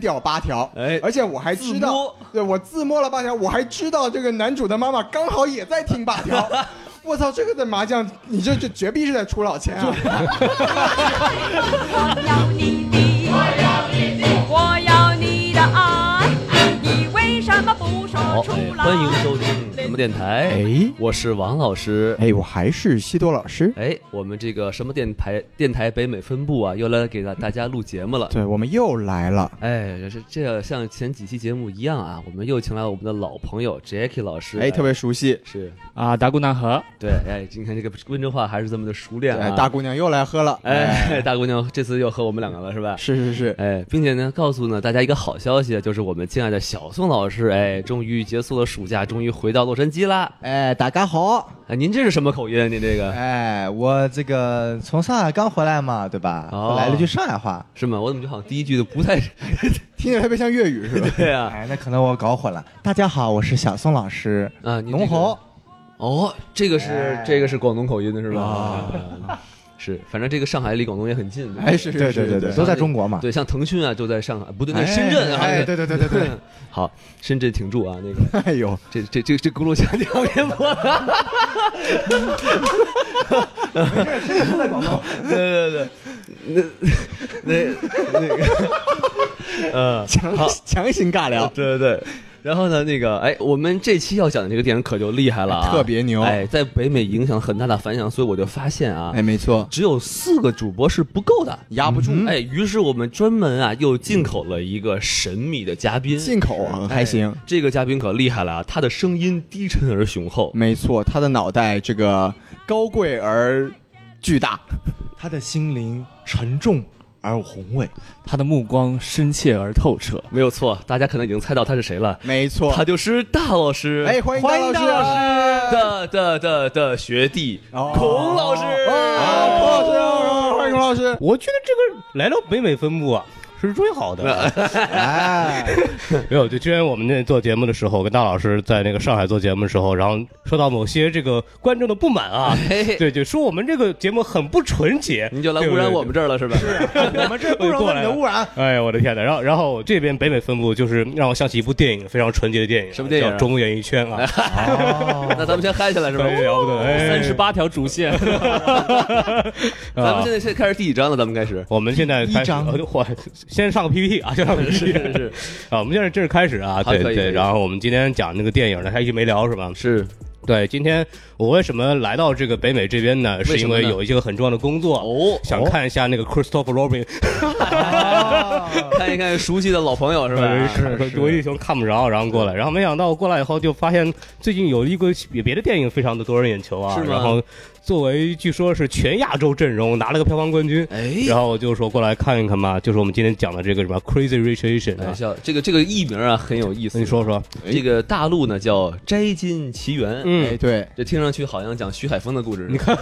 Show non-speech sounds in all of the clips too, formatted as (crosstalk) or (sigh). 找八条，哎而且我还知自道摸，对我自摸了八条，我还知道这个男主的妈妈刚好也在听八 (laughs) 条。我操，这个在麻将，你这这绝逼是在出老千啊！我要你的，我要你的爱，你为什么不好，说出来？欢迎收听什么电台？哎我是王老师。哎，我还是西多老师。哎，我们这个什么电台电台北美分部啊，又来给大大家录节目了。对，我们又来了。哎，这是这像前几期节目一样啊，我们又请来我们的老朋友 Jackie 老师。哎，特别熟悉。是啊，达姑纳河，对，哎，今天这个温州话还是这么的熟练哎啊。，大姑娘又来喝了。哎，大姑娘这次又和我们两个了是吧？是是是，哎，并且呢，告诉呢大家一个好消息，啊就是我们敬爱的小宋老师，哎，终于结束了暑假，终于回到洛杉矶啦。哎，大家好！哎，您这是什么口音啊？您这个？哎，我这个从上海刚回来嘛，对吧？哦我来了句上海话。是吗？我怎么就好像第一句就不 (laughs) 太听着特别像粤语是吧？对啊？哎，那可能我搞混了。大家好，我是小宋老师。啊，你这个龙猴，哦，这个是哎这个是广东口音的是吧？啊 (laughs) 是，反正这个上海离广东也很近。哎，是是对是对对对对，都在中国嘛。对，像腾讯啊，就在上海，不对，那深圳啊，哎，对对对对对， (laughs) 好，深圳挺住啊，那个，哎呦，这这这这轱辘响两边播了，对对对，那 (laughs) 那那个，嗯，强强行尬聊。对对对。然后呢，那个，哎，我们这期要讲的这个电影可就厉害了、啊，特别牛哎，在北美影响很大的反响，所以我就发现啊，哎，没错，嗯只有四个主播是不够的，压不住哎，于是我们专门啊又进口了一个神秘的嘉宾，进口啊哎还行。 (laughs) 这个嘉宾可厉害了啊，他的声音低沉而雄厚，嗯没错，他的脑袋这个高贵而巨大，他的心灵沉重而宏伟。他的目光深切而透彻。没有错，大家可能已经猜到他是谁了，没错。他就是大老师，哎，欢迎欢迎大大老师老师。的的的的学弟啊哦孔老师，啊，孔老师啊，欢迎孔老师。我觉得这个来到北美分部啊是最好的。 (laughs) 哎，没有，就之前我们那做节目的时候，跟大老师在那个上海做节目的时候，然后受到某些这个观众的不满啊，哎，对，就说我们这个节目很不纯洁，你就来污染我们这儿了是吧？我 (laughs) 们这不容过你来的了污污染。哎呀，我的天哪！然后，然后这边北美分部就是让我想起一部电影，非常纯洁的电影啊，什么电影啊叫《中演艺圈》啊， (laughs) (laughs) 哦那咱们先嗨起来是吧？对了不得，三哎十，八条主 (laughs) 线，咱们啊现在先开始第几章了？咱们开始。我们现在开一始，张呃 (laughs) 我先上个 PPT 啊，先上个 (laughs) PPT 是啊，我们现在正式开始啊，好对可以可对。以然后我们今天讲那个电影呢，还一直没聊是吧？嗯是，对，今天我为什么来到这个北美这边呢？什么是呢因为有一个很重要的工作，哦想看一下那个 Christopher Robin，哦看一看熟悉的老朋友是吧？哎是我一直呃看不着，然后过来，然后没想到过来以后就发现最近有一个别别的电影非常的夺人眼球啊是，吗然后作为据说是全亚洲阵容拿了个票房冠军。哎，然后我就说过来看一看嘛，就是我们今天讲的这个什么 Crazy Rich Asian 哎啊，笑，这个这个艺名啊很有意思。你 (laughs) 说说，这个大陆呢叫《摘金奇缘》，哎，嗯，对，这听上去好像讲徐海峰的故事。你看，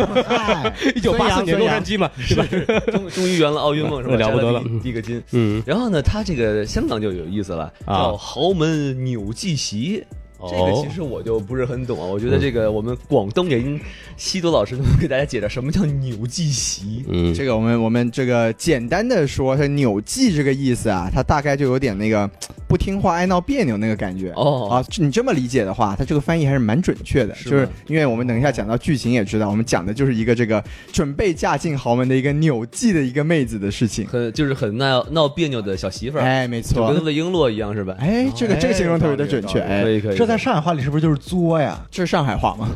一九八四年洛杉矶嘛，是吧？ (laughs) 终终于圆了奥运梦是吧？了不得了摘第一第一个金。嗯，然后呢，他这个香港就有意思了，啊叫豪门扭计席。哦这个其实我就不是很懂啊，我觉得这个我们广东人西多老师能不能给大家解释什么叫扭计席？嗯，这个我们我们这个简单的说，它扭计这个意思啊，它大概就有点那个不听话、爱闹别扭那个感觉。哦啊，你这么理解的话，它这个翻译还是蛮准确的，是吗就是因为我们等一下讲到剧情也知道，我们讲的就是一个这个准备嫁进豪门的一个扭计的一个妹子的事情。很就是很闹闹别扭的小媳妇儿，哎，没就错跟。魏璎珞一样是吧？哎，这个这个形容特别的准确。可哎，以可以，这在上海话里是不是就是作呀？这是上海话吗？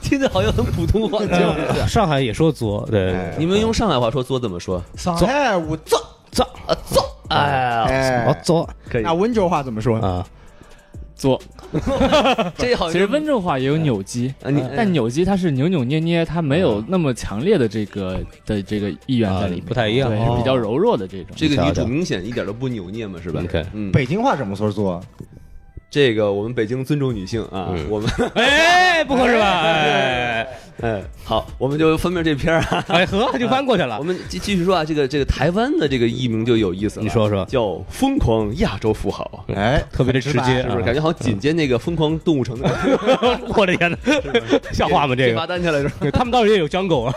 听着好像很普通话，就是上海也说作，对，哎你们用上海话说作怎么说？上哎海我造造啊造，哎呀，哎，作可以那，温州话怎么说？啊，做。这好像其实温州话也有扭机，哦啊你呃但扭机它是扭扭捏捏，它没有那么强烈的这个的这个意愿在里面，呃不太一样对，哦是比较柔弱的这种。这个女主明显一点都不扭捏嘛，是吧？ OK 嗯，北京话怎么说哦作？嗯这个我们北京尊重女性啊，我们 (laughs) 哎，不合适吧？哎，哎，好，我们就分辨这篇儿啊。哎呵，就翻过去我了。们继继续说啊，这个这个台湾的这个译名就有意思了。你说啊说叫“疯狂亚洲富豪哎，特别的直接，啊是不是？感觉好像紧接那个“疯 (laughs) 狂动物城”的我的天哪，像话吗？ (laughs) 这发个嗯单去了是吧？对他们当时也有江狗啊，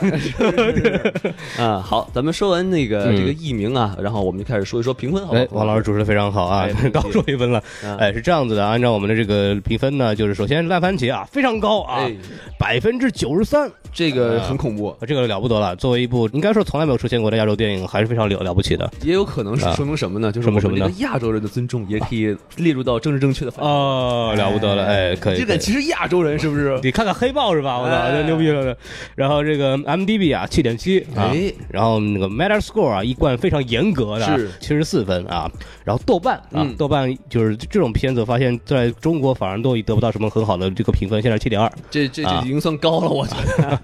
啊，好，咱们说完那个、嗯这个译名啊，然后我们就开始说一说评分，好吧哎，？王老师主持的非常好啊哎对，不倒起数一分了哦嗯。哎，是这样子的，按照我们的这个评分呢，就是首先烂番茄啊非常高啊哎，，百分之九十三，啊这个很恐怖，这个了不得了。作为一部应该说从来没有出现过的亚洲电影，还是非常了了不起的。也有可能是啊说明什么呢？就是什我么们这什个么呢亚洲人的尊重也可以列入到政治正确的范围。哦，了不得了，哎，可以。这可个以其实亚洲人是不是？ (laughs) 你看看黑豹是吧？我操，哎这牛逼了！然后这个 M D B 啊，七点七啊哎，然后那个 Metascore 啊，一贯非常严格的是，七十四分啊。然后豆瓣啊嗯，豆瓣就是这种片子，发现在中国反而都得不到什么很好的这个评分，现在七点二。这这这啊已经算高了，我觉得。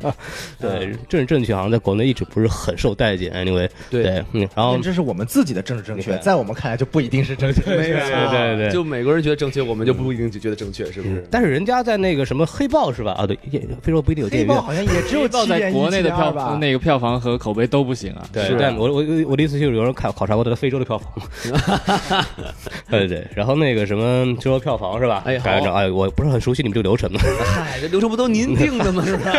对，政治正呃确好像在国内一直不是很受待见。Anyway，对，嗯，然后这是我们自己的政治正确，对在我们看来就不一定是正确。啊没有对对对嗯就美国人觉得正确，我们就不一定觉得正确，是不是？但是人家在那个什么黑豹是吧？啊，对，也非洲不一定有电黑影院豹。好像也只有到七在点啊国内的票吧？那个票房和口碑都不行啊。对是，但我我我的意思就是有人考考察过他的非洲的票房， (laughs) 对对对，然后那个什么非洲票房是吧？哎好改正哎，我不是很熟悉你们这个流 (laughs) 程的，嗨，这流程不都您定的吗？是 (laughs) 吧？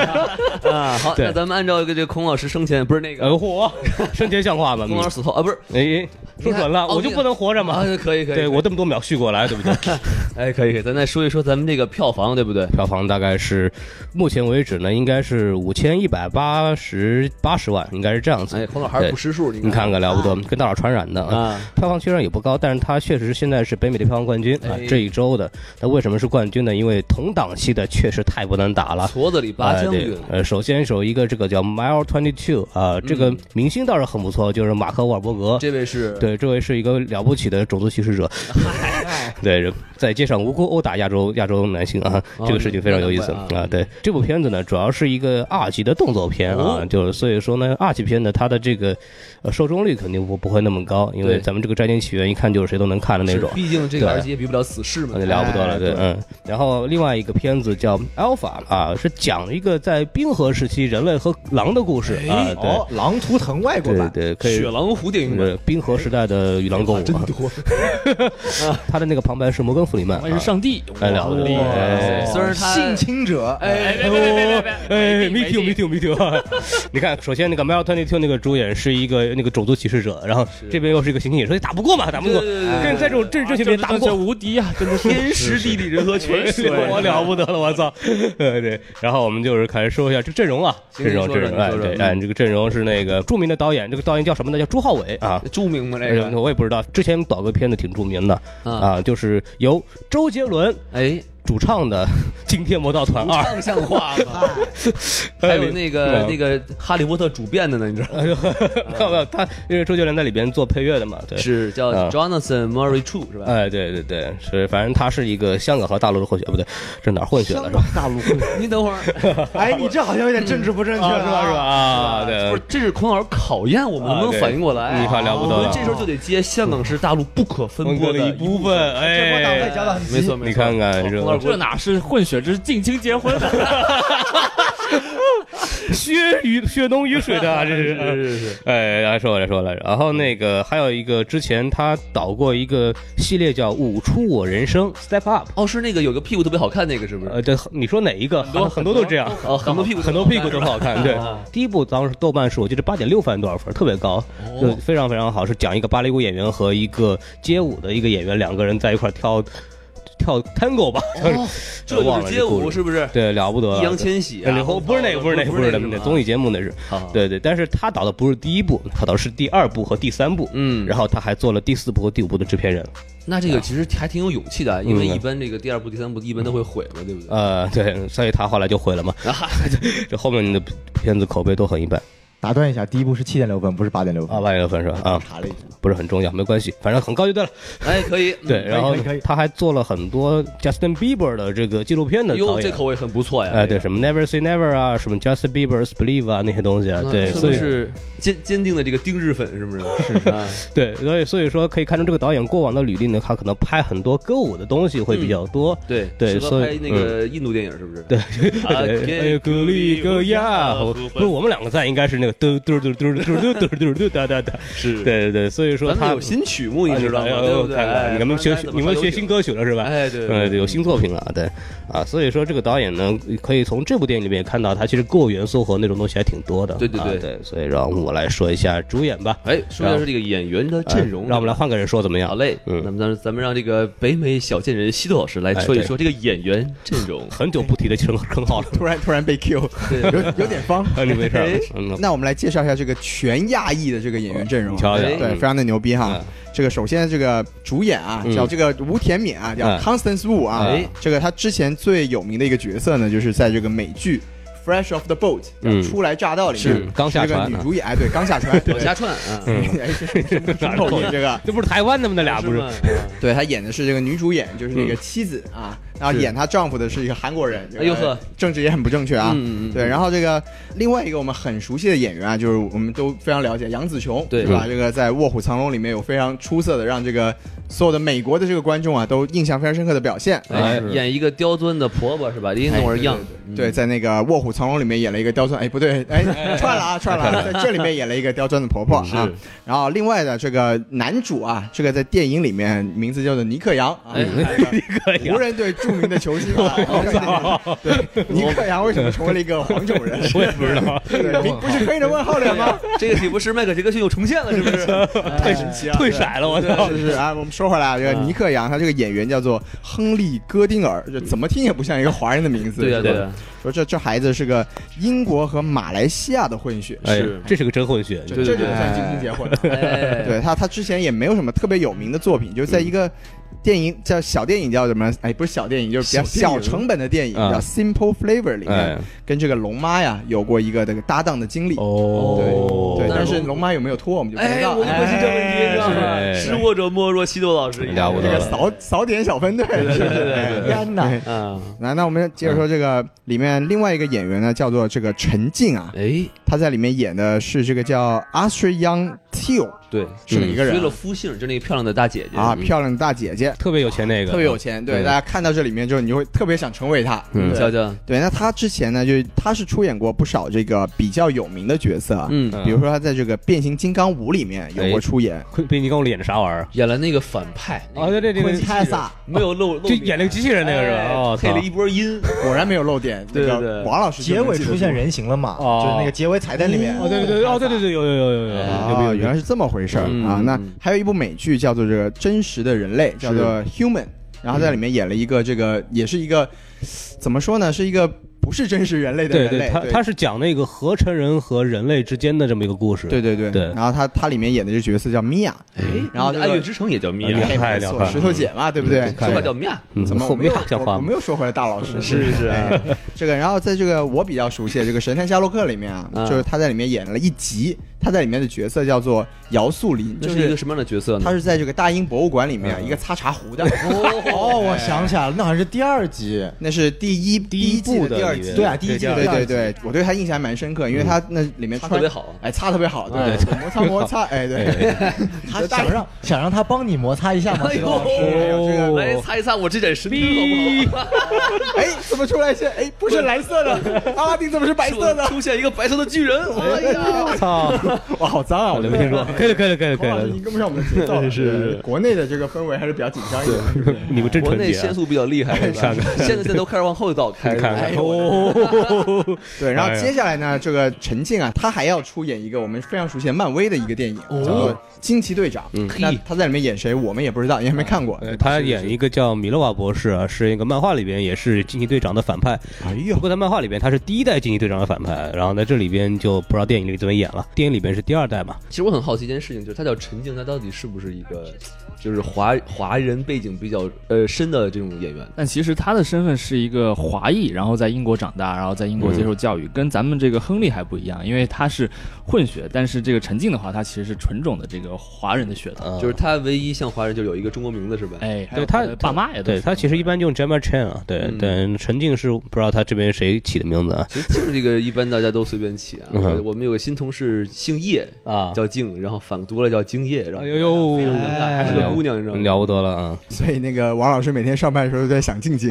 啊，好，对那咱们按照这个孔老师生前不是那呃，个 (laughs) 嚯，生前像 (laughs) 话吗？孔老师死后啊，不是哎，说准了，你看我就不能活着啊吗？，可以可以，嗯对可以我这么多秒续过来，(laughs) 对不对？哎可以可以，咱再说一说咱们这个票房，对不对？票房大概是目前为止呢，应该是五千一百八十八十万，应该是这样哎，子。孔老师还是不识数，你你看看了不得，跟大佬传染的啊啊，票房虽然也不高，但是它确实现在是北美的票房冠军啊哎，这一周的。那为什么是冠军呢？因为同档期的确实太不能打了。矬子里拔哎将对军，呃，首先有一个这个叫 Mile Twenty Two 啊，这嗯个明星倒是很不错，就是马克·沃尔伯格。这位是，对，这位是一个了不起的种族歧视者，对，在街上无辜殴打亚洲亚洲男性啊，哦这个事情非常有意思难怪啊啊。对，这部片子呢，主要是一个二级的动作片啊哦，就是所以说呢，二级片呢，它的这个呃受众率肯定不不会那么高，因为对咱们这个《摘金起源》一看就是谁都能看的那种是。毕竟这个对儿子也比不了死士嘛那就，了不得了，哎对，对嗯。然后另外一个片子叫《Alpha》啊，是讲一个在冰河时期人类和狼的故事啊，哦，狼图腾外国对，对版，对，可以雪。狼湖电影版呃，冰河时代的与狼共舞真啊， (laughs) 多，他的那个旁白是摩根·弗里曼，我也是上帝，哎了不得厉害哎虽然他性侵者，哎别别别别别哎没劲，me too 没 me too me too，你 (laughs) 看，首先那个 Mel Twenty Two 那个主演是一个那个种族歧视者，然后这边又是一个刑警，说打不过嘛，打不过，对对对对啊跟在这种政治正确边打不过，无敌 (laughs) 啊！真的是天时地利人和全是，我了不得了，我操！ (laughs) 对对，然后我们就是开始说一下这阵容啊，行阵容你说阵说容，你哎说说对，嗯哎，这个阵容是那个著名的导演，这个导演叫什么呢？叫朱浩伟啊。著名吗？这哎个我也不知道，之前导个片子挺著名的啊，啊，就是由周杰伦哎，主唱的《惊天魔盗团二》，唱像话 (laughs) 吗？ (laughs) 还哎有那个那个哈利波特主编的呢，你知道吗？ (laughs) 没有没有，他因为周杰伦在里边做配乐的嘛，对。是叫啊 Jonathan Murray Chu 是吧？哎，对对对，是，反正他是一个香港和大陆的混血，不对，这哪儿混血了香是吧 (laughs) 港？大陆。您等会 (laughs) 儿，哎，你这好像有点政治不正确啊了，是吧是吧？？啊，不对是，，这是孔老师考验我们能啊不能对反应过来。哎你看了不得我们了这时候就得接香港是大陆不可分分割割的的一部分，这波大哎会，教导你没错没错，哦你看看孔老师这这哪是混血，这是近亲结婚的。血雨血浓于水的啊，这是是。是是是，哎，来说来说来，然后那个还有一个，之前他导过一个系列叫《舞出我人生》（Step Up）。哦，是那个有个屁股特别好看那个是不呃，是？这你说哪一个？很多很多都这样，哦，很多屁股很多屁股都不好看。对啊，第一部当时豆瓣是我记得八点六分多少分，特别高，就非常非常好，是讲一个芭蕾舞演员和一个街舞的一个演员，两个人在一块儿跳跳 tango 吧， (laughs) 这就忘了是这街舞故事是不是？对，了不得了。呃易烊千玺啊，然后不是那个，不是那个，不是那个，综艺节目那是。好，对对，但是他导的不是第一部，他导的是第二部和第三部，嗯，然后他还做了第四部和第五部的制片人。那这个其实还挺有勇气的，因为嗯啊一般这个第二部、第三部一般都会毁嘛，对不对？呃，对，所以他后来就毁了嘛。这后面的片子口碑都很一般。打断一下，第一部是七点六分，不是八点六分啊，八点六分是吧？啊，查了一下，不是很重要，没关系，反正很高就对了。 (laughs) 哎，可以，对，可以然后可以可以他还做了很多 Justin Bieber 的这个纪录片的哟，导这演。口啊味很不错呀。哎，对，什么 Never Say Never 啊，什么 Justin Bieber's Believe 啊，那些东西啊，嗯对，是所不以是坚坚定的这个丁日粉是不是？ (laughs) 是啊，对，所以所以说可以看出这个导演过往的履历呢，他可能拍很多歌舞的东西会比较多。 (laughs) 对对适合所拍以嗯那个印度电影是不是？ (laughs) 对，啊哎，格力格亚，我不是我们两个在，应该是那个嘟嘟嘟嘟嘟嘟嘟嘟嘟哒哒哒。是，对对对，所以说咱他们有新曲目，你知道哎吗？呦对不对？看看哎你们学你们学新？歌曲了是不吧？然咱怎么上游艇哎，呃，对对有新作品了，对啊，所以说这个导演呢，可以从这部电影里面也看到，他其实歌舞元素和那种东西还挺多的。对对啊对对，所以让我来说一下主演吧，哎，说一下这个演员的啊哎阵容，让我们来换个人说怎么好样？嘞，嗯哎那么咱咱们让这个北美小贱人西多老师来说一说这个演员阵 (laughs) 容。很久不提的陈坑号了，突然突然被 Q，有有点方。啊你没事儿 (laughs) 哎，嗯，那我们来介绍一下这个全亚裔的这个演员阵容你啊，瞧瞧，哎对，嗯非常的牛逼哈嗯。这个首先这个主演啊，嗯叫这个吴田敏啊，叫嗯 Constance Wu 啊哎，这个他之前最有名的一个角色呢，就是在这个美剧。Fresh off the boat，叫嗯初来乍到里是面，刚下这个船女啊主演，哎，对，刚下船，对 (laughs) 往，下串啊，嗯 (laughs) 哎，真口音这个， (laughs) 这不是台湾的吗？那俩不是吗？对她演的是这个女主演，就是那个妻子啊，然后演她丈夫的是一个韩国人，嗯哎呦呵，政治也很不正确啊，嗯嗯嗯对，然后这个另外一个我们很熟悉的演员啊，就是我们都非常了解杨紫琼，对嗯是吧？这个在《卧虎藏龙》里面有非常出色的，让这个所有的美国的这个观众啊都印象非常深刻的表现。哎哎，演一个刁钻的婆婆是吧？林总儿样，哎对，嗯在那个《卧虎藏龙》里面演了一个刁钻，哎，不对，哎， (laughs) 串了啊，串了啊，在这里面演了一个刁钻的婆婆啊。然后另外的这个男主啊，这个在电影里面名字叫做尼克杨啊， (laughs) 哎可以湖人队著名的球星 (laughs) 啊。对，尼克杨为什么成为了一个黄种人？ (laughs) 我也不知道，对 (laughs) 不不是黑人问号脸吗？这个题不是迈克尔杰克逊又重现了是不哎是？太神奇了，退色了，我操！是是是啊，我们说回来啊，这个尼克杨，他这个演员叫做亨利·戈丁尔，就怎么听也不像一个华人的名字。对呀是吧对呀，说这这孩子是个英国和马来西亚的混血，哎是，这是个真混血，这对这对就算精英结婚了。哎，对他，他之前也没有什么特别有名的作品，就在一个电影叫小电影叫什么？哎，不是小电影，就是比较小电小影成本的电影，啊叫《Simple Flavor》里哎面，跟这个龙妈呀有过一个这个搭档的经历。哦对，那但是龙龙妈有没有脱我们就不知哎，道。我就关心这问题，知道吗？哎施沃者莫若西多老师，了不这得个了扫扫点小分队，对对对对对天哪！啊，来，那我们接着说这个里面另外一个演员呢，叫做这个陈静啊，哎，他在里面演的是这个叫 Asher Young Till 对，是一个人为了夫姓，就那个漂亮的大姐嗯姐啊，漂亮的大姐姐，特别有钱那个，特别有钱。对，对大家看到这里面之后，你就会特别想成为她。嗯，对娇娇，对，那她之前呢，就她是出演过不少这个比较有名的角色啊，嗯，哎嗯比如说她在这个《变形金刚五》里面有过出演亏。被你跟我演的啥玩意儿？演了那个反派，哦，对对对，昆对泰萨，没有露露就脸，演那个机器人那个是吧？哎哦，配操了一波音，果然没有漏点。对对那个对王老师就结能尾记得出现住哎人形了嘛？哦就是那个结尾彩蛋里面。哦，对对对，哦，对对对，有有有有有，牛逼啊，原来是这么回事儿嗯啊！那嗯还有一部美剧叫做《这个真实的人类》，叫做《Human》，然后在里面演了一个这个，也是一个怎么说呢，是一个不是真实人类的对人对，类，他对他是讲那个合成人和人类之间的这么一个故事。对对对对然后他他里面演的这角色叫米娅，哎，然后这个爱乐之城也叫米娅，哎两派哎没错两派石头姐嘛，对不对？说话叫米娅，嗯，怎么我后没有面像我话我吗？没有说回来大老师是是哎这个，然后在这个我比较熟悉的这个《神探夏洛克》里面啊，嗯就是他在里面演了一集，他在里面的角色叫做姚素林，这就是一个什么样的角色呢？他是在这个大英博物馆里面嗯一个擦茶 (laughs) 壶的。哎哦，我想起来了，那好像是第二集。那是第一第一季部的的第二里集，面对啊第一季的对第二对集嗯对，我对他印象还蛮深刻，因为他那里面他穿特别，好，啊哎，擦特别好，对，摩擦摩 (laughs) 擦，哎，对，他想 (laughs) 让想让他帮你摩擦一下嘛？哎这呦个哦来擦一擦我这点神经好不好？哎，怎么出来是哎不是蓝色 (laughs) 的，阿拉丁怎么是白色的？出现一个白色的巨 (laughs) 人，哎 (laughs) 呀，操！哇，好脏啊！我我 (laughs) 没听说，可以了，可以了，可以了，可孔以老师，了您。跟不上我们的节奏啊了， (laughs) 是国内的这个氛围还是比较紧张一点。是不是 (laughs) 你们真国纯内洁限啊！速比较厉害，是吧看看现在现在都开始往后倒开你了，看哎看，呦哦，对，然哎后呀接下来呢，这个陈静啊，她还要出演一个我们非常熟悉的漫威的一个电影，叫哦做《惊奇队长》。嗯那嘿她在里面演谁，我们也不知道，也没看过。呃他演一个叫米勒瓦博士啊，是一个漫画里边也是惊奇队长的反派。哎不过在漫画里边他是第一代惊奇队长的反派，然后在这里边就不知道电影里怎么演了。电影里里边是第二代嘛，其实我很好奇一件事情，就是他叫陈静，他到底是不是一个就是华华人背景比较呃深的这种演员？但其实他的身份是一个华裔，然后在英国长大，然后在英国嗯接受教育，跟咱们这个亨利还不一样，因为他是混血。但是这个陈静的话，他其实是纯种的这个华人的血嗯统。就是他唯一像华人就有一个中国名字是吧？哎，对他的爸妈也都对是他其实一般用 Gemma Chan 啊，对嗯对，陈静是不知道他这边谁起的名字啊其实静这个一般大家都随便起啊。嗯哼我我们有个新同事姓叶，啊，叫静，然后反读了叫静叶，然后哎呦非常尴尬还是个姑娘，你知道吗？了不得了啊！所以那个王老师每天上班的时候都在想静 (laughs) 静。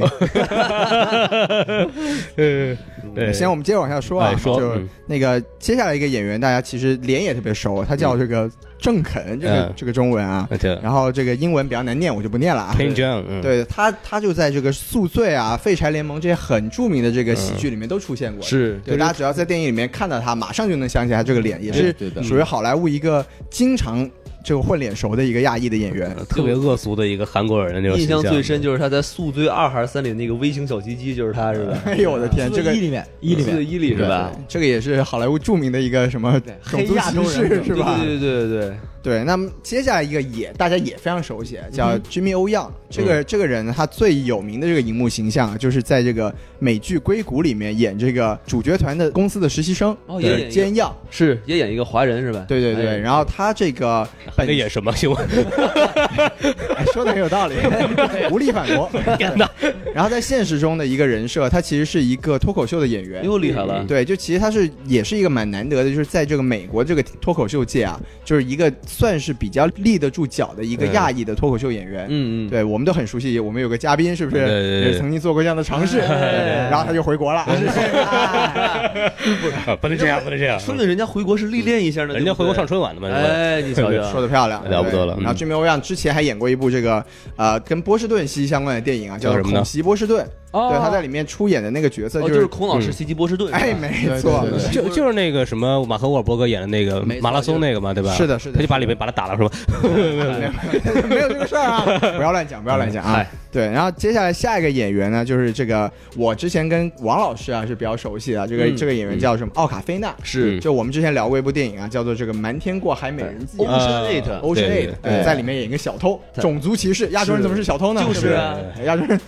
对，行，我们接着往下说啊，哎说就嗯那个接下来一个演员，大家其实脸也特别熟，他叫这个郑肯，这个嗯这个中文啊，对然后这个英文比较难念，我就不念了啊。 ，Ken Jeong，嗯，对他，他就在这个《宿醉》啊、《废柴联盟》这些很著名的这个喜剧里面都出现过。是对，大家只要在电影里面看到他，马上就能想起他这个脸，也是对的属于好莱坞一个经常这个混脸熟的一个亚裔的演员。呃，特别恶俗的一个韩国人的那种印形象象最深就是他在《宿醉二》还是三里那个微型小鸡鸡，就是他是吧？ (laughs) 哎呦我的天，这个一里面一里四面，一里是吧？这个也是好莱坞著名的一个什么种族歧视是吧？对对对对对，那么接下来一个也大家也非常熟悉，叫嗯 Jimmy O Young、这个这个人呢，他最有名的这个荧幕形象啊，就是在这个美剧《硅谷》里面演这个主角团的公司的实习生，哦就也是演煎药。是也演一个华人是吧？对对对，哎然后他这个本 (laughs) 那演什 (laughs) 么？请问哎 (laughs) 说的很有 (laughs) 道理，无力反驳。然后在现实中的一个人设，他其实是一个脱口秀的演员，又厉害了。对，就其实他是也是一个蛮难得的，就是在这个美国这个脱口秀界啊，就是一个算是比较立得住脚的一个嗯亚裔的脱口秀演员。嗯嗯，对，我们都很熟悉，我们有个嘉宾是不是对对对对也曾经做过这样的尝试，然后他就回国了。啊不能这样，不能这样，说明人家回国是历练一下呢，人家回国上春春晚了嘛？是吧哎，你瞧瞧， (laughs) (laughs) 说的漂亮，了不得了对然后嗯 Jimmy o y o n 之前还演过一部这个呃跟波士顿息息相关的电影啊，叫叫做什《么呢恐袭波士顿》。哦对，他在里面出演的那个角色哦，就就是是，孔老师袭击波士顿，哎，是吧哦没错，对对对就就是那个什么马克沃尔伯格演的那个没错马拉松那个嘛，对吧？是的是的他就把里面把他打了是吧？没 (laughs) 有这个事儿啊！不要乱讲，不要乱讲啊嗨！对，然后接下来下一个演员呢，就是这个我之前跟王老师啊是比较熟悉的，这个嗯这个演员叫什么？奥卡菲娜，是就我们之前聊过一部电影啊，叫做这个《瞒天过海美人计》 Ocean 啊。呃 Eight Ocean 对 Eight，对对，在里面演一个小偷，种族歧视，亚洲人怎么是小偷呢？就是对不对啊亚洲人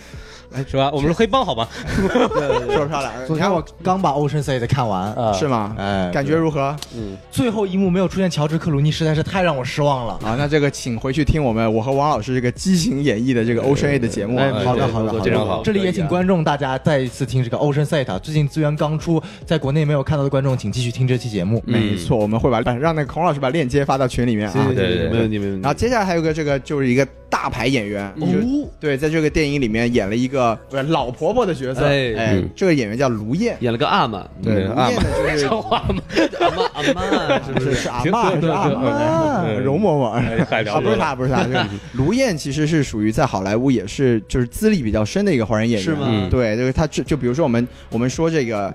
是吧？我们是黑帮好吧？说漂亮。昨天我刚把《Ocean s 的看完，啊是吗？哎，感觉如何啊？最后一幕没有出现乔治克鲁尼，实在是太让我失望了。啊那这个请回去听我们我和王老师这个激情演绎的这个 Ocean Eight 的节目啊。好的，好的，非常好这里也请观众大家再一次听这个 Ocean Set，最近资源刚出，在国内没有看到的观众，请继续听这期节目。嗯没错，我们会把让那个孔老师把链接发到群里面啊。行行行对对对没问题没问题。然后接下来还有个这个就是一个大牌演员，哦就对，在这个电影里面演了一个不是老婆婆的角色，哎哎嗯，这个演员叫卢燕，演了个阿玛，对，卢阿燕呢就是阿玛阿玛，是 (laughs) 不是是？是阿妈，啊是阿妈，对对容嬷嬷。还聊啊，不是他，不是他，就是卢燕其实是属于在好莱坞也是就是资历比较深的一个华人演员，是吗嗯对，就是他就就比如说我们我们说这个。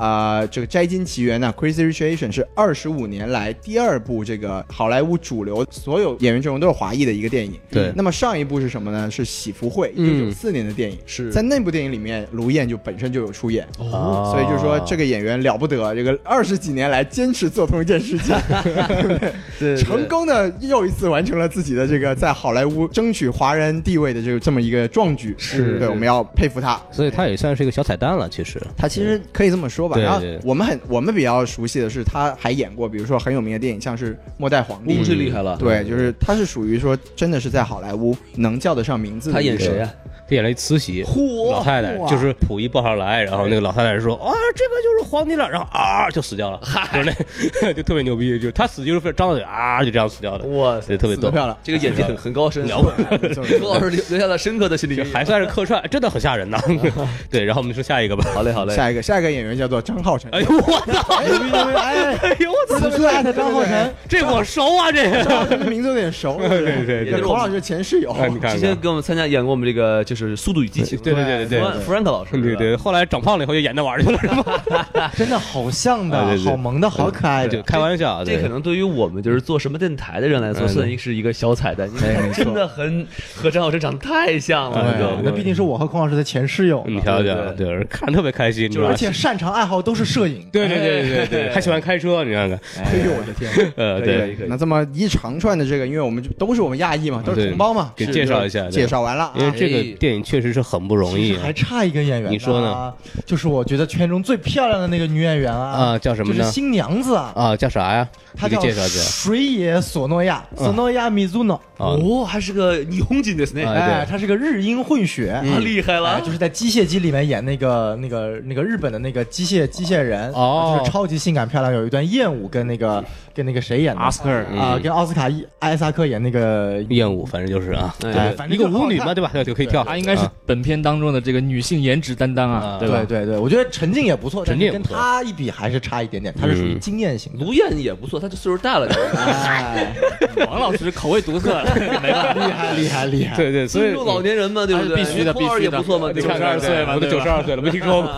啊、这个《摘金奇缘》呢，《Crazy Rich Asian》是二十五年来第二部这个好莱坞主流所有演员阵容都是华裔的一个电影。对那么上一部是什么呢？是《喜福会》，一九九四年的电影。嗯是在那部电影里面，卢燕就本身就有出演。哦所以就是说这个演员了不得，这个二十几年来坚持做同一件 (laughs) 事情，对对成功的又一次完成了自己的这个在好莱坞争取华人地位的这个这么一个壮举。是对，我们要佩服他。所以他也算是一个小彩蛋了，其实。他其实可以这么说吧。嗯对然后对我们很我们比较熟悉的是，他还演过，比如说很有名的电影，像是《末代皇帝哦呜》。这厉害了，对，就是他是属于说真的是在好莱坞能叫得上名字的他一个。演谁啊？他演了一慈禧，老太太就是溥仪抱上来，然后那个老太太说啊，这个就是皇帝了，然后啊就死掉了，就是那就特别牛逼，就是他死就是非常张着嘴啊就这样死掉的，哇所以特别死逗得，漂亮？这个演技很很高深， (laughs) 了不没错没 (laughs) 错郭老师留留下了深刻的心理就阴影。还算是客串，真的很 (laughs) 吓人呐。对，然后我们说下一个吧。好嘞好嘞，下一个下一个演员叫做张浩晨。哎呦我操！哎呦哎哎呦我操！此处艾特张浩晨， (laughs) 这我熟啊，这 (laughs) 这名字有点熟，对对对孔老师前室友，哎你看之前看给我们参加演过我们这个就是《速度与激情》对对对对弗兰弗兰克老师，对对对，后来长胖了以后就演那玩意儿去了，是吧？ (laughs) (laughs) 真的好像的，啊对对好萌的，好可爱就的。开玩笑，啊这对可能对于我们就是做什么电台的人来说，嗯算是一个小彩蛋，因为真的很和张老师长得太像哎了，你知道对吗，那必定是我和孔老师的前室友，你瞧对瞧，对嗯对，看着特别开心，你知道而吧？且擅长爱好都是摄影。对对对 (laughs) 对对，还喜欢开车，你看看，哎呦我的天！呃，可以可以对，可以那这么一长串的这个，因为我们就都是我们亚裔嘛，都是同胞嘛，给介绍一下，介对，绍完了啊因为这哎个电影确实是很不容其易实还差一个演员，啊你说呢？就是我觉得圈中最漂亮的那个女演员啊，啊，叫什么就呢是？新娘子啊，啊，叫啥呀？她你给叫介绍嗯介绍。水野索诺亚，索诺亚米祖诺。啊哦，还是个霓虹金的 s n 啊 a 哎，对她是个日英混血，嗯啊，厉害哎了，就是在《机械姬》里面演那个那个那个日本的那个机械机械人，哦就是超级性感漂亮，有一段艳舞跟那个跟那个谁演的阿斯克尔嗯啊、跟奥斯卡伊艾萨克演那个，厌恶，反正就是啊，哎对，对反正一个就是好舞女看嘛，对吧？对，就可以跳。她应该是啊本片当中的这个女性颜值担当啊，啊吧对？对对，我觉得陈静也不错，陈静也但不是跟错她一比还是差一点点，她是属于经 (laughs) 验型的。卢燕也不错，她这岁数大了 (laughs) 点儿，哎，王老师口味独特了，没办法厉害厉害厉害！对对，所尊以哎重老年人嘛，对不对？必须的托儿必须也的不错嘛，你对吧看看， 92岁嘛我都对九吧十二岁了，没听说过。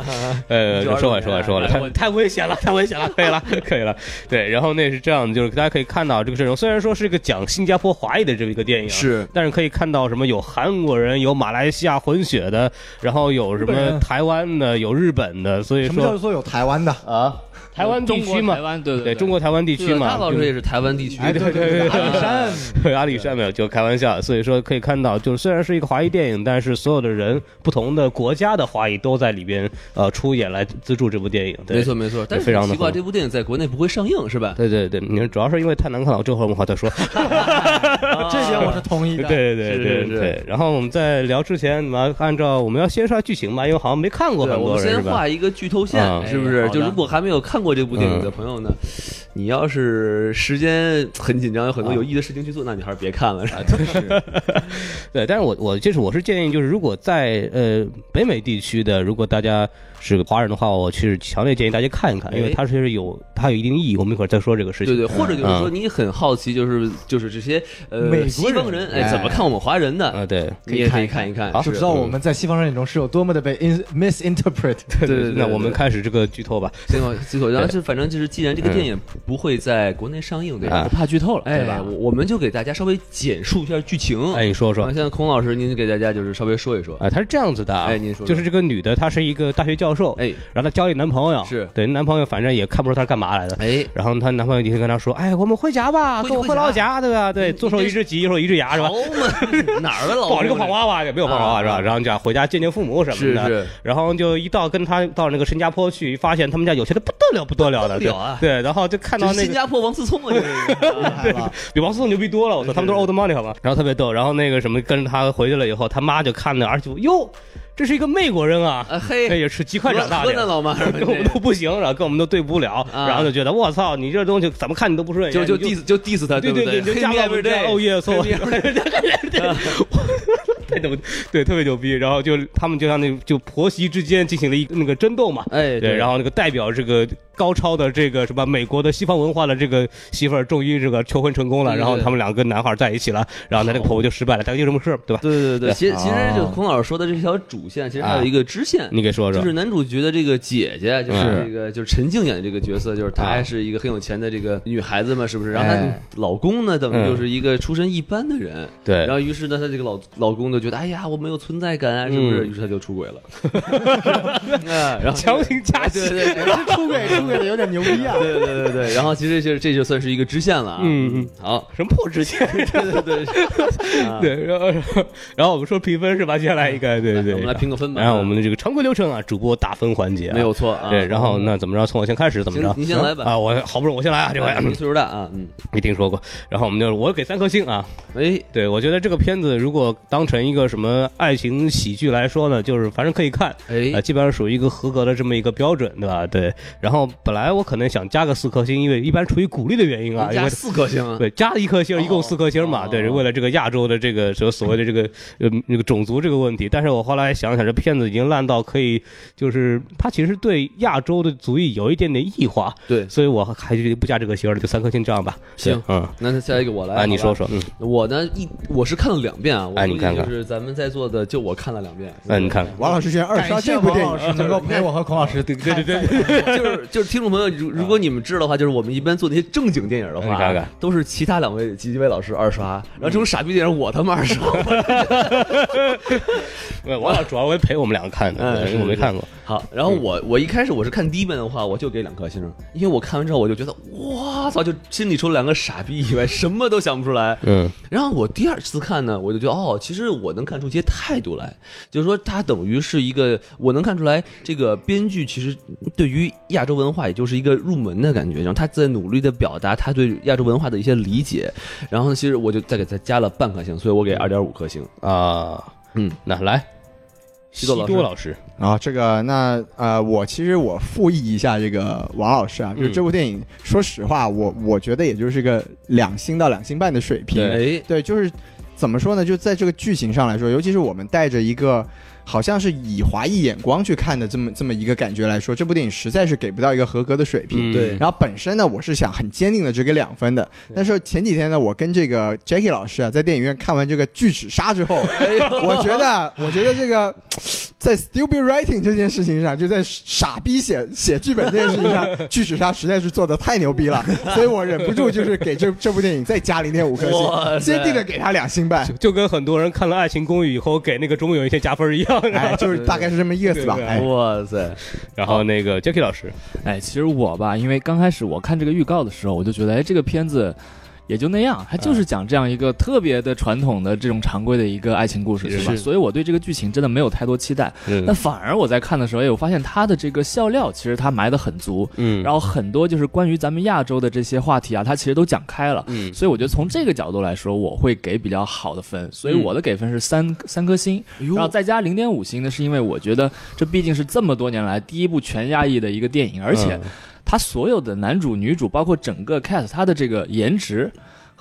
呃， 92说完说完说完了，哎太太危险了，太危险了，可以了， (laughs) 可以了。对，然后那是这样的，就是大家可以看到这个阵容，虽然说是一个讲新加坡华裔的这么一个电影，啊是，但是可以看到什么有韩国人，有马来西亚混血的，然后有什日本么人台湾的，有日本的，所以什么叫说做有台湾的？啊，台湾地区台嘛，湾对对中国台湾地区对嘛，大老就师也是台湾地区，哎，对对对，阿里山，对阿里山没有，就开玩笑。所以说可以看到，就是虽然是一个华裔电影，但是所有的人不同的国家的华裔都在里边呃出演来资助这部电影。对没错，没错。但是非常很地奇怪，好这部电影在国内不会上映是吧？对对对，你看主要是因为太难看了，这会儿我们好再 (laughs) 说。啊这点我是同意对的。对对是对是是对。然后我们在聊之前，你们按照我们要先说下剧情吧，因为好像没看过对，很我多们人是先吧？画一个剧透线，嗯啊是不是？哎好的就如果还没有看过这部电影的朋友呢，你要是时间很紧张，有很多有意义的事情去做，那你还是别看啊了。是吧对，但是我我就是我是建议，就是如果在呃北美地区的，如果大家是华人的话，我是强烈建议大家看一看，因为哎它是有它有一定意义。我们一会儿再说这个事情。对对，或者就是说嗯你很好奇，就是就是这些美呃国人西方人哎哎怎么看我们华人的，啊，对，你也可以看看一看。好是不知道我们在西方人眼中是有多么的被 in- misinterpret。 (laughs) 对对对，那我们看。开始这个剧透吧。行吧，结果然后就反正就是，既然这个电影不会在国内上映，对吧啊？怕剧透了，哎对，吧？我我们就给大家稍微简述一下剧情。哎，你说说啊，现在孔老师，您给大家就是稍微说一说。啊，他是这样子的啊，哎您说说就是这个女的，她是一个大学教授，哎然后她交一男朋友，是对，男朋友反正也看不出她是干嘛来的。哎，然后她男朋友就跟她说：“哎，我们回家吧，回跟我回回家老家，对吧？对，左手一只鸡，右手一只牙，是吧？好 (laughs) 嘛，哪儿的老抱着个胖娃娃也没有胖娃娃啊是吧？然后讲回家见见父母什么是的，是然后就一到跟她到那个新加坡去，发现他们家有钱的不得了不得了的，不得了啊对对，然后就看到这那新个加坡王思 (laughs) 聪啊，这个啊对吧？比王思聪牛逼多了，我操，他们都是 old money 好吧？然后特别逗，然后那个什么跟着他回去了以后，他妈就看那儿就哟，这是一个美国人啊，啊这嘿，也是极快长大河南的。老妈是吧 (laughs) 跟我们都不行，然后跟我们都对不了，啊然后就觉得我操，你这东西怎么看你都不顺眼， (laughs) 就就你 diss 就 diss 他，对不对，对？(laughs) 你就加到这哦耶，错， (laughs) 太牛，对，特别牛逼。然后就他们就像那就婆媳之间进行了一个那个争斗嘛，哎，对，然后后那个代表这个高超的这个什么美国的西方文化的这个媳妇儿，终于这个求婚成功了，对对然后对他们两个跟男孩在一起了，然后他这个婆婆就失败了，大概就这么个事儿，对吧？对对对，对其实其实就哦孔老师说的这条主线，其实还有一个支线，啊你给说说就是男主角的这个姐姐，就是嗯啊这个就是陈静演的这个角色，就是她还是一个很有钱的这个女孩子嘛，是不是？然后哎她老公呢，等于嗯就是一个出身一般的人，对然后于是呢，她这个老老公就觉得，哎呀，我没有存在感啊，是不是？嗯于是他就出轨了，哎然后强行加对戏，对对对出轨出轨的有点牛逼啊！对对对对，然后其实就是这就算是一个支线了啊。嗯嗯，好，什么破 (laughs) 之前？对对对，对，然后然后我们说评分是吧？接下来应该对对，我们来评个分吧。然后我们的这个常规流程啊，主播打分环节、啊、没有错啊。对，然后那怎么着？从我先开始怎么着行？你先来吧啊！我好不容易我先来啊，这啊你回岁数大啊，嗯， (laughs) 没听说过。然后我们就我给三颗星啊。哎，对，我觉得这个片子如果当成一个什么爱情喜剧来说呢，就是反正可以看，哎呃，基本上属于一个合格的这么一个标准，对吧？对。然后本来我可能想加个四颗星，因为一般出于鼓励的原因啊，因加为四颗星啊，对，加一颗星，一共四颗星嘛。哦对，为了这个亚洲的这个所所谓的这个呃那个种族这个问题，但是我后来想想，这片子已经烂到可以，就是它其实对亚洲的族裔有一点点异化，对所以我还是不加这个星了，就三颗星这样吧。对行，嗯，那下一个我来，啊，你好吧说说，嗯，我呢一我是看了两遍啊，我哎估你计看看就是咱们在座的就我看了两遍，哎那你看看，王老师居然二刷感谢这部王电老影，师能够陪我和孔老师对对对对 (laughs) 就是就是听众朋友，如如果你们知道的话，就是我们一般做那些正经电影的啊哎你话，看嗯看都是其他两位几位老师二刷，然后这种傻逼电影我他妈二 (laughs) 刷。对，王老师主要为陪我们两个看嗯的，对是我没是看过。好，然嗯后我我一开始我是看第一遍的话，我就给两颗星，因为我看完之后我就觉得，哇操，就心里除了两个傻逼以外，什么都想不出来。嗯，然后我第二次看呢，我就觉得哦，其实我能看出一些态度来，就是说它等于是一个，我能看出来这个编剧其实对于亚洲文化也就是一个入门的感觉，然后他在努力的表达他对亚洲文化的一些理解，然后呢，其实我就再给他加了半颗星，所以我给二点五颗星。啊，嗯，那来，西西多老师多老师，啊，这个那呃，我其实我复议一下这个王老师啊，就是嗯这部电影，说实话，我我觉得也就是个两星到两星半的水平。哎，对，就是怎么说呢？就在这个剧情上来说，尤其是我们带着一个好像是以华裔眼光去看的这么这么一个感觉来说，这部电影实在是给不到一个合格的水平。嗯对然后本身呢，我是想很坚定的只给两分的，但是前几天呢，我跟这个 Jackie 老师啊，在电影院看完这个《巨齿鲨》之后，我觉得，我觉得这个在 stupid writing 这件事情上，就在傻逼写写剧本这件事情上，《巨齿鲨》实在是做的太牛逼了，所以我忍不住就是给这这部电影再加零点五颗哇星，塞 (laughs) 坚定的给他两星半就。就跟很多人看了《爱情公寓》以后给那个钟有一些加分一样。哎，就是大概是这么意思吧。对对哎，哇塞，然后那个 Jackie 老师，哎，其实我吧，因为刚开始我看这个预告的时候，我就觉得，哎，这个片子也就那样，它就是讲这样一个特别的传统的这种常规的一个爱情故事，是对吧？所以我对这个剧情真的没有太多期待。那嗯反而我在看的时候，哎，我发现它的这个笑料其实它埋得很足，嗯然后很多就是关于咱们亚洲的这些话题啊，它其实都讲开了。嗯所以我觉得从这个角度来说，我会给比较好的分，所以嗯我的给分是三、三颗星，哎然后再加零点五星呢，是因为我觉得这毕竟是这么多年来第一部全亚裔的一个电影，而嗯且它所有的男主、女主，包括整个 cast，它的这个颜值。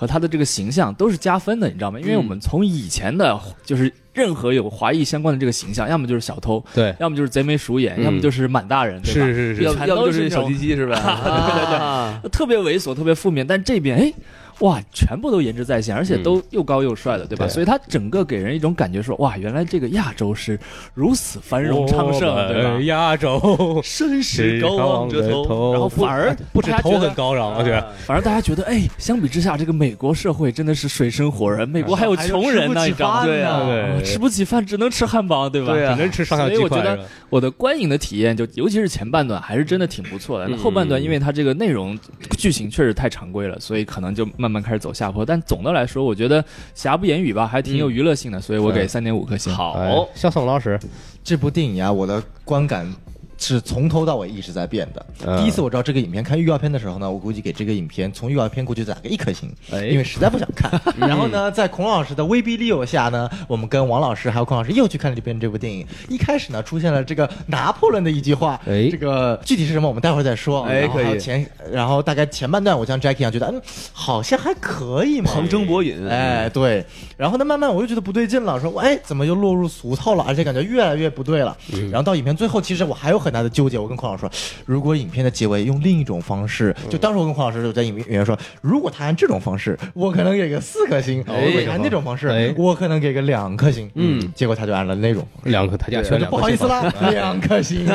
和他的这个形象都是加分的，你知嗯道吗？因为我们从以前的，就是任何有华裔相关的这个形象，要么就是小偷，对，要么就是贼眉鼠眼，嗯要么就是满大人，对吧？是是是要全要不都就是是那种小鸡鸡是吧？啊 (laughs) 特别猥琐，特别负面，但这边哎。哇，全部都颜值在线，而且都又高又帅的，对吧？嗯对所以他整个给人一种感觉说，哇，原来这个亚洲是如此繁荣昌盛，对吧？亚洲，绅士高昂着头，然后反而不止大家觉头得很高昂，我觉得反而大家觉得，哎，相比之下，这个美国社会真的是水深火热，美国还有穷人呢，你知道吗？对啊，啊吃不起饭，只能吃汉堡，对吧？对啊只能吃上下所以鸡我觉块。得是吧我的观影的体验就，尤其是前半段，还是真的挺不错的。那嗯后半段，因为它这个内容剧情确实太常规了，所以可能就慢慢开始走下坡。但总的来说，我觉得瑕不掩瑜吧，还挺有娱乐性的，所以我给三点五颗星。好哎，肖宋老师，这部电影啊，我的观感是从头到尾一直在变嗯的。第一次我知道这个影片，看预告片的时候呢，我估计给这个影片从预告片估计打个一颗星，哎因为实在不想看。然后呢，在孔老师的威逼利诱下呢，我们跟王老师还有孔老师又去看了一遍这部电影。一开始呢，出现了这个拿破仑的一句话，哎这个具体是什么我们待会儿再说。哎然后还有可以前，然后大概前半段我像 Jackie 一样觉得，嗯，好像还可以嘛。旁征博引，哎，，对。然后呢，慢慢我就觉得不对劲了，说，哎，怎么又落入俗套了？而且感觉越来越不对了。然后到影片最后，其实我还有很大的纠结。我跟匡老师说，如果影片的结尾用另一种方式，就当时我跟匡老师我在影影院说，如果他按这种方式，我可能给个四颗星；哎如果他按那种方哎式，我可能给个两颗星。嗯，结果他就按了那种。两个他家我全就两不个好意思了。啦，两颗星。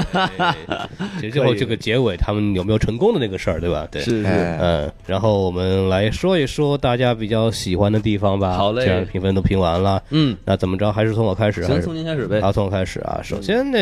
其实最后这个结尾他们有没有成功的那个事儿，对吧？对，是是，哎嗯，然后我们来说一说大家比较喜欢的地方吧。好嘞这样评分都评完了，嗯，那怎么着？还是从我开始？还行，是从嗯您开始呗。啊，从我开始啊，首先呢，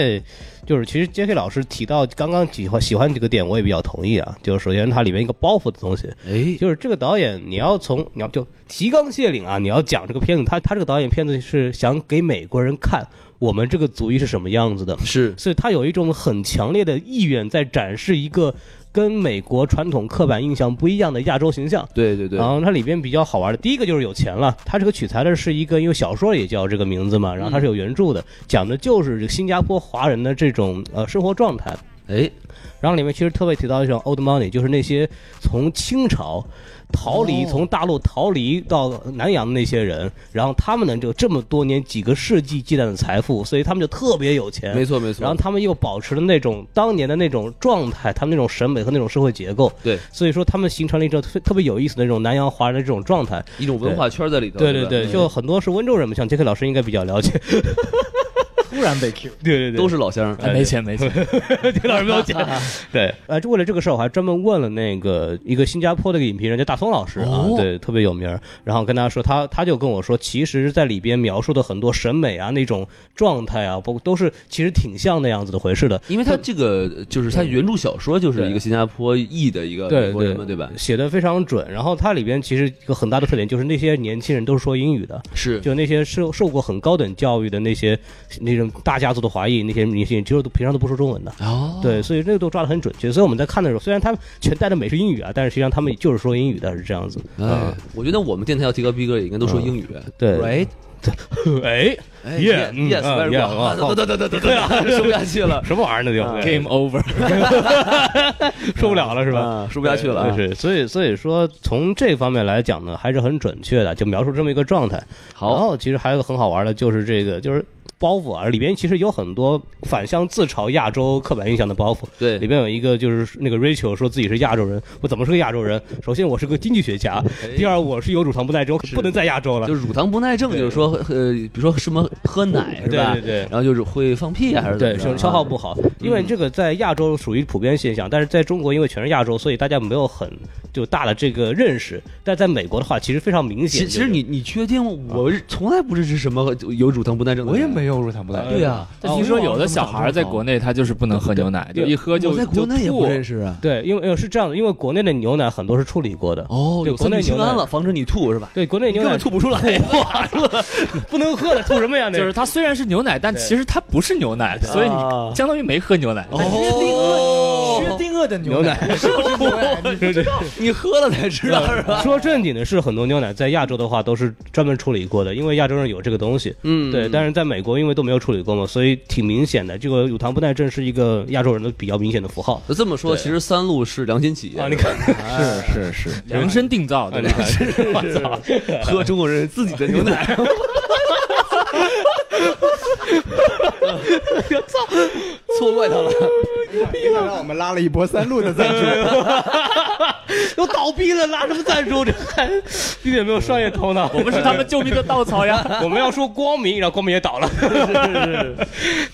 就是其实 J.K. 老师提到刚刚喜欢喜欢这个点，我也比较同意啊。就是首先它里面一个包袱的东西，哎，就是这个导演你要从你要就提纲挈领啊，你要讲这个片子，他他这个导演片子是想给美国人看我们这个族裔是什么样子的，是所以他有一种很强烈的意愿在展示一个跟美国传统刻板印象不一样的亚洲形象。对对对然，后它里边比较好玩的，第一个就是有钱了。它这个取材的是一个，因为小说也叫这个名字嘛，然后它是有原著的，讲的就是这个新加坡华人的这种呃生活状态。哎，然后里面其实特别提到一种 old money，就是那些从清朝逃哦离、从大陆逃离到南洋的那些人，然后他们呢就这么多年几个世纪积攒的财富，所以他们就特别有钱。没错没错。然后他们又保持了那种当年的那种状态，他们那种审美和那种社会结构，对所以说他们形成了一种特特别有意思的那种南洋华人的这种状态。一种文化圈在里头，对对对吧对，就很多是温州人嘛，像杰克老师应该比较 (laughs) 了解。突然被 Q，对对都是老乡儿。哎没钱没钱， (laughs) 杰老师没有 (laughs) 讲。对，呃，就为了这个事儿，我还专门问了那个一个新加坡的一个影评人，叫大松老师啊，哦对，特别有名儿。然后跟他说，他他就跟我说，其实，在里边描述的很多审美啊，那种状态啊，包括都是其实挺像那样子的回事的。因为他这个就是他原著小说就是一个新加坡裔的一个对呃美国人嘛，对吧？写的非常准，然后它里边其实一个很大的特点就是那些年轻人都是说英语的，是，就那些受受过很高等教育的那些那种大家族的华裔，那些明星，就是都平常都不说中文的。哦，对，所以这个都抓得很准确。所以我们在看的时候，虽然他们全带的美式英语啊，但是实际上他们就是说英语的，是这样子。嗯啊哎，我觉得我们电台要提高逼格，也应该都说英语。对，right， (laughs) 哎，哎嗯 Yeah，嗯 yes，啊 very yeah， good，得啊得得得得 (laughs) 得，说不下去了，什么玩意儿啊呢？就 Game over， (laughs) 受不了了是吧？啊说不下去了啊。就是，所以所以说从这方面来讲呢，还是很准确的，就描述这么一个状态。然好，后其实还有个很好玩的，就是这个就是包袱啊，里边其实有很多反向自嘲亚洲刻板印象的包袱。里对，边有一个就是那个 Rachel 说自己是亚洲人，我怎么是个亚洲人？首先我是个经济学家，第二哎我是有乳糖不耐症，不能在亚洲了就。是乳糖不耐症，就是说呃，比如说什么喝奶是吧？对对对然后就是会放屁啊还是怎么对，着消消耗不好，因为这个在亚洲属于普遍现象，但是在中国因为全是亚洲，所以大家没有很就大的这个认识。但在美国的话，其实非常明其显。实其实你你确定我啊从来不支持什么有乳糖不耐症的人？啊有乳糖不耐 (laughs) 对呀，哎但听说哦有的小孩在国内他就是不能喝牛奶，就一喝就我在国内也不认识识。啊。对，因为呃是这样的，因为国内的牛奶很多是处理过的。哦，对有国内三聚氰牛胺奶了，防止你吐是吧？对，国内你牛根奶本吐不出来， (laughs) 不能喝的，吐什么呀？那就是它虽然是牛奶，但其实它不是牛奶，所以啊 (laughs) 你相当于没喝牛奶。哦薛定谔的牛奶，是不是牛奶？你不知道你喝了才知道是吧？ (laughs) 说正经的是，很多牛奶在亚洲的话都是专门处理过的，因为亚洲人有这个东西。嗯对，但是在美国因为都没有处理过嘛，所以挺明显的。这个乳糖不耐症是一个亚洲人的比较明显的符 (laughs) 号。呃啊这么说，其实三鹿是良心企业，你 (laughs) 看是是是，量身定啊造，对吧？ (laughs) (laughs) 喝中国人自己的牛奶， (laughs) 错怪他 (laughs) 了。没想到我们拉了一波三鹿的赞助，都倒闭了，拉什么赞助？这 (laughs) 还一点没有商业头脑。我们是他们救命的稻草呀！ (laughs) 我们要说光明，然后光明也倒了。 (laughs)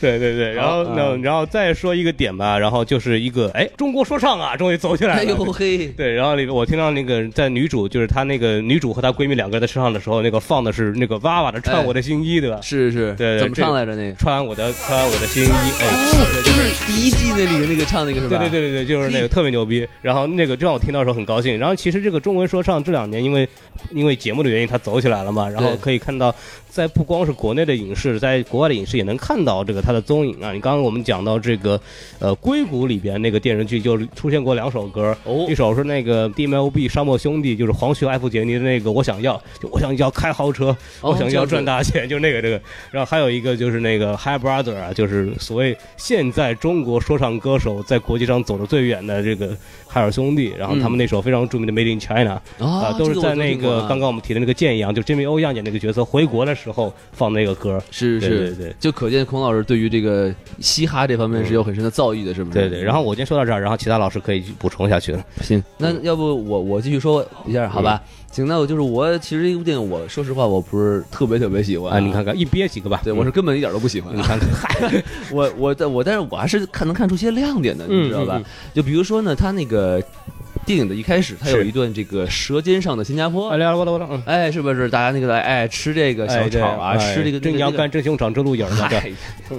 对对对，然后嗯那然后再说一个点吧，然后就是一个哎，中国说唱啊，终于走起来了。 (laughs) 哎呦嘿，对，然后里面我听到那个在女主，就是她那个女主和她闺蜜两个人在车上的时候，那个放的是那个娃娃的《穿我的新衣》，对吧？ (laughs) 是是，对对怎么这唱来着那个？穿我的穿我的新衣，哎，就是第一季那里的那个唱那个是对吧？对对对，对对，就是那个特别牛逼。然后那个就让我听到的时候很高兴。然后其实这个中文说唱这两年因为因为节目的原因，它走起来了嘛。然后对可以看到，在不光是国内的影视，在国外的影视也能看到这个它的踪影啊。你刚刚我们讲到这个呃硅谷里边那个电视剧就出现过两首歌，哦一首是那个 DMLB 沙漠兄弟，就是黄旭、艾弗杰尼的那个《我想要》，就我想要开豪车，哦我想这要样子赚大钱，就是那个这个。然后还有一个就是那个 Hi Brother 啊，就是所谓现在中国说唱歌手在国际上走得最远的这个海尔兄弟，然后他们那首非常著名的 Made in China 啊，啊，都嗯这是在我都那个听过啊刚刚我们提的那个建阳，就 Jimmy O 样演那个角色回国的时候放那个歌。是对是对对就可见孔老师对于这个嘻哈这方面是有很深的造诣的，是不是？对对，然后我先说到这儿，然后其他老师可以补充下去了。行，那嗯要不我我继续说一下，好吧？行，那我就是我其实这部电影，我说实话我不是特别特别喜欢啊，你看看一憋几个吧。对，我是根本一点都不喜欢、啊你看看，我我但我但是我还是看能看出些亮点的，嗯你知道吧？嗯嗯就比如说呢，他那个电影的一开始，他有是一段这个舌尖上的新加坡哎，。来我来我来，嗯。哎，是不是大家那个来哎吃这个小哎对炒啊，哎吃这个蒸羊干。肝、蒸熊掌、蒸鹿眼儿嘛，对嗨，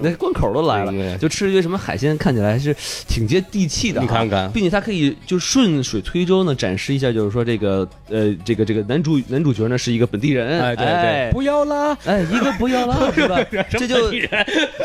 那关口都来嗯对对了，就吃一堆什么海鲜，看起来还是挺接地气的啊。你看看并且它可以就顺水推舟呢，展示一下，就是说这个呃，这个这个男主男主角呢是一个本地人，哎对对，不要啦，哎，一个不要了， (laughs) 是吧？这就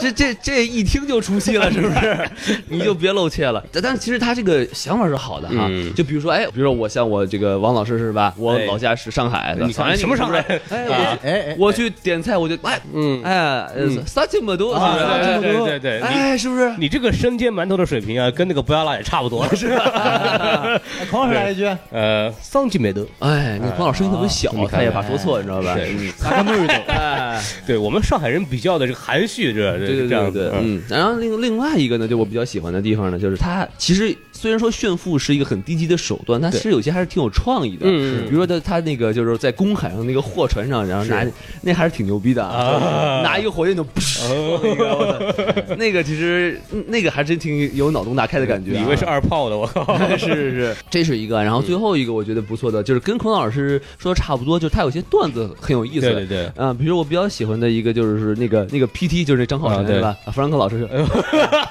这这这一 (laughs) 听就出戏了，是不是？你就别露怯了。但但其实他这个想法是好的哈嗯，就比比如说，哎，比如说我像我这个王老师是吧？我哎老家是上海的，你看哎什么上海是不是哎啊我哎哎，我去点菜，我就哎嗯，哎，嗯啥这么多，是不啊是？对对对对对，你哎，是不是？你这个生煎馒头的水平啊，跟那个不要辣也差不多了，是吧？孔老师来一句，啊呃，桑吉梅德，哎，那黄老师声音特别小啊你，看他也怕说错，你知道吧？嗯是他根 (laughs) 本懂。哎对我们上海人比较的这个含蓄，这这对对这对样对子，，嗯。然后另另外一个呢，就我比较喜欢的地方呢，就是它其实虽然说炫富是一个很低级的手段，但是有些还是挺有创意的。嗯比如说他他那个就是在公海上那个货船上，然后拿那还是挺牛逼的啊拿一个火箭筒，噗那个我操那个其实嗯那个还真挺有脑洞大开的感觉啊。你以为是二炮的，我靠！ (laughs) 是是是，这是一个。然后最后一个我觉得不错的，就是跟孔老师说的差不多，就是他有些段子很有意对思。对对，啊、比如我比较喜欢的一个就是那个那个 PT，就是那张浩啊辰、对对吧？啊弗兰克老 (laughs) 师是，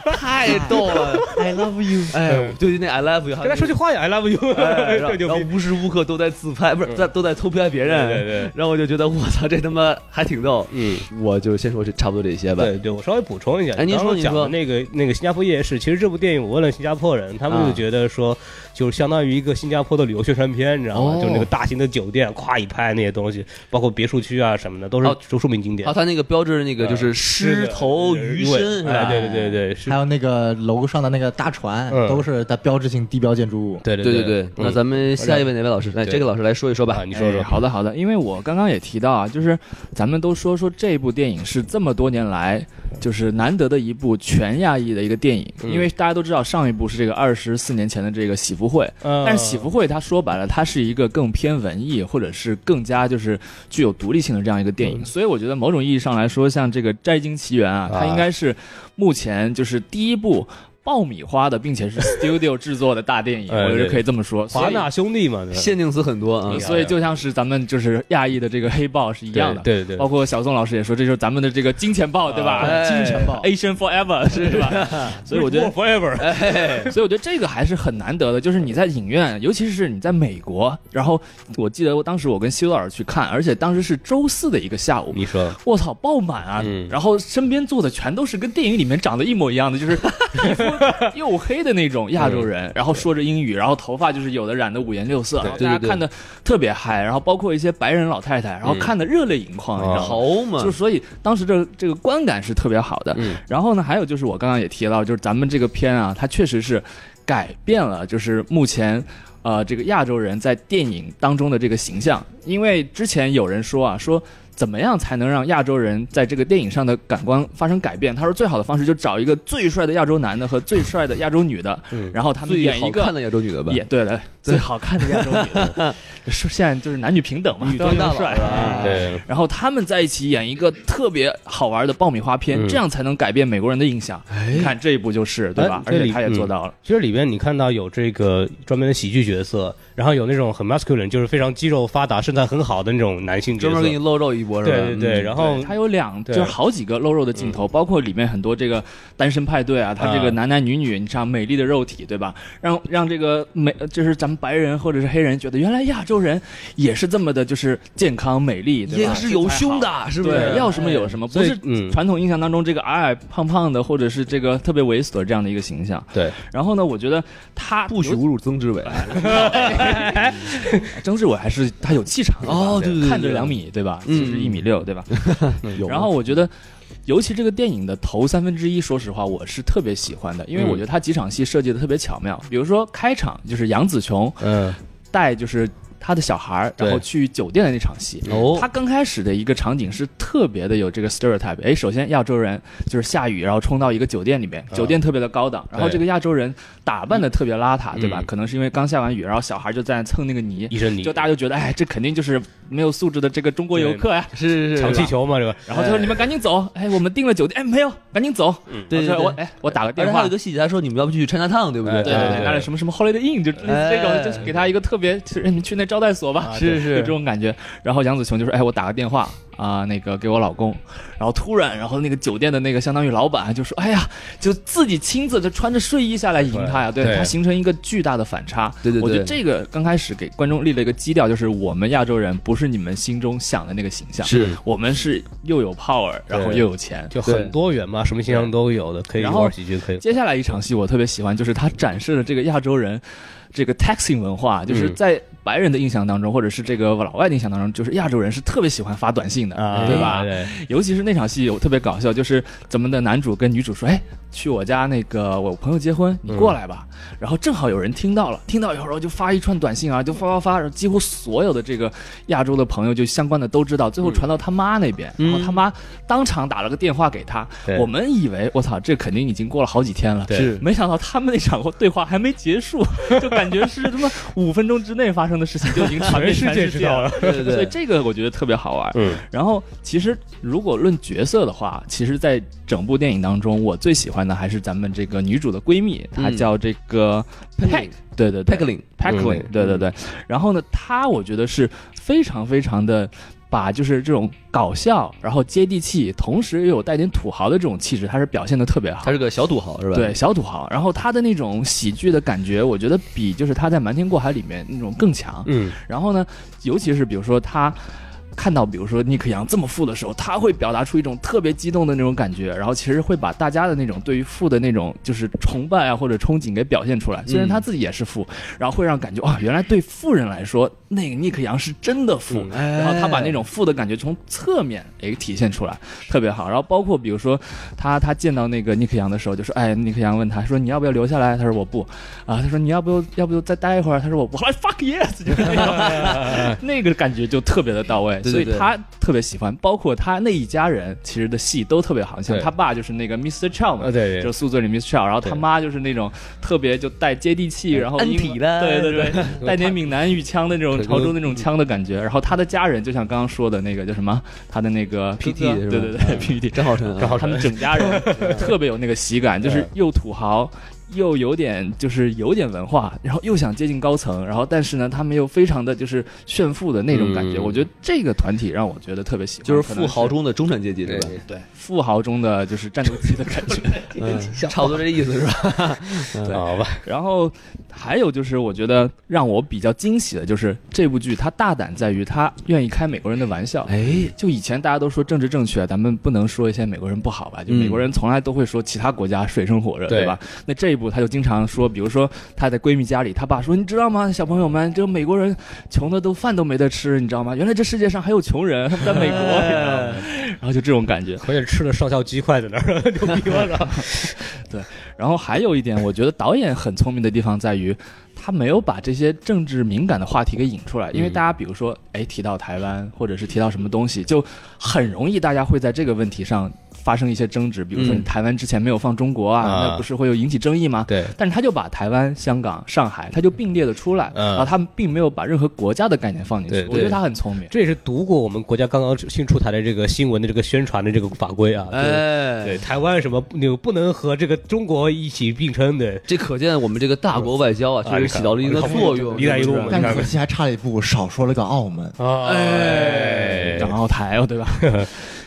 太逗了， I love you，哎，对，那 I love you，跟他说句话呀，I love you， (laughs) 哎，然后然这牛后逼！嗯无时无刻都在自拍，不是在都在偷拍别人，对对对然后我就觉得我操，这他妈还挺逗。嗯，我就先说这差不多这些吧。对对，我稍微补充一下，哎您刚说刚您讲说的那个那个新加坡夜市，其实这部电影我问了新加坡人，他们啊就觉得说，就是相当于一个新加坡的旅游宣传片，你知道吗？哦就是那个大型的酒店，咵一拍那些东西，包括别墅区啊什么的，都是哦著著名景点然后。他那个标志的那个就是啊是狮的头是鱼身，是吧哎，对对对对，是还，有那个楼上的那个大船，嗯都是它标志性地标建筑物。对对对对对嗯对，那咱们下一位哪位老师？来，对这个老师来说一说吧啊，。你说说哎。好的，好的，因为我刚刚也提到啊，就是咱们都说说这部电影是这么多年来就是难得的一部全亚裔的一个电影，嗯因为大家都知道上一部是这个二十四年前的这个《喜福会》，嗯但是《喜福会》它说白了，它是一个更偏文艺或者是更加就是具有独立性的这样一个电嗯影，所以我觉得某种意义上来说，像这个《摘金奇缘》啊，它应该是目前就是第一部。爆米花的，并且是 (laughs) studio 制作的大电影，哎我觉得对可以这么说。所华以纳兄弟嘛，对吧限定词很多啊嗯呃，所以就像是咱们就是亚裔的这个黑豹是一样的，对对对哦啊包括小宋老师也说，这就是咱们的这个金钱豹，对吧？哎金钱豹，Asian Forever 是 (laughs) 吧？所以我觉得 Forever，所以哎我觉得这个还是很难得的，就是你在影院，尤其是你在美国，然后我记得我当时我跟西多老师去看，而且当时是周四的一个下午，你说我操，爆满啊！嗯然后身边坐的全都是跟电影里面长得一模一样 (laughs) 的，就是皮肤黝黑的那种亚洲人，然后说着英语，然后头发就是有的染的五颜六色，然后大嗯家对对对嗯看的特别嗨，然后包括一些白人老太太，然后看的热泪盈眶，你知道吗？哎好嘛啊就，所以当时这这个观感是特别好的。嗯然后呢，还有就是我刚刚也提到，就是咱们这个片啊，它确实是改变了，就是目前。呃，这个亚洲人在电影当中的这个形象，因为之前有人说啊，说怎么样才能让亚洲人在这个电影上的感官发生改变？他说最好的方式就找一个最帅的亚洲男的和最帅的亚洲 (laughs) 女的，然后他嗯们最演好一个看的亚洲女的吧，也对了，最好看的亚洲女 (laughs) 的，说现在就是男女平等嘛，都当大佬啊要哎帅是。吧对，然后他们在一起演一个特别好玩的爆米花嗯片，这样才能改变美国人的印象。哎你看这一部就是对吧？哎而这且里他也做到了。其实里边你看到有这个专门的喜剧角色，然后有那种很 masculine，就是非常肌肉发达、身材很好的那种男性角专色。门给你露肉一波是吧？对对对，嗯然后他有两，就对是好几个露肉的镜头，包括里面很多这个单身派对啊，他这个嗯男男女女，你像美丽的肉体，对吧？让让这个美，就是咱们白人或者是黑人觉得，原来亚洲人也是这么的，就是健康美丽，对吧也是有胸，的，是身不材好对，是？要什么有什么，不所以是嗯传统印象当中这个矮矮胖胖的，或者是这个特别猥琐这样的一个形象。对，然后呢，我觉得他不许侮辱曾志伟。曾志伟还是他有气场的吧哦对对对看着对两米对吧？嗯其实一米六对吧？ (laughs) 有然后我觉得，尤其这个电影的头三分之一，说实话我是特别喜欢的，因为我觉得他几场戏设计的特别巧妙。比如说开场就是杨紫琼嗯带就是他的小孩儿，然后对去酒店的那场戏。哦他刚开始的一个场景是特别的有这个 stereotype。哎，首先亚洲人就是下雨，然后冲到一个酒店里面，酒店特别的高档，然后这个亚洲人打扮的特别邋遢，对吧？可能是因为刚下完雨，然后小孩就在那蹭那个泥，一身泥，就大家就觉得，哎，这肯定就是没有素质的这个中国游客呀、是是是，抢气球嘛，这个然后他说：“你们赶紧走！哎，我们订了酒店，哎，没有，赶紧走。对对我说对我哎，我打个而电且还话哎有一。个细节，他说你们要不去 China Town，对不对？对对啊对，拿了什么什么 Holiday Inn，就类似这哎啊种，就是给他一个特别，就是哎你们去那招待所吧，是有是这，种感觉。然后杨紫琼就说：“哎，我打个电话啊、那个给我老公。”然后突然，然后那个酒店的那个相当于老板就说：“哎呀，就自己亲自就穿着睡衣下来迎他呀，对对他形成一个巨大的反差。”对对对我觉得这个刚开始给观众立了一个基调，就是我们亚洲人不是你们心中想的那个形象，是 (laughs) 我们是又有 power，然后对又有钱。就很多元嘛，什么形象都有的，可以然后玩喜剧，可以。接下来一场戏我特别喜欢，就是他展示了这个亚洲人这个 taxing 文化，就是在白人的印象当中，或者是这个老外的印象当中，就是亚洲人是特别喜欢发短信的，啊，哎对吧？对，尤其是那场戏，我特别搞笑，就是咱们的男主跟女主说：“哎，去我家那个我朋友结婚，嗯你过来吧。然后正好有人听到了，听到以后然后就发一串短信啊，就发发发，然后几乎所有的这个亚洲的朋友就相关的都知道，最后嗯传到他妈那边，然后他妈当场打了个电话给他。对我们以为我操，这肯定已经过了好几天了，对是没想到他们那场对话还没结 (laughs) 束，就感觉是他妈五分钟之内发生的事情就已经传遍全世界全知道了了，对对所以对，这个我觉得特别好玩。嗯，然后其实如果论角色的话，其实，在整部电影当中，我最喜欢的还是咱们这个女主的闺蜜，她嗯叫这个 Peck，、对对对 Packlin Packlin，、嗯对对对。然后呢，她我觉得是非常非常的。把就是这种搞笑，然后接地气，同时又有带点土豪的这种气质，她是表现的特别好他。是个小土豪是吧？对，小土豪，然后她的那种喜剧的感觉，我觉得比就是她在《瞒天过海》里面那种更强。嗯，然后呢，尤其是比如说他看到比如说尼克杨这么富的时候，他会表达出一种特别激动的那种感觉，然后其实会把大家的那种对于富的那种就是崇拜啊或者憧憬给表现出来。虽然他自己也是富，然后会让感觉哇，原来对富人来说，那个尼克杨是真的富。哎然后他把那种富的感觉从侧面诶体现出来，特别好。然后包括比如说他他见到那个尼克杨的时候，就说：“哎，尼克杨问他说你要不要留下来？”他说：“我不。”啊，他说：“你要不要要不要再待一会儿？”他说：“我我来 fuck (laughs) yes。”就是那种那个感觉就特别的到位，对对所对以他特别喜欢。包括他那一家人其实的戏都特别好，像对他爸就是那个 Mr. Chow 呃嘛，啊对对就是宿醉里 Mr. Chow，然后他对妈就是那种特别就带接地气，然后安英体文的对 (laughs) 对对，带点闽南语腔的那种对潮州那种腔的感觉。然后他的家人就像刚刚说的那个叫什么，他的那个 PT 哥是吧哥对对对 PT，张浩辰啊，他们整家人嗯特别有那个喜感，就是又土豪。又有点就是有点文化，然后又想接近高层，然后但是呢，他们又非常的就是炫富的那种感觉。嗯我觉得这个团体让我觉得特别喜欢，就是可富能豪中的中产阶级是吧？对富豪中的就是战斗机的感 (laughs) 觉。嗯，差不多这意思是吧？嗯对好吧，然后还有就是，我觉得让我比较惊喜的就是这部剧，它大胆在于它愿意开美国人的玩笑。哎，就以前大家都说政治正确，咱们不能说一些美国人不好吧？就嗯美国人从来都会说其他国家水深火热，对对吧？那这一部他就经常说，比如说他在闺蜜家里，他爸说：“你知道吗，小朋友们，这美国人穷的都饭都没得吃，你知道吗？原来这世界上还有穷人，他们在美国，你知道 (laughs) 吗？”然后就这种感觉。我也吃了上校鸡块在那儿，牛逼了。然后还有一点，我觉得导演很聪明的地方在于，他没有把这些政治敏感的话题给引出来，嗯因为大家比如说，哎，提到台湾或者是提到什么东西，就很容易大家会在这个问题上发生一些争执，比如说嗯你台湾之前没有放中国啊，啊那不是会有引起争议吗？对，但是他就把台湾、香港、上海，他就并列的出来，嗯然后他们并没有把任何国家的概念放进对去，对我觉得他很聪明。这也是读过我们国家刚刚新出台的这个新闻的这个宣传的这个法规啊。就是哎，对，台湾什么那个不能和这个中国一起并称的，这可见我们这个大国外交啊，确实起到了一定的作用。一带一路嘛但可惜还差了一步，少说了个澳门。哦哎，港澳台哦，对 (laughs) 吧？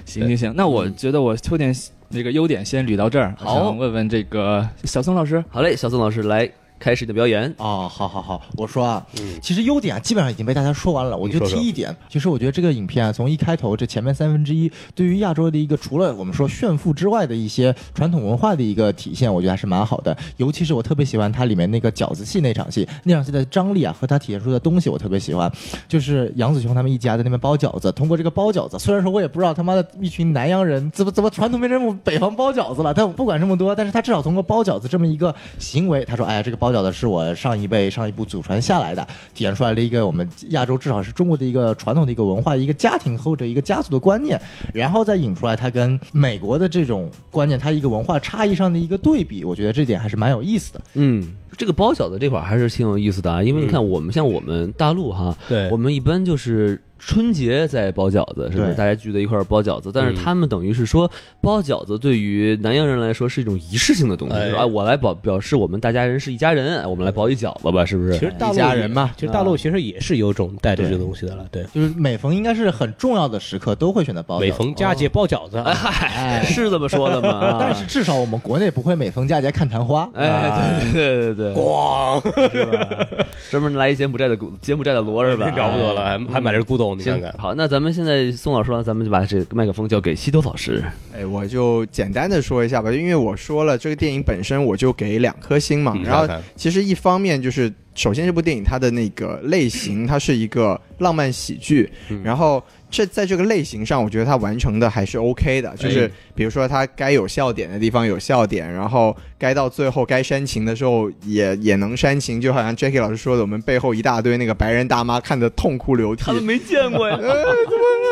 行行行，那嗯我觉得我秋点那个优点先捋到这儿，好我想问问这个小宋老师，哎好嘞，小宋老师来开始你的表演。哦，好好好，我说啊，其实优点啊基本上已经被大家说完了，我就提一点。其实我觉得这个影片啊，从一开头这前面三分之一，对于亚洲的一个除了我们说炫富之外的一些传统文化的一个体现，我觉得还是蛮好的。尤其是我特别喜欢它里面那个饺子戏那场戏，那场戏的张力啊和它体现出的东西，我特别喜欢。就是杨子琼他们一家在那边包饺子，通过这个包饺子，虽然说我也不知道他妈的一群南洋人怎么怎么传统变成北方包饺子了，但我不管这么多，但是他至少通过包饺子这么一个行为，他说，哎呀，这个包饺子是我上一辈上一部祖传下来的，体现出来了一个我们亚洲至少是中国的一个传统的一个文化，一个家庭或者一个家族的观念，然后再引出来他跟美国的这种观念，它一个文化差异上的一个对比，我觉得这点还是蛮有意思的。嗯，这个包饺子这块儿还是挺有意思的啊，因为你看我们像我们大陆哈，对我们一般就是春节在包饺子，是不是？对大家聚在一块儿包饺子，但是嗯他们等于是说，包饺子对于南洋人来说是一种仪式性的东西，哎是吧？我来表表示我们大家人是一家人，哎我们来包一饺子吧，是不是？其实大陆一家人嘛也其实大陆其实也是有种带着这个东西的了，对，就是每逢应该是很重要的时刻都会选择包饺子每逢佳节包饺子，啊哎， (laughs) 是这么说的吗？啊但是至少我们国内不会每逢佳节看昙花。哎，对对对对 (laughs) 对，咣， (laughs) 专门来一柬埔寨的古柬埔寨的罗是 (laughs) 吧？啊了不得了，还还买这古董，你看行看，好，那咱们现在宋老师完，咱们就把这个麦克风交给西多老 (laughs) 师。哎，我就简单的说一下吧，因为我说了这个电影本身我就给两颗星嘛。嗯然后看看其实一方面就是，首先这部电影它的那个类型，它是一个浪漫喜剧，然后这在这个类型上，我觉得它完成的还是 OK 的，就是比如说它该有笑点的地方有笑点，然后该到最后该煽情的时候也也能煽情，就好像 Jackie 老师说的，我们背后一大堆那个白人大妈看得痛哭流涕，没见过呀，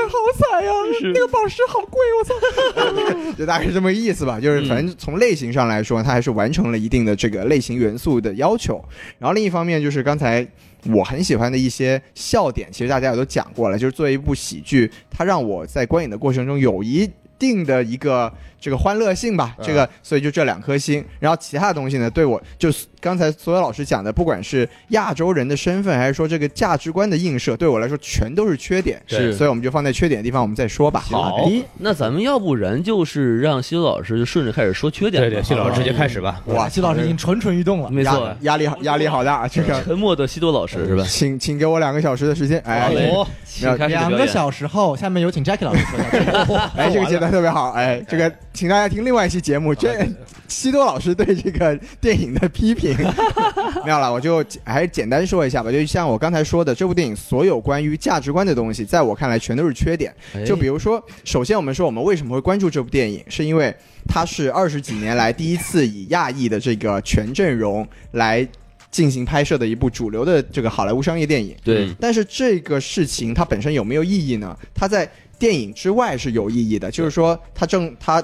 好惨呀、那个宝石好贵，我操！就大概是这么个意思吧。就是反正从类型上来说，它还是完成了一定的这个类型元素的要求。然后另一方面就是刚才我很喜欢的一些笑点，其实大家也都讲过了。就是作为一部喜剧，它让我在观影的过程中有一定的一个这个欢乐性吧，这个所以就这两颗星。然后其他的东西呢，对我就是刚才所有老师讲的，不管是亚洲人的身份，还是说这个价值观的映射，对我来说全都是缺点。是所以我们就放在缺点的地方我们再说吧。 (laughs) 好，哎那咱们要不然就是让西多老师就顺着开始说缺点吧。对对，谢老师直嗯接开始吧，哇，季老师已经蠢蠢欲动了。没压错，压力好压力好大，这个沉默的西多老师是吧？请请给我两个小时的时间。哎，嘞哦请开始两表个演。小时后，下面有请 Jackie 老师 (laughs) 说一下。哎，这个阶段特别好，哎，这个请大家听另外一期节目，这西多老师对这个电影的批 (laughs) 评。没有了，我就还是简单说一下吧。就像我刚才说的，这部电影所有关于价值观的东西，在我看来全都是缺点。就比如说，首先我们说我们为什么会关注这部电影，是因为它是二十几年来第一次以亚裔的这个全阵容来进行拍摄的一部主流的这个好莱坞商业电影。对但是这个事情它本身有没有意义呢？它在电影之外是有意义的，就是说它正它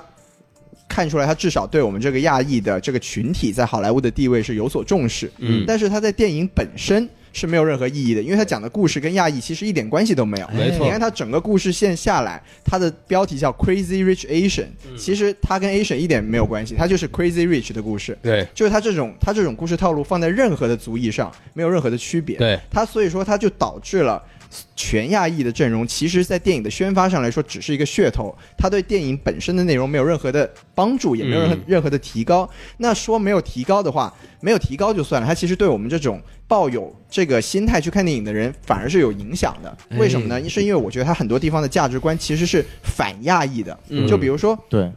看出来，它至少对我们这个亚裔的这个群体在好莱坞的地位是有所重视。嗯但是它在电影本身是没有任何意义的，因为它讲的故事跟亚裔其实一点关系都没有。没错你看它整个故事线下来，它的标题叫 Crazy Rich Asian，、其嗯实它跟 Asian 一点没有关系，它就是 Crazy Rich 的故事。对就是他这种他这种故事套路放在任何的族裔上没有任何的区别。对，他所以说他就导致了全亚裔的阵容，其实在电影的宣发上来说只是一个噱头，它对电影本身的内容没有任何的帮助，也没有任何、任何的提高。那说没有提高的话，没有提高就算了，它其实对我们这种抱有这个心态去看电影的人反而是有影响的。为什么呢？是因为我觉得它很多地方的价值观其实是反亚裔的，嗯就比如说。对，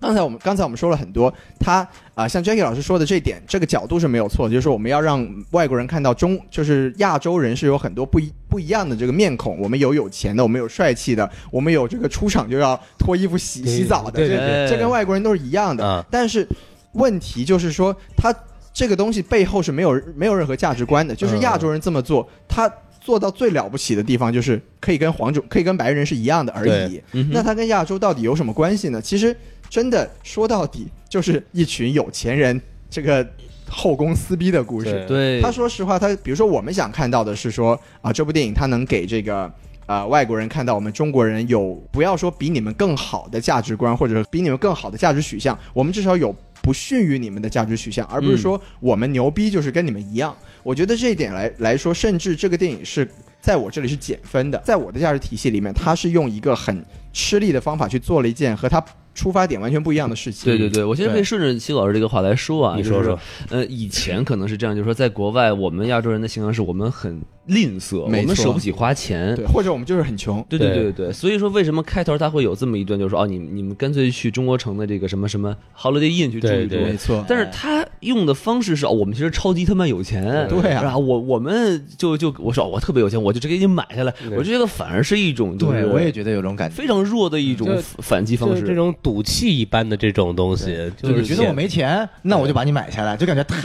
刚才我们刚才我们说了很多，他啊、像 Jackie 老师说的这一点，这个角度是没有错，就是说我们要让外国人看到中，就是亚洲人是有很多不一不一样的这个面孔，我们有有钱的，我们有帅气的，我们有这个出场就要脱衣服洗洗澡的，对对这对这跟外国人都是一样的。啊但是问题就是说，他这个东西背后是没有没有任何价值观的，嗯就是亚洲人这么做，他。做到最了不起的地方，就是可以跟黄种、可以跟白人是一样的而已对。嗯哼那他跟亚洲到底有什么关系呢？其实真的说到底，就是一群有钱人这个后宫撕逼的故事。对，他说实话，他比如说我们想看到的是说啊，这部电影它能给这个。啊、外国人看到我们中国人有不要说比你们更好的价值观，或者比你们更好的价值取向，我们至少有不逊于你们的价值取向，而不是说我们牛逼就是跟你们一样。我觉得这一点来来说，甚至这个电影是在我这里是减分的，在我的价值体系里面，它是用一个很吃力的方法去做了一件和它出发点完全不一样的事情。对对对，我其实可以顺着西老师这个话来说啊，你说就是说，呃，以前可能是这样，就是说，在国外，我们亚洲人的形象是我们很吝啬，我没们错舍不起花钱，对，或者我们就是很穷。对对对对对，所以说为什么开头他会有这么一段，就是说哦，你你们干脆去中国城的这个什么什么 Holiday Inn 去住一对住对，没 (laughs) 错但是他用的方式是哦，我们其实超级他妈有钱，对啊然后我我们就就我说哦我特别有钱，我就直接给你买下来，我觉得这个反而是一种就是我也觉得有种感觉。非常弱的一种就反击方就是式，这种赌气一般的这种东西，就你是觉得我没钱，那我就把你买下来，就感觉太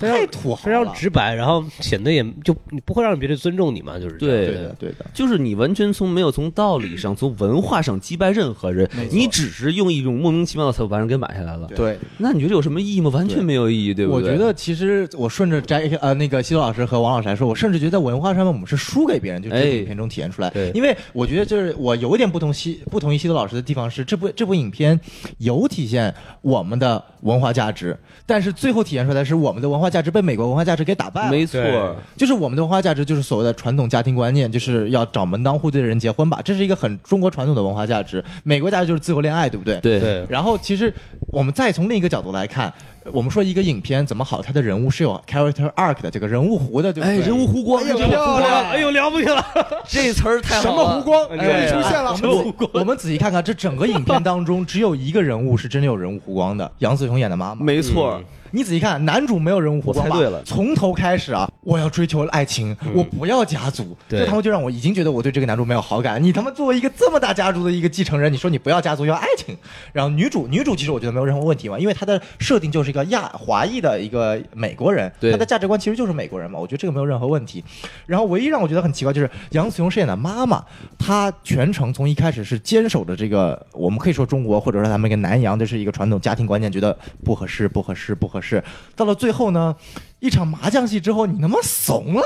太土豪非常了。直白，然后显得也就你不会会让别人尊重你嘛，就是这样对对的，对的。就是你完全从没有从道理上、从文化上击败任何人，你只是用一种莫名其妙的才把人给买下来了。对，那你觉得有什么意义吗？完全没有意义，对不我对？觉得其实我顺着摘呃那个西多老师和王老师来说，我甚至觉得在文化上面我们是输给别人，就这部哎影片中体现出来。对因为我觉得就是我有一点不同西不同于西多老师的地方是，这部这部影片有体现我们的文化价值，但是最后体现出来是我们的文化价值被美国文化价值给打败了。没错，对就是我们的文化价值，就是所谓的传统家庭观念，就是要找门当户对的人结婚吧，这是一个很中国传统的文化价值。美国价值就是自由恋爱，对不对？对对然后其实我们再从另一个角度来看，我们说一个影片怎么好，它的人物是有 character arc 的，这个人物弧的，对不哎，对？人物弧光，哎呦漂亮哎呦，了不起了！这词儿太什好么了湖。光哎呀又出现了我？们 (laughs) 仔我们仔细看看，这整个影片当中，只有一个人物是真的有人物弧光的，杨紫琼演的妈妈。没错，你仔细看，男主没有人物弧光吧我猜对了嗯从头开始啊，我要追求爱情，我不要家族。对这他们就让我已经觉得我对这个男主没有好感。你他妈作为一个这么大家族的一个继承人，你说你不要家族要爱情，然后女主女主其实我觉得没有任何问题嘛，因为她的设定就是一个亚华裔的一个美国人，对她的价值观其实就是美国人嘛，我觉得这个没有任何问题。然后唯一让我觉得很奇怪就是杨紫琼饰演的妈妈，她全程从一开始是坚守着这个，我们可以说中国或者说咱们一个南洋，这是一个传统家庭观念，觉得不合适，不合适，不合适。到了最后呢，一场麻将戏之后，你他妈怂了，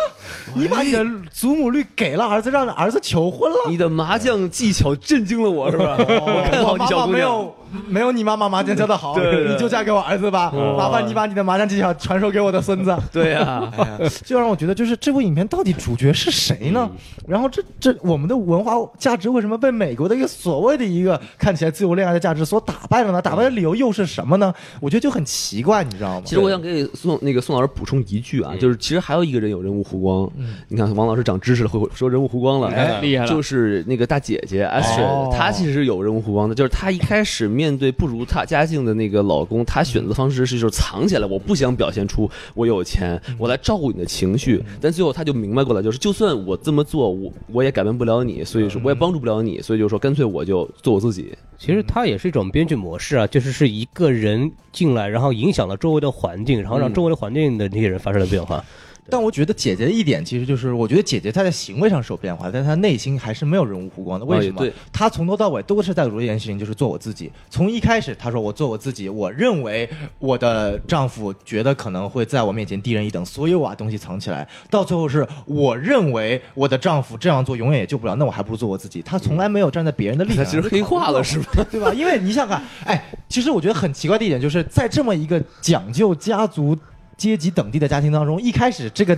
你把你的祖母绿给了儿子，让儿子求婚了。你的麻将技巧震惊了我，是吧？我看好我你哦妈小妈姑没娘。有没有你妈妈麻将教的好，对对嗯你就嫁给我儿子吧。麻烦你把你的麻将技巧传授给我的孙子。对啊呀， (laughs) 就让我觉得，就是这部影片到底主角是谁呢？嗯然后这这我们的文化价值为什么被美国的一个所谓的一个看起来自由恋爱的价值所打败了呢？打败的理由又是什么呢？我觉得就很奇怪，你知道吗？其实我想给宋那个宋老师补充一句嗯啊，就是其实还有一个人有人物弧光，你看王老师长知识了，会会说人物弧光了，哎厉害了哦就是那个大姐姐 Asher，她其实有人物弧光的，就是她一开始面对不如她家境的那个老公，她选择方式是就是藏起来，我不想表现出我有钱，嗯我来照顾你的情绪，但最后她就明白过来，就是就算我这么做，我我也改变不了你，所嗯以说我也帮助不了你，所以就说干脆我就做我自己，其实它也是一种编剧模式啊，就是是一个人进来，然后影响了周围的环境，然后让周围的环境的那些人发生了变化。但我觉得姐姐的一点其实就是，我觉得姐姐她在行为上是有变化，但她内心还是没有人物弧光的。为什么？哦也对她从头到尾都是在做一件事情，就是做我自己。从一开始她说我做我自己，我认为我的丈夫觉得可能会在我面前低人一等，所以我把东西藏起来。到最后是我认为我的丈夫这样做永远也救不了，那我还不如做我自己。她从来没有站在别人的立她场其上啊实去考虑过，黑化了是吧？对吧？因为你想想看，哎，其实我觉得很奇怪的一点就是，在这么一个讲究家族、阶级等地的家庭当中，一开始这个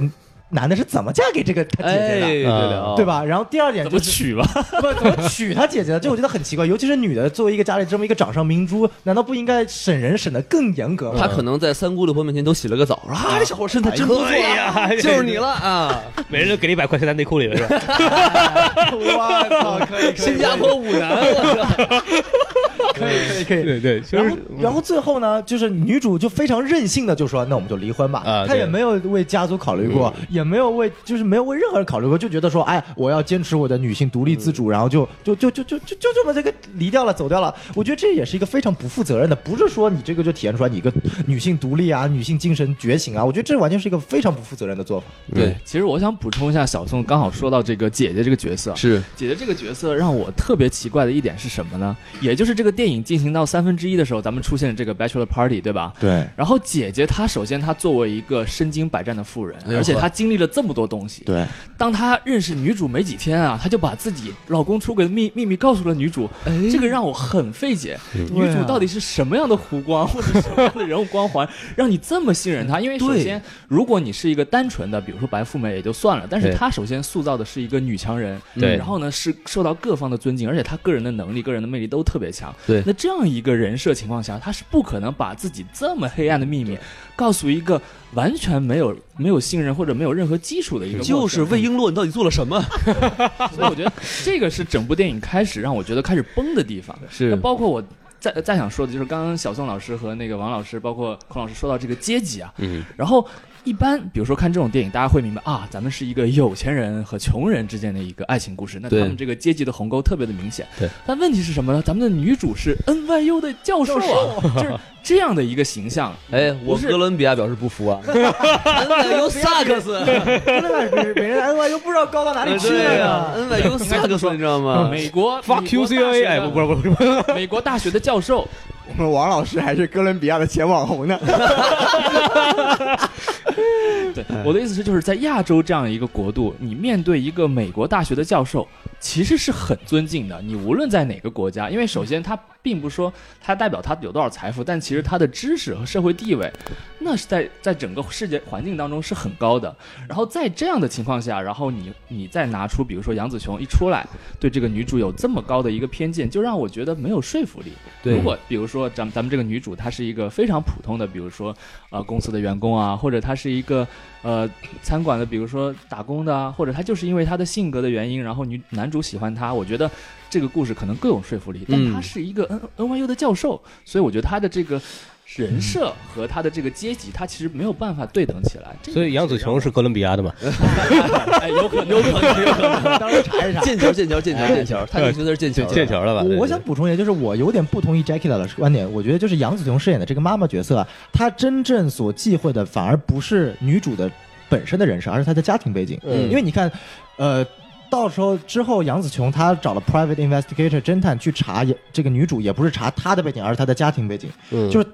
男的是怎么嫁给这个他姐姐的？哎，啊嗯对？吧？然后第二点怎就么是取吧？不怎么娶他姐姐的，这我觉得很奇怪。尤其是女的，作为一个家里这么一个掌上明珠，难道不应该审人审得更严格吗？他可能在三姑六婆面前都洗了个澡，啊，这小伙身材真不错哎呀就是你了啊！每人都给你一百块钱在内裤里面是吧？ (laughs) 我操，可 (laughs) 以，可以新加坡舞男，可以，可以，可 (laughs) 以。对对，其然后，然后最后呢，就是女主就非常任性的就说：“那我们就离婚吧。啊她也对没有为家族考虑过，也没有为就是没有为任何人考虑过，就觉得说：“哎，我要坚持我的女性独立自主。然后就就就就就就就这么这个离掉了，走掉了。我觉得这也是一个非常不负责任的，不是说你这个就体现出来你一个女性独立啊、女性精神觉醒啊，我觉得这完全是一个非常不负责任的做法。对，其实我想补充一下，小宋刚好说到这个姐姐这个角色，是姐姐这个角色让我特别奇怪的一点是什么呢？也就是这个电影进行到三分之一的时候，咱们出现了这个 bachelor party，对吧？对，然后姐姐她首先她作为一个身经百战的妇哎人，而且她经历了这么多东西。 (laughs) 对，当她认识女主没几天啊，她就把自己老公出轨的秘秘密告诉了女主，哎这个让我很费解。女主到底是什么样的弧光或者什么样的人物光环，让你这么信任她？因为首先，如果你是一个单纯的，比如说白富美也就算了，但是对她首先塑造的是一个女强人，对然后呢是受到各方的尊敬，而且她个人的能力、个人的魅力都特别强。对那这样一个人设情况下，她是不可能把自己这么黑暗的秘密告诉一个完全没有没有信任或者没有任何基础的一个陌生人，就是魏璎珞，你到底做了什么？所以我觉得这个是整部电影开始让我觉得开始崩的地方。是那包括我再再想说的就是，刚刚小宋老师和那个王老师，包括孔老师说到这个阶级啊，嗯，然后一般比如说看这种电影，大家会明白啊，咱们是一个有钱人和穷人之间的一个爱情故事，那他对们这个阶级的鸿沟特别的明显。对，但问题是什么呢？咱们的女主是 N Y U 的教授啊，就是这样的一个形象， (laughs) 哎，我不是哥伦比亚表示不服啊！恩瓦尤萨克斯， (laughs) 每人来的话又不知道高哎到哪里啊去对啊了。呀，恩瓦尤萨克斯，你知道吗？美国 fuck you CIA，哎，不不不不，是，美国大学的教授，我们王老师还是哥伦比亚的前网红呢。对，我的意思是，就是在亚洲这样一个国度，你面对一个美国大学的教授，其实是很尊敬的。你无论在哪个国家，因为首先他并不说他代表他有多少财富，但其实他的知识和社会地位，那是在在整个世界环境当中是很高的。然后在这样的情况下，然后你你再拿出，比如说杨紫琼一出来对这个女主有这么高的一个偏见，就让我觉得没有说服力。对如果比如说咱们咱们这个女主她是一个非常普通的，比如说呃公司的员工啊，或者她是一个呃餐馆的，比如说打工的啊，或者她就是因为她的性格的原因，然后女男主喜欢她，我觉得这个故事可能更有说服力。但嗯她是一个 N N Y U 的教授，所以我觉得她的这个嗯人设和她的这个阶级，她其实没有办法对等起来。这个所以杨紫琼是哥伦比亚的嘛？哎，有可能，有可能。当时查一查。剑桥，剑桥，剑桥，剑桥，他就觉得是剑桥，剑桥了吧？我我啊对想补充一下，就是我有点不同意 Jackie 的老师观点，我觉得就是杨紫琼饰演的这个妈妈角色啊，她真正所忌讳的反而不是女主的本身的人设，而是她的家庭背景。嗯因为你看，呃，到时候之后，杨紫琼她找了 private investigator 侦探去查也这个女主，也不是查她的背景，而是她的家庭背景。嗯就是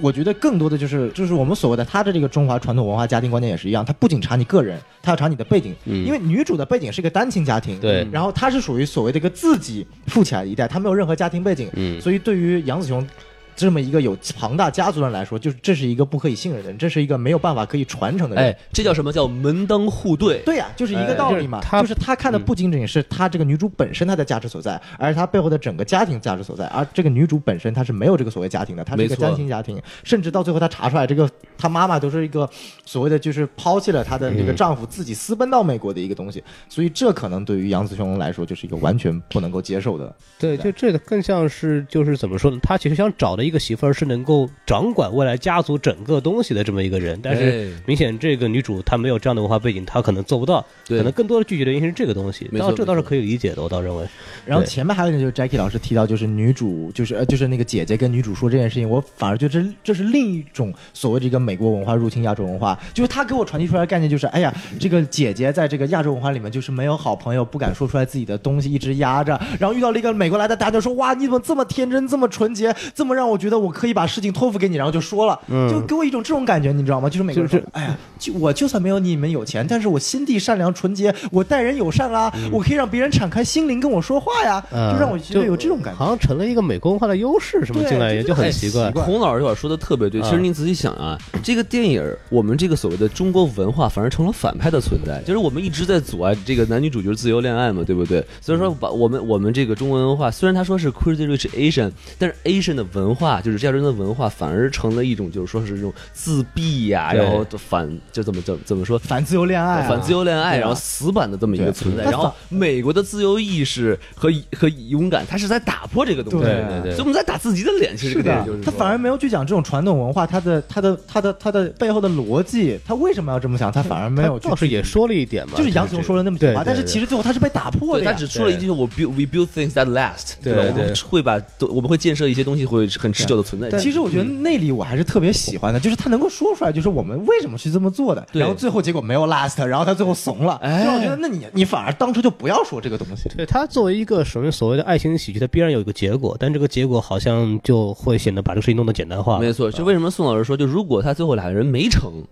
我觉得更多的就是就是我们所谓的她的这个中华传统文化家庭观念也是一样，她不仅查你个人，她要查你的背景，嗯因为女主的背景是一个单亲家庭，对然后她是属于所谓的一个自己富起来的一代，她没有任何家庭背景，嗯所以对于杨紫琼。这么一个有庞大家族的人来说，就是这是一个不可以信任的人，这是一个没有办法可以传承的人。哎，这叫什么叫门当户对？对呀、啊就是一个道理嘛。呃就是他嗯就是他看的不仅仅是她这个女主本身她的价值所在，而是她背后的整个家庭价值所在。而这个女主本身她是没有这个所谓家庭的，她是一个没错单亲家庭，甚至到最后她查出来，这个她妈妈都是一个所谓的就是抛弃了她的嗯这个丈夫，自己私奔到美国的一个东西。所以这可能对于杨紫琼来说就是一个完全不能够接受的。对，就这个更像是就是怎么说呢？他其实想找的一个媳妇儿是能够掌管未来家族整个东西的这么一个人，但是哎明显这个女主她没有这样的文化背景，她可能做不到，对可能更多的拒绝的原因是这个东西。没错倒这倒是没错可以理解的，我倒认为。然后对前面还有一点就是 Jackie 老师提到，就是女主就是呃就是那个姐姐跟女主说这件事情，我反而觉得这这是另一种所谓这个美国文化入侵亚洲文化，就是她给我传递出来的概念就是，哎呀，这个姐姐在这个亚洲文化里面就是没有好朋友，不敢说出来自己的东西，一直压着，然后遇到了一个美国来的，大家就说哇，你怎么这么天真，这么纯洁，这么让我觉得我可以把事情托付给你，然后就说了，嗯就给我一种这种感觉，你知道吗？就是美国人说，哎呀，就我就算没有你们有钱，但是我心地善良纯洁，我待人友善啦，嗯我可以让别人敞开心灵跟我说话呀，呃就让我觉得有这种感觉。好像成了一个美国文化的优势，什么对进来就也是就很很奇奇怪孔老师这会儿说的特别对，啊其嗯实您仔细想啊，这个电影儿我们这个所谓的中国文化反而成了反派的存在，就是我们一直在阻碍这个男女主角自由恋爱嘛，对不对？所以说把我们我们这个中文文化，虽然他说是 crazy rich Asian，但是 Asian 的文化就是亚洲人的文化，反而成了一种就是说是这种自闭呀、对然后反就怎么怎么怎么说反自由恋爱、反自由恋爱，对啊然后死板的这么一个对存在。那然后美国的自由意识和和勇敢，他是在打破这个东西，对对对所以我们在打自己的脸。其实这个电影就是他说反而没有去讲这种传统文化，他的他的他的他的背后的逻辑，他为什么要这么想？他反而没有去倒是也说了一点嘛，就是杨总说了那么这句个话，对但是对其实最后他是被打破的对，他呀。只说了一句我 build we build things that last，对吧？我们对会把都我们会建设一些东西，会很持久的存在。其实我嗯觉得那里我还是特别喜欢的，就是他能够说出来，就是我们为什么是这么做的，对然后最后结果没有 last，然后他最后怂了，哎就让我觉得那你你反而当初就不要说这个东西。对它作为一个什么所谓的爱情喜剧，它必然有一个结果，但这个结果好像就会显得把这个事情弄得简单化。没错，就为什么宋老师说，就如果他最后俩人没成，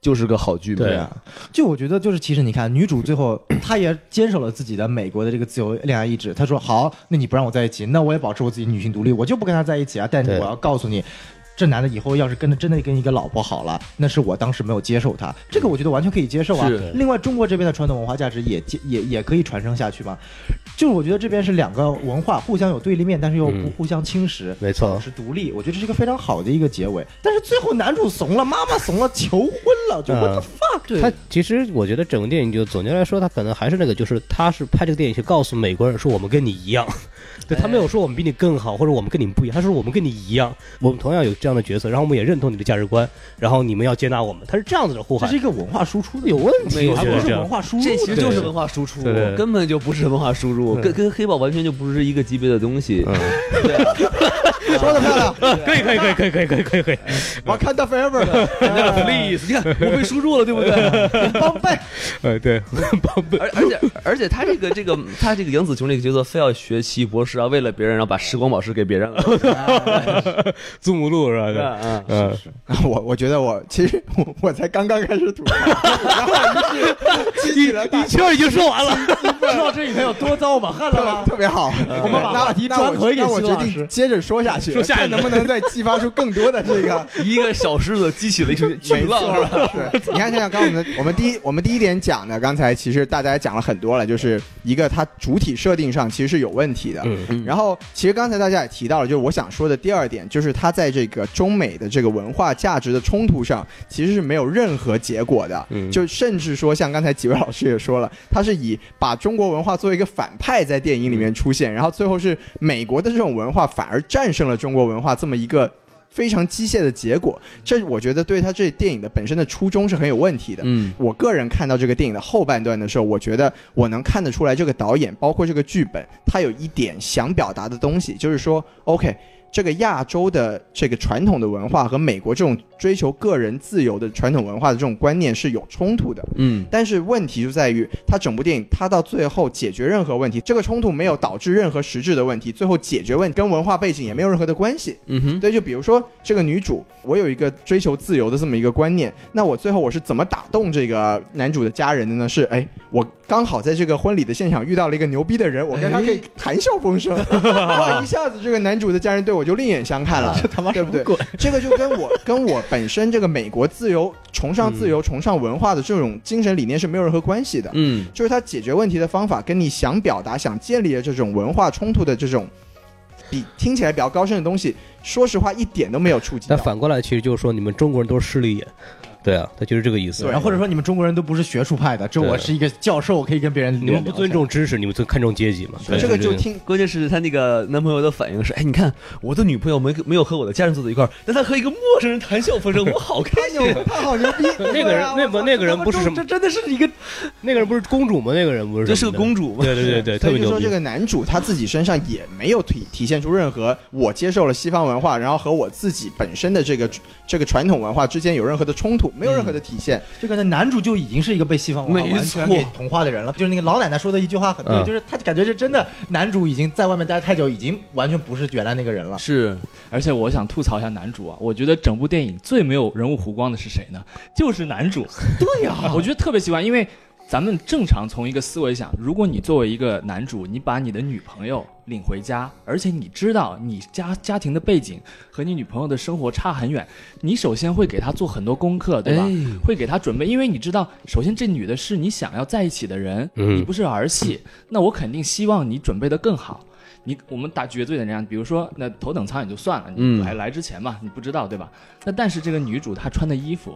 就是个好剧嘛。对啊，就我觉得就是，其实你看，女主最后 (coughs) 她也坚守了自己的美国的这个自由恋爱意志。她说：“好，那你不让我在一起，那我也保持我自己女性独立，我就不跟他在一起啊。但是对我要告诉你，这男的以后要是跟着真的跟一个老婆好了，那是我当时没有接受他，这个我觉得完全可以接受啊是。另外，中国这边的传统文化价值也接也也可以传承下去嘛。就是我觉得这边是两个文化互相有对立面，但是又不互相侵蚀。没错保持独立，我觉得这是一个非常好的一个结尾。但是最后男主怂了，妈妈怂了，求婚了，就 what the 嗯 fuck？对他其实我觉得整个电影就总结来说，他可能还是那个，就是他是拍这个电影是告诉美国人说我们跟你一样， (laughs) 对他没有说我们比你更好或者我们跟你们不一样，他说我们跟你一样，我们同样有这样的角色，然后我们也认同你的价值观，然后你们要接纳我们，他是这样子的呼这喊是一，个文化输出的有问没题，有我还觉不得是这文样。化输入，这其实就是文化输出对对根本就不是文化输入，跟跟黑豹完全就不是一个级别的东西。说的漂 (laughs) 亮，可以可以可以可以可以可以可以可以，我看到 forever 的 please，你看我被输入了，对不对？帮贝，呃 (laughs) 对，宝贝，而而且而且他这个这个他这个杨紫琼这个角色非要学奇异博士啊，为了别人然后把时光宝石给别人了，字母录是是吧？吧嗯 (laughs) 嗯，我我觉得我其实我我才刚刚开始吐槽，然后 (laughs) 于是激起了大一圈已经说完了。知道这里面有多糟吗？看到特吗？特别好，我们把话题转回给那我希望决老师定接着说下去，说下去看能不能再激发出更多的这 (laughs) 个。一个小狮子激起了一群没巨错浪，是吧？，是。你看，想想刚我们的我们第一我们第一点讲的，刚才其实大家也讲了很多了，就是一个它主体设定上其实是有问题的。嗯然后，其实刚才大家也提到了，就是我想说的第二点，就是它在这个中美的这个文化价值的冲突上，其实是没有任何结果的。嗯就甚至说，像刚才几位老师也说了，它是以把中国文化作为一个反派在电影里面出现，然后最后是美国的这种文化反而战胜了中国文化这么一个。非常机械的结果，这我觉得对他这电影的本身的初衷是很有问题的。嗯我个人看到这个电影的后半段的时候，我觉得我能看得出来，这个导演包括这个剧本，他有一点想表达的东西，就是说，OK，这个亚洲的这个传统的文化和美国这种追求个人自由的传统文化的这种观念是有冲突的。嗯但是问题就在于，他整部电影他到最后解决任何问题，这个冲突没有导致任何实质的问题，最后解决问跟文化背景也没有任何的关系。嗯哼，对，就比如说这个女主，我有一个追求自由的这么一个观念，那我最后我是怎么打动这个男主的家人的呢？是哎，我刚好在这个婚礼的现场遇到了一个牛逼的人，我跟他可以谈笑风 (laughs) 生，哇，一下子这个男主的家人对我就另眼相看 (laughs) 了，这他妈对不对？这个就跟我跟我本身这个美国自由、崇尚自由、崇尚文化的这种精神理念是没有任何关系的。嗯就是他解决问题的方法跟你想表达、想建立的这种文化冲突的这种，比听起来比较高深的东西，说实话一点都没有触及但到。反过来，其实就是说你们中国人都是势利眼，对啊，他就是这个意思。然后或者说你们中国人都不是学术派的，只有我是一个教授，我可以跟别人你们不尊重知识，你们最看重阶级嘛？对这个就听关键是她那个男朋友的反应是，哎，你看我的女朋友没没有和我的家人坐在一块儿，但她和一个陌生人谈笑风生，我好开太 (laughs) 哎心。啊牛，他好牛逼！ (laughs) 那个人，啊那不那个人不是什么，这真的是一个，那个人不是公主吗？那个人不是，这是个公主，主吗？对对对对，特所别以就牛说逼这。个男主他自己身上也没有体体现出任何我接受了西方文化，然后和我自己本身的这个这个传统文化之间有任何的冲突，没有任何的体现。这个男主就已经是一个被西方文化完全没给错同化的人了。就是那个老奶奶说的一句话很对，嗯就是他感觉是真的，男主已经在外面待太久，已经完全不是原来那个人了。是而且我想吐槽一下男主啊，我觉得整部电影最没有人物弧光的是谁呢？就是男主。对呀、 (laughs) 我觉得特别奇怪，因为咱们正常从一个思维想，如果你作为一个男主，你把你的女朋友领回家，而且你知道你家家庭的背景和你女朋友的生活差很远，你首先会给她做很多功课，对吧？哎会给她准备，因为你知道，首先这女的是你想要在一起的人，嗯你不是儿戏，那我肯定希望你准备的更好。你我们打绝对的那样，比如说那头等舱也就算了，你嗯来、来之前嘛，你不知道对吧？那但是这个女主她穿的衣服，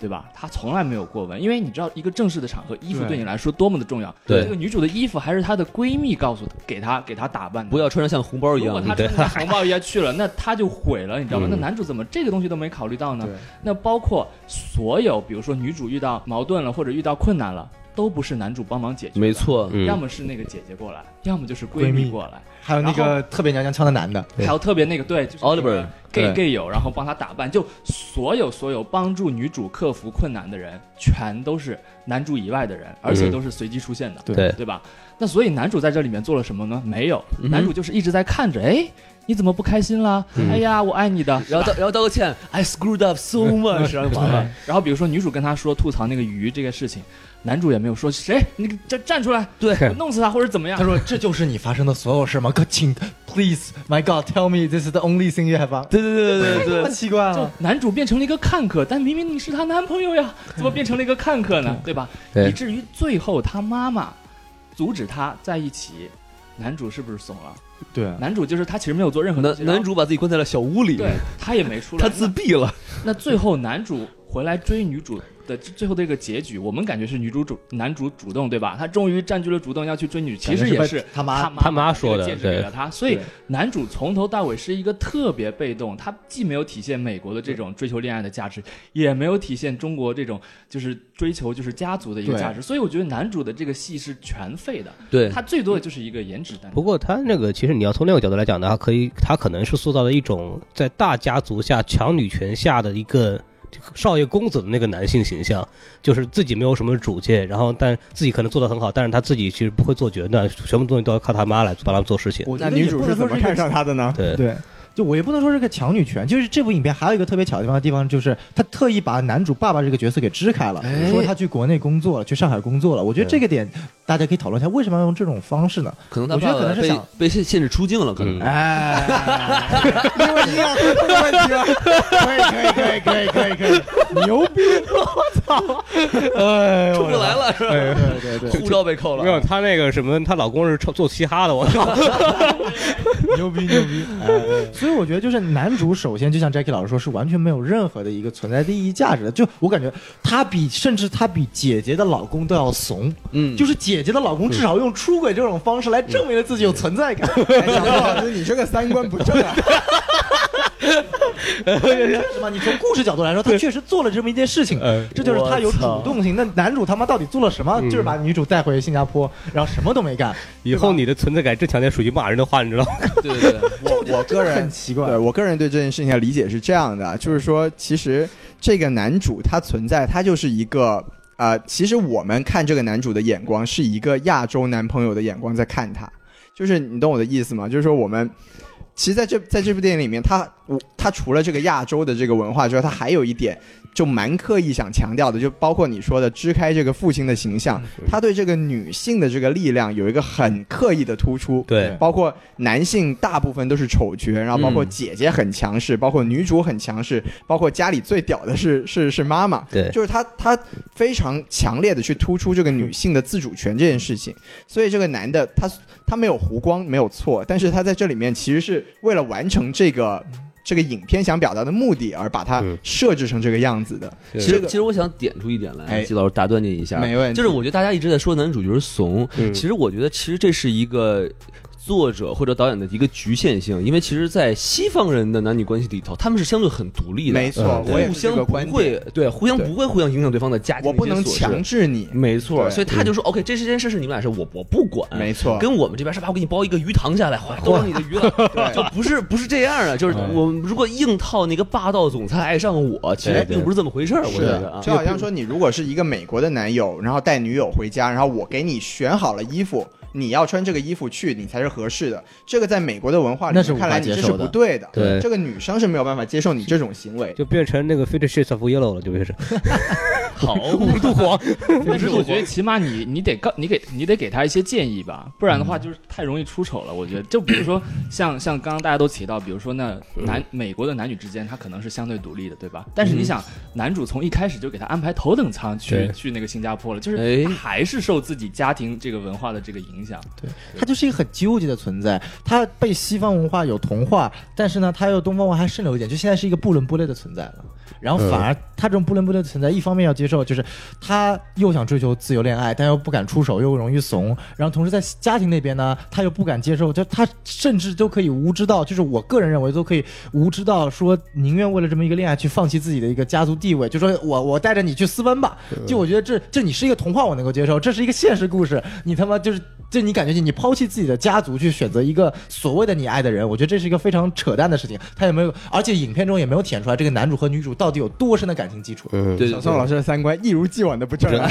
对吧？她从来没有过问，因为你知道一个正式的场合，衣服对对你来说多么的重要。对这个女主的衣服还是她的闺蜜告诉她，给她给她打扮 (laughs) 的。不要穿着像红包一如果样她，对真的像红帽一样啊 (laughs) 去了，那她就毁了，你知道吗？嗯那男主怎么这个东西都没考虑到呢对？那包括所有，比如说女主遇到矛盾了或者遇到困难了，都不是男主帮忙解决的，没错，嗯要么是那个姐姐过来，要么就是闺闺蜜蜜过来。还有那然个特别娘娘腔的男的，还有特别那个对，就是 Oliver，对 gay gay 友，然后帮他打扮，就所有所有帮助女主克服困难的人，全都是男主以外的人，而且都是随机出现的，嗯对对吧？那所以男主在这里面做了什么呢？没有，嗯哼嗯男主就是一直在看着，哎，你怎么不开心啦？哎呀，我爱你 (laughs) 的，然后道然后道个歉，I screwed up so much，然后完了，然后比如说女主跟他说吐槽那个鱼这个事情，男主也没有说谁，你站站出来，对我弄死他或者怎么样 (laughs) 他。说这就是你发生的所有事吗？哥，请 please my God tell me this is the only thing you have (laughs) done。对对对对对太对，奇怪就了。男主变成了一个看客，但明明你是她男朋友呀，怎么变成了一个看客嗯呢？对吧？对以至于最后他妈妈阻止他在一起，男主是不是怂了？对，男主就是他其实没有做任何东西 (laughs) 男男然后主把自己关在了小屋里，对他也没出来，他自闭了，那那最后男主回来追女主，的最后这个结局，我们感觉是女主主男主主动对吧？他终于占据了主动要去追女，其实也感觉是被他妈他他妈把说的这个戒指给对了他，所以男主从头到尾是一个特别被动，他既没有体现美国的这种追求恋爱的价值，也没有体现中国这种就是追求就是家族的一个对价值，所以我觉得男主的这个戏是全废的，对他最多的就是一个颜值担当。不过他那个，其实你要从另一个角度来讲的话，可以，他可能是塑造了一种在大家族下强女权下的一个少爷公子的那个男性形象，就是自己没有什么主见，然后但自己可能做的很好，但是他自己其实不会做决断，全部东西都要靠他妈来帮他们做事情。我觉那得女也主不是能怎说么一个看上他的 (laughs) 呢？对，对，就我也不能说是个强女权，就是这部影片还有一个特别巧的地方，地方就是他特意把男主爸爸这个角色给支开了，哎说他去国内工作了，去上海工作了。我觉得对这个点大家可以讨论一下，为什么要用这种方式呢？可能嗯他我觉得爸爸可能是被想哎被限限制出境了，可能。因为营养不通的问题吗？可以可以可以可以可以可以，牛逼！哎出不来了是吧？对对对，护照被扣没有，他那个什么，她老公是唱做嘻哈的，我靠， (laughs) 牛逼牛逼！哎所以我觉得就是男主，首先就像 Jackie 老师说，是完全没有任何的一个存在的意义价值的。就我感觉他比甚至他比姐姐的老公都要怂，嗯就是姐姐的老公至少用出轨这种方式来证明了自己有存在感。哎小高老师，你这个三观不正啊！是吧？你从故事角度来说，他确实做了这么一件事情，哎这就是他有主动性。那男主他妈到底做了什么？嗯就是把女主带回新加坡，然后什么都没干，以后你的存在感这强烈属于骂人的话，你知道吗？对对对，我我个这人很奇怪对。我个人对这件事情的理解是这样的，就是说，其实这个男主他存在，他就是一个呃，其实我们看这个男主的眼光是一个亚洲男朋友的眼光在看他，就是你懂我的意思吗？就是说我们。其实在这在这部电影里面，他我他除了这个亚洲的这个文化之外，他还有一点就蛮刻意想强调的，就包括你说的支开这个父亲的形象，他对这个女性的这个力量有一个很刻意的突出。对包括男性大部分都是丑角，然后包括嗯姐姐很强势，包括女主很强势，包括家里最屌的是是是妈妈，对就是她她非常强烈的去突出这个女性的自主权这件事情，所以这个男的他他没有弧光没有错，但是他在这里面其实是为了完成这个。这个影片想表达的目的，而把它嗯设置成这个样子的，其这实个其实我想点出一点来，哎季老师打断你一下，没问题嗯就是我觉得大家一直在说男主角怂，其实我觉得其实这是一个。作者或者导演的一个局限性，因为其实，在西方人的男女关系里头，他们是相对很独立的，没错，嗯对我也互是这相个不观点，会对互相对不会互相影响对方的家庭，我不能强，制你，没错，对嗯所以他就说、OK，这是件事是你们俩事，我我不管，没错跟我们这边是吧，我给你包一个鱼塘下来，哗都是你的鱼了，就不是不是这样啊，就是嗯我们如果硬套那个霸道总裁爱上我，其实并不是这么回事儿，我觉是得啊，就好像说你如果是一个美国的男友，然后带女友回家，然后我给你选好了衣服，你要穿这个衣服去，你才是合适的。这个在美国的文化里那是面无看法来你接这受是的不对的，对这个女生是没有办法接受你这种行为。就变成那个 Fifty Shades of Yellow 了，就变成 (laughs) 好，五度黄。 (laughs) 但是我觉得起码你你得告你给你得给他一些建议吧，不然的话就是太容易出丑了。我觉得，就比如 (laughs) 说像像刚刚大家都提到，比如说那男美国的男女之间，他可能是相对独立的，对吧？但是你想，男主从一开始就给他安排头等舱去对去那个新加坡了，就是哎他还是受自己家庭这个文化的这个影响。他就是一个很纠结的存在，他被西方文化有同化，但是呢，他又东方文化还渗透一点，就现在是一个不伦不类的存在了。然后反而他这种不伦不类的存在，一方面要接受，就是他又想追求自由恋爱，但又不敢出手，又容易怂。然后同时在家庭那边呢，他又不敢接受，就他甚至都可以无知到，就是我个人认为都可以无知到说，宁愿为了这么一个恋爱去放弃自己的一个家族地位，就说我我带着你去私奔吧。就我觉得这这你是一个童话，我能够接受，这是一个现实故事，你他妈就是就你感觉你你抛弃自己的家族去选择一个所谓的你爱的人，我觉得这是一个非常扯淡的事情。他也没有，而且影片中也没有体现出来这个男主和女主到底有多深的感情基础。对对小宋老师的三观一如既往的不正啊，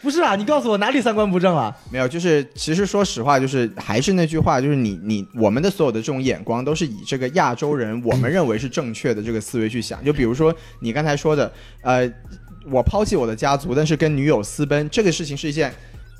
不是啊，你告诉我哪里三观不正了？没有，就是其实说实话，就是还是那句话，就是你你我们的所有的这种眼光都是以这个亚洲人我们认为是正确的这个思维去想。就比如说你刚才说的，呃，我抛弃我的家族，但是跟女友私奔，这个事情是一件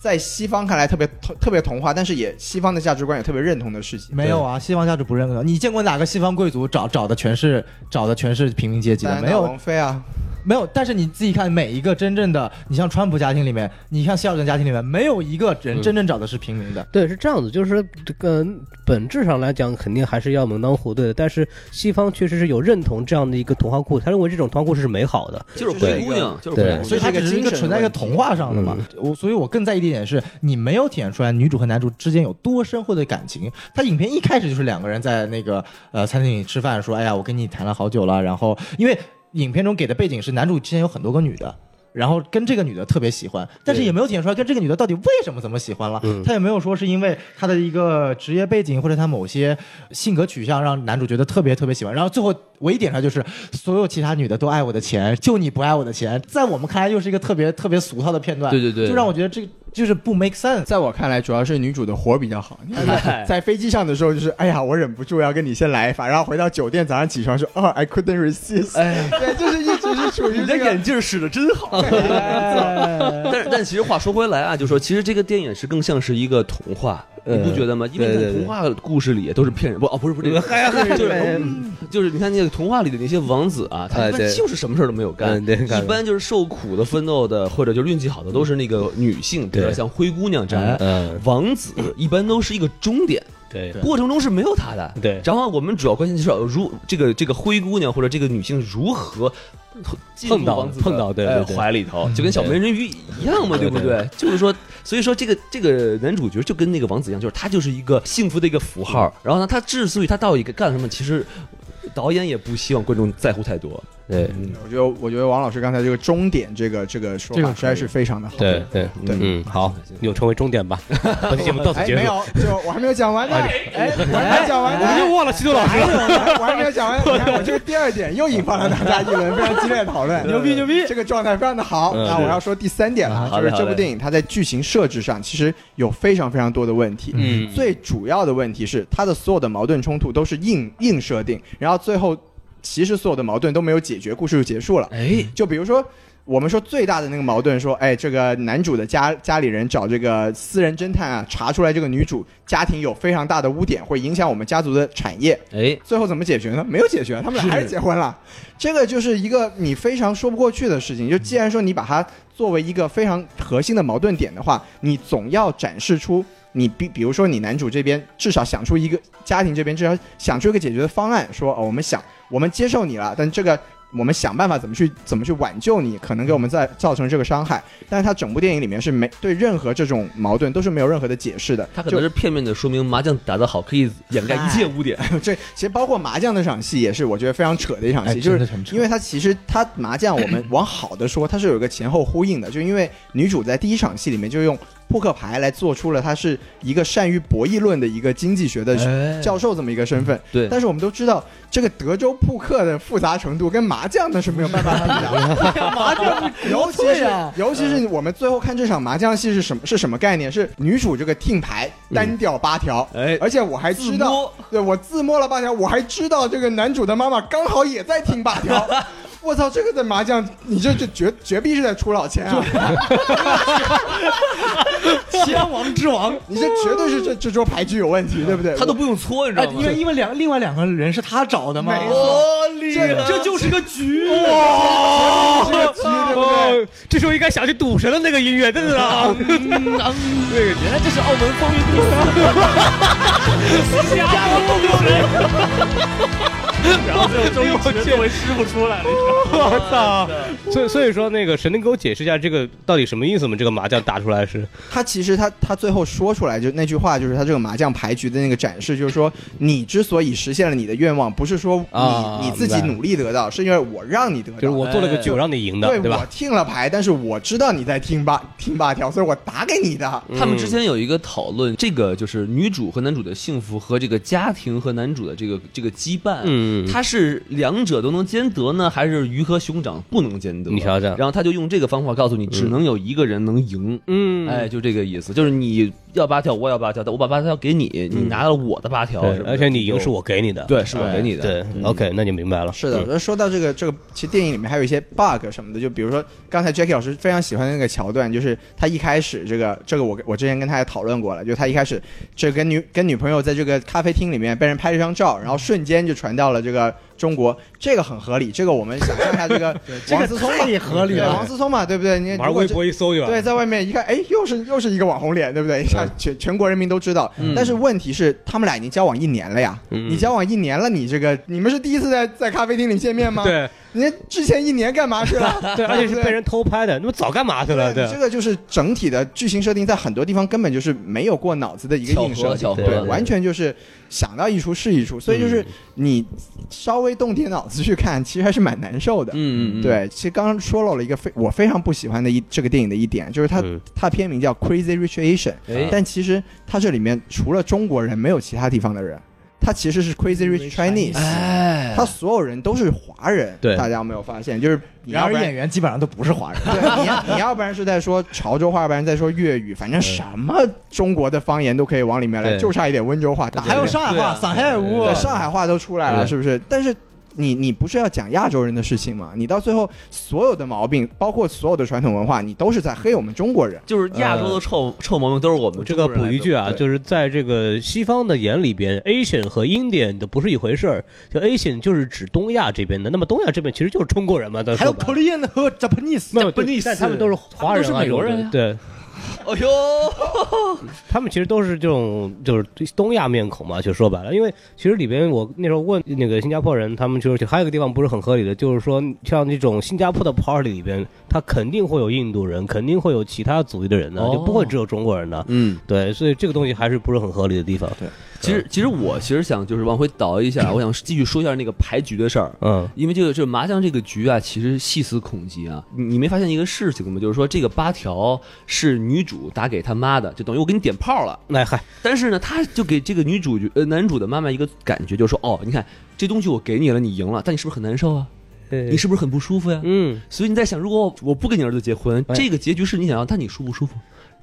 在西方看来特别特特别童话，但是也西方的价值观也特别认同的事情。没有啊，西方价值不认可。你见过哪个西方贵族找找的全是找的全是平民阶级戴的？安没娜有王妃啊，没有，但是你自己看每一个真正的，你像川普家庭里面，你看希尔顿家庭里面，没有一个人真正找的是平民的。对，是这样子，就是这个本质上来讲，肯定还是要门当户对的。但是西方确实是有认同这样的一个童话故事，他认为这种童话故事是美好的。就是这是灰一姑个娘，啊就是灰对姑娘所以它这是一个只是一个精神存在一个问题童话上的嘛。我所以，我更在意的一点是，你没有体现出来女主和男主之间有多深厚的感情。他影片一开始就是两个人在那个呃餐厅里吃饭，说：“哎呀，我跟你谈了好久了。”然后，因为影片中给的背景是男主之前有很多个女的。然后跟这个女的特别喜欢，但是也没有体现出来跟这个女的到底为什么怎么喜欢了。他也没有说是因为她的一个职业背景或者她某些性格取向让男主觉得特别特别喜欢。然后最后唯一点上就是所有其他女的都爱我的钱，就你不爱我的钱，在我们看来又是一个特别特别俗套的片段。对对对就让我觉得这个就是不 make sense。在我看来，主要是女主的活比较好。你看在在飞机上的时候，就是哎呀，我忍不住要跟你先来一发，然后回到酒店早上起床说， (laughs) 哦，I couldn't resist。哎， (laughs) 对，就是一直是处于你的这个眼镜使的真 (laughs) 好。 (laughs) 但是，但其实话说回来啊，就说其实这个电影是更像是一个童话，你不觉得吗？因为嗯对在对对哎童话故事里都是骗人，不哦，不是不 (laughs) 是这个，就是嗯就是你看那个童话里的那些王子啊，他哎一般对就是什么事儿都没有干，嗯对干一般就是受苦的、奋斗的，或者就是运气好的，都是那个女性，比如说对像灰姑娘这样。嗯，王子一般都是一个终点，对过程中是没有他的。对然后我们主要关心就是如这个这个灰姑娘或者这个女性如何进入碰到王子的碰到对哎对嗯对怀里头，就跟小美人鱼一样嘛，对对不对对？就是说，所以说这个这个男主角就跟那个王子一样，就是他就是一个幸福的一个符嗯号。然后呢，他之所以他到底干什么，其实导演也不希望观众在乎太多。对嗯我觉得，我觉得王老师刚才这个终点这个这个说这法个可以实在是非常的好。对对对嗯，好，又成为终点吧。本期节目到此哎，结束。没有，就我还没有讲完呢，哎，我还没有讲完呢，我哎又忘了西多老师还有，哎我还没有讲完。你看，我这个第二点又引发了大家一轮非常激烈的讨论，牛逼牛逼！这个状态非常的好。嗯那对我要说第三点了，好就嘞是这部电影它在剧情设置上其实有非常非常多的问题。嗯最主要的问题是它的所有的矛盾冲突都是硬硬设定，然后最后其实所有的矛盾都没有解决，故事就结束了。哎，就比如说。我们说最大的那个矛盾，说，哎，这个男主的家家里人找这个私人侦探啊，查出来这个女主家庭有非常大的污点，会影响我们家族的产业。哎，最后怎么解决呢？没有解决，他们俩还是结婚了。这个就是一个你非常说不过去的事情。就既然说你把它作为一个非常核心的矛盾点的话，你总要展示出你比，比如说你男主这边至少想出一个家庭这边至少想出一个解决的方案，说哦，我们想我们接受你了，但这个。我们想办法怎么去怎么去挽救你，可能给我们再造成这个伤害。但是他整部电影里面是没对任何这种矛盾都是没有任何的解释的，他可能是片面的说明麻将打得好可以掩盖一切污点。这其实包括麻将那场戏也是我觉得非常扯的一场戏，哎就真是的很扯因为它其实它麻将我们往好的说，它是有一个前后呼应的，就因为女主在第一场戏里面就用扑克牌来做出了她是一个善于博弈论的一个经济学的教授这么一个身份，对，但是我们都知道这个德州扑克的复杂程度跟麻将那是没有办法比的，麻 (laughs) 将尤其是尤其是我们最后看这场麻将戏是什么是什么概念？是女主这个听牌单调八条，哎而且我还知自道摸，对我自摸了八条，我还知道这个男主的妈妈刚好也在听八条。我操，这个在麻将，你这这绝绝逼是在出老千啊！天王之王，你这绝对是这这桌牌局有问题，对不对？他都不用搓，你知哎道，吗因？为因为两另外两个人是他找的嘛，没哦，厉害！这就是个局。我这个局，对不对？哦，这时候应该想起赌神的那个音乐，真的啊，对，原来这是澳门风云第四。哎周星驰作为师傅出来了，我操！所以所以说，那个神能给我解释一下这个到底什么意思吗？这个麻将打出来是他其实他他最后说出来就那句话，就是他这个麻将牌局的那个展示，就是说你之所以实现了你的愿望，不是说你、啊你自己明白努力得到，是因为我让你得到。就是我做了个哎酒让你赢的，对对我吧？听了牌，但是我知道你在听八听八条，所以我打给你的。他嗯们之前有一个讨论，这个就是女主和男主的幸福和这个家庭和男主的这个这个羁绊，嗯他是两者都能兼得呢，还是鱼和熊掌不能兼得？你瞧瞧然后他就用这个方法告诉你，只能有一个人能赢，嗯哎，就这个意思，就是你要八条，我要八条，但我把八条给你，你拿了我的八条，嗯对是不是而且你赢是我给你的，对，是我给你的，对嗯 o k 那就明白了。是的，嗯，那说到这个这个，其实电影里面还有一些 bug 什么的，就比如说刚才 Jackie 老师非常喜欢的那个桥段，就是他一开始这个这个我我之前跟他也讨论过了，就是他一开始这跟女跟女朋友在这个咖啡厅里面被人拍了一张照，然后瞬间就传到了这个中国，这个很合理，这个我们想象一下这个王思聪嘛，太合理对了王思聪嘛，对不对？你玩如果微这博一搜就完了嗯对，在外面一看，哎，又是又是一个网红脸，对不对？一下全全国人民都知道。但是问题是，他们俩已经交往一年了呀。嗯你交往一年了，你这个你们是第一次在在咖啡厅里见面吗？，对你之前一年干嘛去 (laughs) 了？对，而且是被人偷拍的，那么早干嘛去了？对对你这，个就是整体的剧情设定，在很多地方根本就是没有过脑子的一个巧映射合，巧合，对，完全就是想到一出是一出，所以嗯就是你稍微动点脑子去看，其实还是蛮难受的。嗯嗯嗯，对，其实刚刚说漏了一个非我非常不喜欢的一这个电影的一点，就是它、嗯它片名叫 Crazy Rich Asian，、哎但其实它这里面除了中国人，没有其他地方的人，它其实是 Crazy Rich Chinese，、哎，它所有人都是华人，对大家有没有发现？就是你然要而不演然。，员基本上都不是华人对，你要你要不然是在说潮州话，要不然在说粤语，反正什么中国的方言都可以往里面来，嗯对就差一点温州话。打还有上海对话、啊上海对话对，上海话都出来了，对是不是？但是你你不是要讲亚洲人的事情吗？你到最后所有的毛病，包括所有的传统文化，你都是在黑我们中国人。就是亚洲的臭、臭毛病都是我们这个中国补人来一句啊，对就是在这个西方的眼里边，Asian 和 Indian 都不是一回事儿。就 Asian 就是指东亚这边的，那么东亚这边其实就是中国人嘛，但还有 Korean 和 Japanese，没有，对但他们都是华人他们都啊，是美国人呀有的对做，哎呦，他们其实都是这种就是东亚面孔嘛，就说白了，因为其实里边我那时候问那个新加坡人，他们就是还有一个地方不是很合理的，就是说像这种新加坡的 party 里边，他肯定会有印度人，肯定会有其他族裔的人的，哦就不会只有中国人的。嗯，对，所以这个东西还是不是很合理的地方。其实其实我其实想就是往回倒一下，我想继续说一下那个牌局的事儿。嗯，因为这个这麻将这个局啊，其实细思恐极啊。你你没发现一个事情吗？就是说这个八条是女主打给他妈的，就等于我给你点炮了。那嗨，但是呢，他就给这个女主角呃男主的妈妈一个感觉，就是说哦，你看这东西我给你了，你赢了，但你是不是很难受啊？你你是不是很不舒服呀、嗯，所以你在想，如果我我不跟你儿子结婚，哎这个结局是你想要，但你舒不舒服？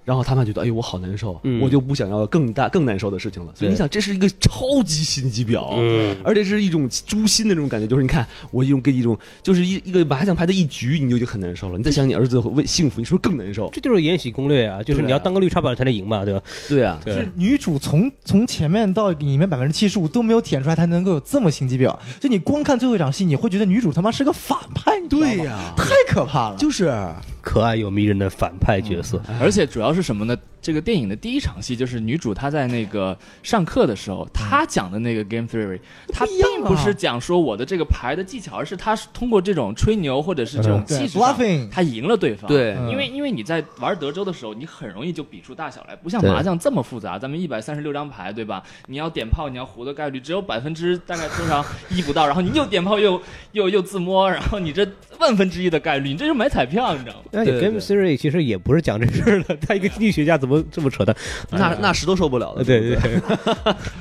然后他妈觉得，哎呦，我好难受啊，嗯我就不想要更大、更难受的事情了。所以你想，这是一个超级心机婊，啊嗯而且是一种诛心的那种感觉。就是你看，我用跟一种，就是一一个麻将牌的一局，你就已经很难受了。你再想你儿子为幸福，你是不是更难受？这就是《延禧攻略》啊，就是你要当个绿茶婊才能赢嘛， (laughs) 对吧？对啊，就是女主从从前面到里面百分之七十五都没有体现出来她能够有这么心机婊，就你光看最后一场戏，你会觉得女主他妈是个反派，你知道吗对呀太可怕了。就是啊可爱又迷人的反派角色，嗯 (laughs) 而且主要是什么呢？这个电影的第一场戏就是女主她在那个上课的时候，她讲的那个 game theory，她不一样啊并不是讲说我的这个牌的技巧，而是她是通过这种吹牛或者是这种嗯对气质上 bluffing 她赢了对方。哎对嗯因为因为你在玩德州的时候，你很容易就比出大小来，不像对麻将这么复杂。咱们一百三十六张牌，对吧？你要点炮，你要胡的概率只有百分之大概多少一不到，然后你又点炮又又又自摸，然后你这万分之一的概率，你这是买彩票，你知道吗？但是对 Game 对 Theory 其实也不是讲这事儿的，他一个经济学家怎么这么扯淡？那那谁都受不了的。对不对对，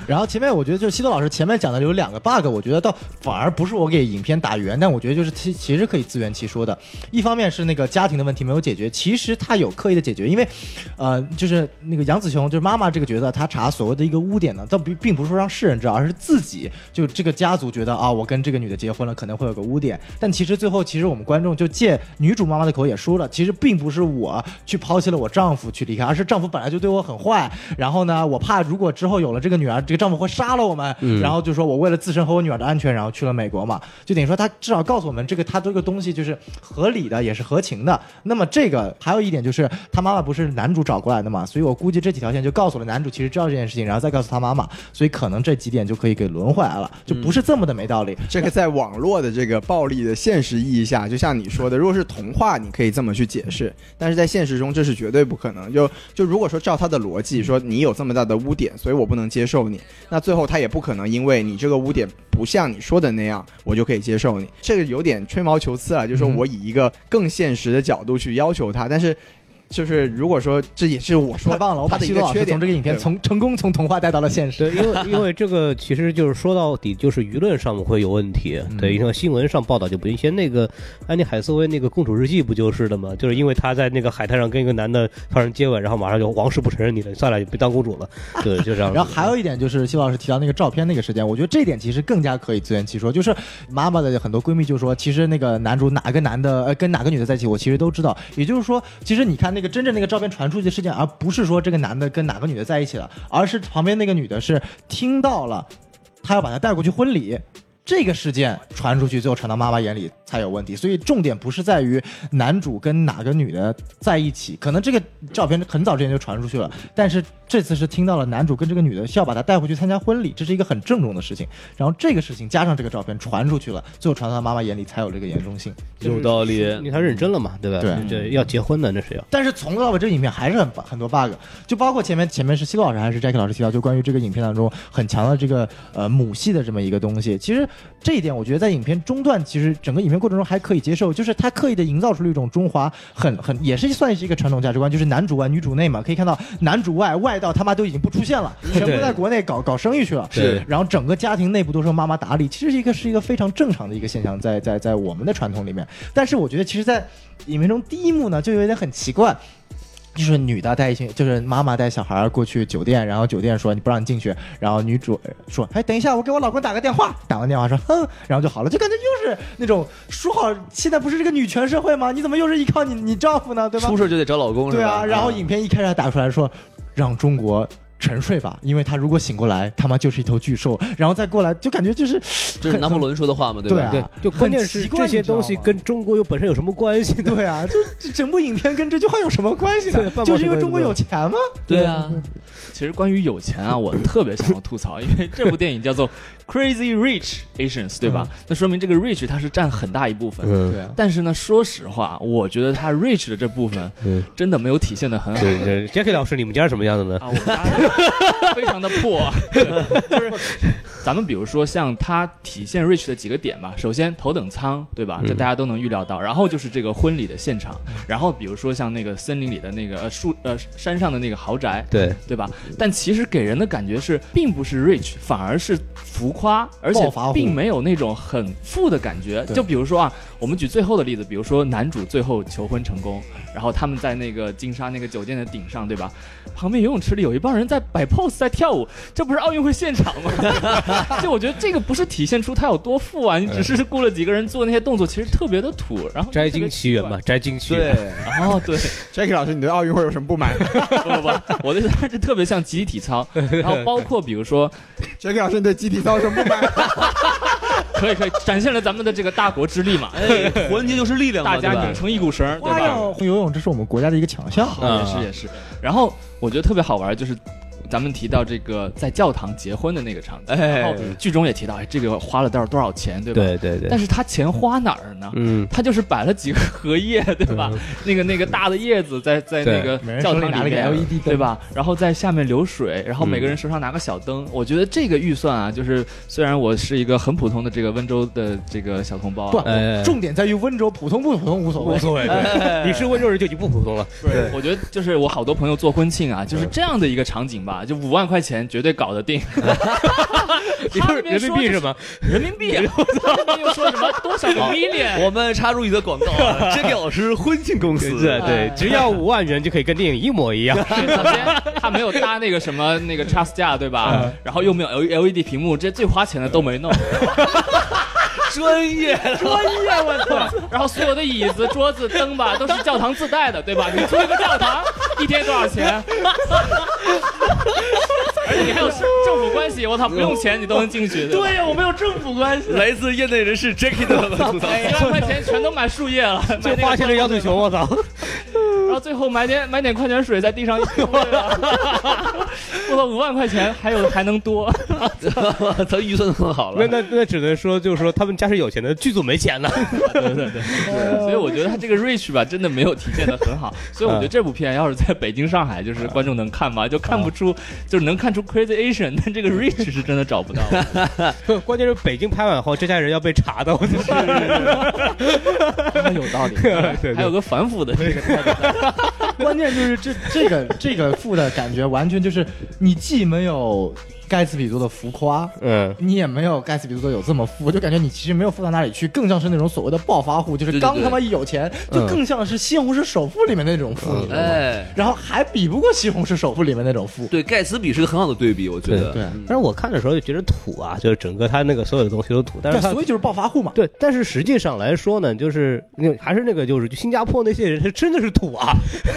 然后前面我觉得就是西多老师前面讲的有两个 bug，我觉得倒反而不是我给影片打圆，但我觉得就是其其实可以自圆其说的。一方面是那个家庭的问题没有解决，其实他有刻意的解决，因为呃，就是那个杨子琼就是妈妈这个角色，她查所谓的一个污点呢，但并并不是说让世人知道，而是自己就这个家族觉得啊，我跟这个女的结婚了，可能会有个污点。但其实最后，其实我们观众就借女主妈妈的口也说了，其实并不是我去抛弃了我丈夫去离开，而是丈夫本来就对我很坏，然后呢，我怕如果之后有了这个女儿，这个丈夫会杀了我们，嗯然后就说我为了自身和我女儿的安全，然后去了美国嘛，就等于说他至少告诉我们这个他这个东西就是合理的，也是合情的。那么这个还有一点就是他妈妈不是男主找过来的嘛，所以我估计这几条线就告诉了男主其实知道这件事情，然后再告诉他妈妈，所以可能这几点就可以给轮回来了，就不是这么的没道理。嗯这个在网络的这个暴力的现实意义下，就像你说的，如果是童话，你可以这么去解释，但是在现实中这是绝对不可能。就就如果说照他的逻辑，说你有这么大的污点，所以我不能接受你，那最后他也不可能因为你这个污点不像你说的那样，我就可以接受你。啊这个有点吹毛求疵了，就是说我以一个更现实的角度去要求他，但是。就是如果说这也是我说 (laughs) 太棒了，我他把的一希个望缺点从这个影片对吧从 (laughs) 成功从童话带到了现实。对，因为因为这个其实就是说到底就是舆论上会有问题，嗯对，因为新闻上报道就不一样。以前那个安妮海瑟薇那个《共主日记》不就是的吗？就是因为她在那个海滩上跟一个男的发生接吻，然后马上就王室不承认你了，算了，你别当公主了，对，就这样子。然后还有一点就是，希望老师提到那个照片那个时间，我觉得这一点其实更加可以自圆其说。就是妈妈的很多闺蜜就说，其实那个男主哪个男的呃跟哪个女的在一起，我其实都知道。也就是说，其实你看那个真正那个照片传出去的事件，而不是说这个男的跟哪个女的在一起了，而是旁边那个女的是听到了，她要把他带过去婚礼。这个事件传出去，最后传到妈妈眼里才有问题。所以重点不是在于男主跟哪个女的在一起，可能这个照片很早之前就传出去了，但是这次是听到了男主跟这个女的是要把她带回去参加婚礼，这是一个很郑重的事情。然后这个事情加上这个照片传出去了，最后传到他妈妈眼里才有这个严重性。有道理。你看认真了嘛，对吧？对这要结婚的那是要。但是从头到尾，这个影片还是很很多 bug，就包括前面前面是西洛老师还是 Jack 老师提到，就关于这个影片当中很强的这个呃母系的这么一个东西。其实这一点，我觉得在影片中段，其实整个影片过程中还可以接受，就是他刻意的营造出了一种中华很很也是算是一个传统价值观，就是男主外女主内嘛。可以看到男主外外到他妈都已经不出现了，全部在国内搞搞生意去了。是然后整个家庭内部都是由妈妈打理，其实一个是一个非常正常的一个现象，在在在我们的传统里面。但是我觉得，其实，在影片中第一幕呢，就有一点很奇怪。就是女的带一群，就是妈妈带小孩儿过去酒店，然后酒店说你不让你进去，然后女主呃说，哎，等一下，我给我老公打个电话，打完电话说，哎哼，然后就好了，就感觉又是那种说好，现在不是这个女权社会吗？你怎么又是依靠你你丈夫呢？对吧？出事就得找老公是对吧？啊，然后影片一开始还打出来说，让中国沉睡吧，因为他如果醒过来，他妈就是一头巨兽，然后再过来，就感觉 (laughs) 就是这是拿破仑说的话嘛，对吧？对对啊，就关键很是奇怪这些你知道东西吗跟中国又本身有什么关系 (laughs) 呢？对啊，就这整部影片跟这句话有什么关系对呢半？毛就是因为钱关系中国都没有有钱吗？对啊，其实关于有 (laughs) 钱啊，我特别想要吐槽，因为这部电影叫做《Crazy Rich Asians》，对吧？那说明这个 rich 它是占很大一部分。嗯，啊，但是呢，说实话，我觉得它 rich 的这部分嗯真的没有体现的很好。对对，Jackie 老师，你们家是什么样的呢？啊，我 (laughs) 们家非常的破， (laughs) 就是咱们比如说像它体现 rich 的几个点吧，首先头等舱，对嗯吧？这大家都能预料到。然后就是这个婚礼的现场，然后比如说像那个森林里的那个呃树呃山上的那个豪宅，对，对吧？但其实给人的感觉是，并不是 rich，反而是浮夸，而且暴发户并没有那种很富的感觉。就比如说啊，我们举最后的例子，比如说男主最后求婚成功，然后他们在那个金沙那个酒店的顶上，对吧？旁边游泳池里有一帮人在摆 pose 在跳舞，这不是奥运会现场吗？ (laughs) 就我觉得这个不是体现出他有多富啊，你只是雇了几个人做那些动作，其实特别的土。然后摘金奇缘嘛，，摘金奇缘。对哦对。 ，Jacky 老师，你对奥运会有什么不满 (laughs) 不不不， (laughs) 我的意思是特别像集体体 (laughs) 操，然后包括比如说， ？Jacky 老师，你对集体操有什么不满？可以可以展现了咱们的这个大国之力嘛，哎，团结就是力量嘛，大家对吧拧？成一股绳儿，对蛙吧？泳、游泳，这是我们国家的一个强项。也是也是。嗯然后我觉得特别好玩，就是咱们提到这个在教堂结婚的那个场景，哎然后剧中也提到，哎，这个花了多少多少钱，对吧？对对但对，是他钱花哪儿呢？嗯，他就是摆了几个荷 (laughs) 叶，对吧？那个那个大的叶子在在对那个 E 每人教手里堂拿了里个面 LED 灯对吧？然后在下面流水，然后每个人手上拿个小灯。我觉得这个预算啊，就是虽然我是一个很普通的这个温州的这个小同胞啊，不哎，重点在于温州普通不普通无所谓。所谓，对 (laughs) 你是温州人就已经不普通了。对，我觉得就是我好多朋友做婚庆啊，就是这样的一个场景吧，就五万块钱绝对搞得 (laughs) 定。你他说们人民币是吗？ (laughs) 人民币，啊他们又说什么多少个 (laughs) million？我们插入你的广告啊，这个老师婚庆公司，对对，只要五万元就可以跟电影一模 (laughs) 一样。首先他没有搭那个什么那个 x 架，对吧？然后又没有 L LED 屏幕，这最花钱的都没弄。专业专业，我操！然后所有的椅子、桌子、灯吧，都是教堂自带的，对吧？你租一个教堂，一天多少钱？ (laughs) 而且你还有政府关系，我操，不用钱你都能进去。对呀，我们有政府关系，来自业内人士 Jackie 的吐槽。一万块钱全都买树叶了，就买八那千个的羊腿熊，我操！然后最后买点买点矿泉水在地上一泼，对吧 (laughs) 我操，五万块钱还有还能多。他预算很好 (laughs) 那了，那那只能说，就是说他们家是有钱 (laughs) 的，剧组没钱呢。 (laughs) 所以我觉得他这个 rich 吧，真的没有体现的很好。所以我觉得嗯这部片要是在北京、上海，就是观众能看吗？就看不出，嗯就是能看出 crazy Asian，但这个 rich 是真的找不到。不 (laughs) 关键是北京拍完后，这家人要被查的，我就是有道理，对还有 (laughs) 对。个反腐的这个态度在，关键就是这这个这个富的感觉，完全就是你既没有盖茨比多的浮夸，嗯，你也没有盖茨比多有这么富，就感觉你其实没有富到哪里去，更像是那种所谓的暴发户，就是对对刚对他妈一有钱，就更像是《西红柿首富》里面那种富，你知道吗哎，然后还比不过《西红柿首富》里面那种富。对，盖茨比是个很好的对比，我觉得。对但是我看的时候就觉得土啊，就是整个他那个所有的东西都土，但是对，他所以就是暴发户嘛。对，但是实际上来说呢，就是那还是那个，就是新加坡那些人，他真的是土啊，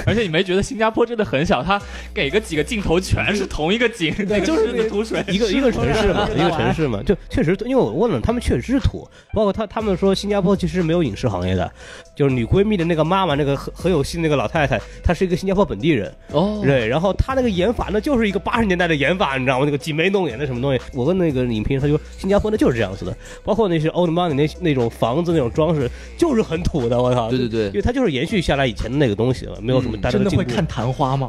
而且你没觉得新加坡真的很小，它给个几个镜头全是同一个景，对，就是那土水。一个一个城市嘛，一个城市嘛，就确实，因为我问了，他们确实是土，包括他他们说新加坡其实没有影视行业的，就是女闺蜜的那个妈妈，那个很很有戏那个老太太，她是一个新加坡本地人，哦对，然后她那个演法那就是一个八十年代的演法，你知道吗？那个挤眉弄眼的什么东西，我问那个影评，他就说新加坡那就是这样子的，包括那些 old money 那那种房子那种装饰就是很土的，我操，对对对因为它就是延续下来以前的那个东西嘛，没有什么大真嗯的的进会步。看昙花吗？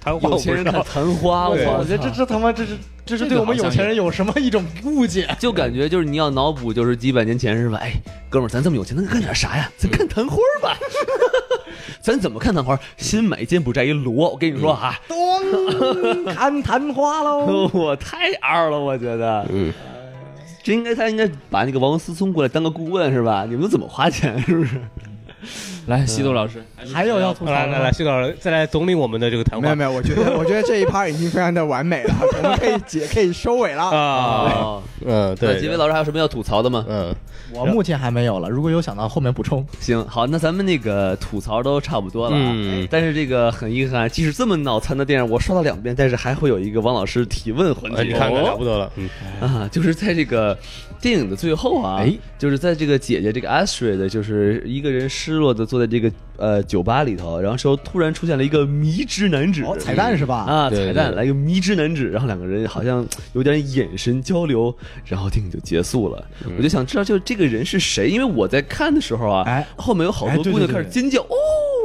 昙 (laughs) 花，我不知道。昙花，我我操！觉得这这他妈这是这是这对个我们好有像钱也人有什么一种误解？ (laughs) 就感觉就是你要脑补，就是几百年前是吧？哎，哥们儿，咱这么有钱，能干点啥呀？咱看昙花吧。 (laughs) 咱怎么看昙花？新买柬埔寨一摞，我跟你说啊，咚，看昙花喽！ (laughs) 我太二了，我觉得。嗯。这应该他应该把那个王思聪过来当个顾问是吧？你们都怎么花钱是不是？来，哎西多老师，还有要吐槽来来来，徐老师，再来总理我们的这个谈没有话没有，我觉得我觉得这一趴已经非常的完美 (laughs) 了，我们可以结可以收尾了。啊。哦，嗯，那对几位，老师还有什么要吐槽的吗？嗯，我目前还没有了，如果有想到后面补充。行，好，那咱们那个吐槽都差不多了啊。嗯但是这个很遗憾，即使这么脑残的电影，我刷了两遍，但是还会有一个王老师提问环节。哎，你看哦看，差不多了，嗯， (laughs) 啊，就是在这个电影的最后啊，哎就是在这个姐姐这个 Astrid，就是一个人失落的坐在这个呃酒吧里头，然后说突然出现了一个迷之男子，哦，彩蛋是吧？啊，对对彩蛋对来个迷之男子，然后两个人好像有点眼神交流，然后电影就结束了。我就想知道，就是这个人是谁？因为我在看的时候啊，哎后面有好哎多对姑娘对开始对尖叫，哦，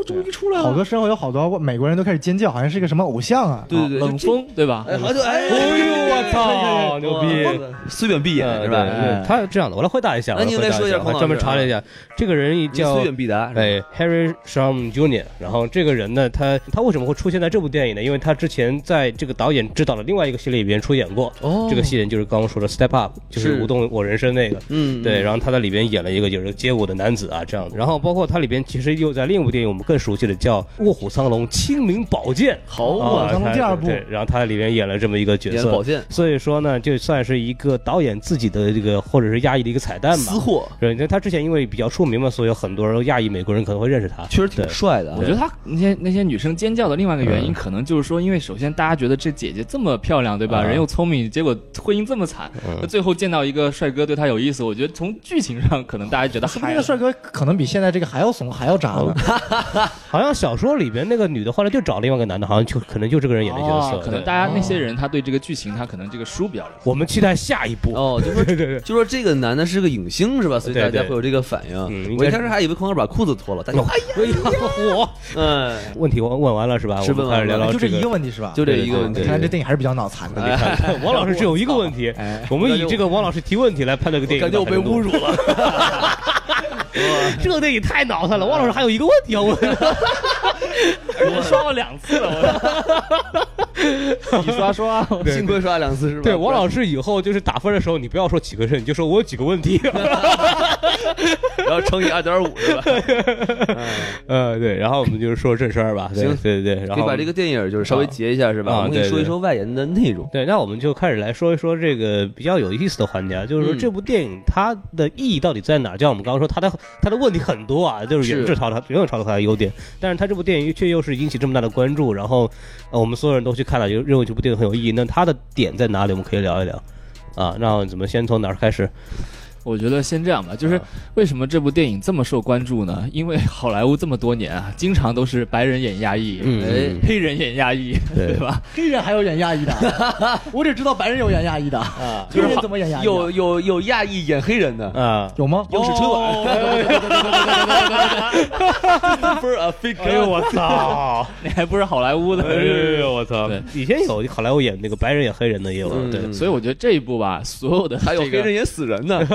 终于出来了，好多身后有好多美国人都开始尖叫，好像是一个什么偶像啊。对对对，冷就这，风对吧？嗯哎，好久，哎，哎呦我操牛啊逼！嗯虽远必眼是吧？嗯哎对他是这样的，我来回答一下。那你我回答来说一下我孔老还师啊专门查了一下，这个人你叫虽远必达，是吧哎 Harry Shum Jr.，然后这个人呢，他他为什么会出现在这部电影呢？因为他之前在这个导演执导的另外一个系列里边出演过，哦这个戏人就是刚刚说的 Step Up，就是是舞动我人生那个。嗯，对，后然后他在里边演了一个就是街舞的男子啊，这样子。然后包括他里边其实又在另一部电影我们更熟悉的叫《卧虎藏龙：清明宝剑》好啊，啊，藏龙他哦第二部对，然后他在里边演了这么一个角演色，宝剑所以说呢，就算是一个导演自己的这个或者是亚裔的一个彩蛋吧私。货，对，因为他之前因为比较出名嘛，所以有很多人亚裔美国人可能会认识他。确实挺对帅的啊。我觉得她那些那些女生尖叫的另外一个原因，可能就是说，因为首先大家觉得这姐姐这么漂亮，对吧？嗯人又聪明，结果婚姻这么惨，那最后见到一个帅哥对她有意思，我觉得从剧情上可能大家觉得说不定嗨那 (laughs) 了。帅哥可能比现在这个还要怂，还要渣哦呢。好像小说里边那个女的后来就找另外一个男的，好像就可能就这个人演的角色。哦可能对大家那些人他对这个剧情，他可能这个书比较了解。我们期待下一部。哦，就说对对对。就说这个男的是个影星是吧？所以对大家对会有这个反应。嗯应我该一是开始还以为空哥把裤子脱了，大家哎呀，哎呀，我嗯，问题问问完了是吧？是我们问开完始聊了聊就这这一个问题是吧？就这一个问题哎看。来这电影还是比较脑残的。 (laughs) 王老师只有一个问题，我们以这个王老师提问题来判断这个电影，感觉我被侮。辱了。 (laughs) 这个电影太脑残了，王老师还有一个问题要问。 (laughs) 我刷了两次了，我你 (laughs) 刷刷。幸亏刷两次是吧？对，王老师以后就是打分的时候，你不要说几个是，你就说我有几个问题。 (laughs) 然后乘以二点五是吧？呃，对，然后我们就是说正事儿吧。对行对对对，然可以后把这个电影就是稍微截一下是吧？啊我们可以对说一对说外延的内容。对，那我们就开始来说一说这个比较有意思的环节啊，就是说嗯这部电影它的意义到底在哪儿？就像我们刚刚说，它的它的问题很多啊，就是是远远超它远远超出它的优点，但是它这部电影却又是引起这么大的关注，然后呃我们所有人都去看了，就认为这部电影很有意义。那它的点在哪里？我们可以聊一聊。啊，那怎么先从哪儿开始？我觉得先这样吧，就是为什么这部电影这么受关注呢？因为好莱坞这么多年啊，经常都是白人演亚裔，呃哎，黑人演亚裔， (laughs) 对吧？黑人还有演亚裔的， (laughs) 我只知道白人有演亚裔的，黑人怎么演亚裔的？啊有有有亚裔演黑人的啊，有吗？哦又是春晚，Super Africa，哎呦我 (laughs) 操！那还不是好莱坞的。哎呦我操对！以前有好莱坞演那个白人演黑人的也有，嗯对，所以我觉得这一部吧，所有的还有这黑个人演死人呢，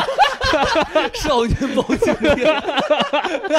(laughs) 少年包青天，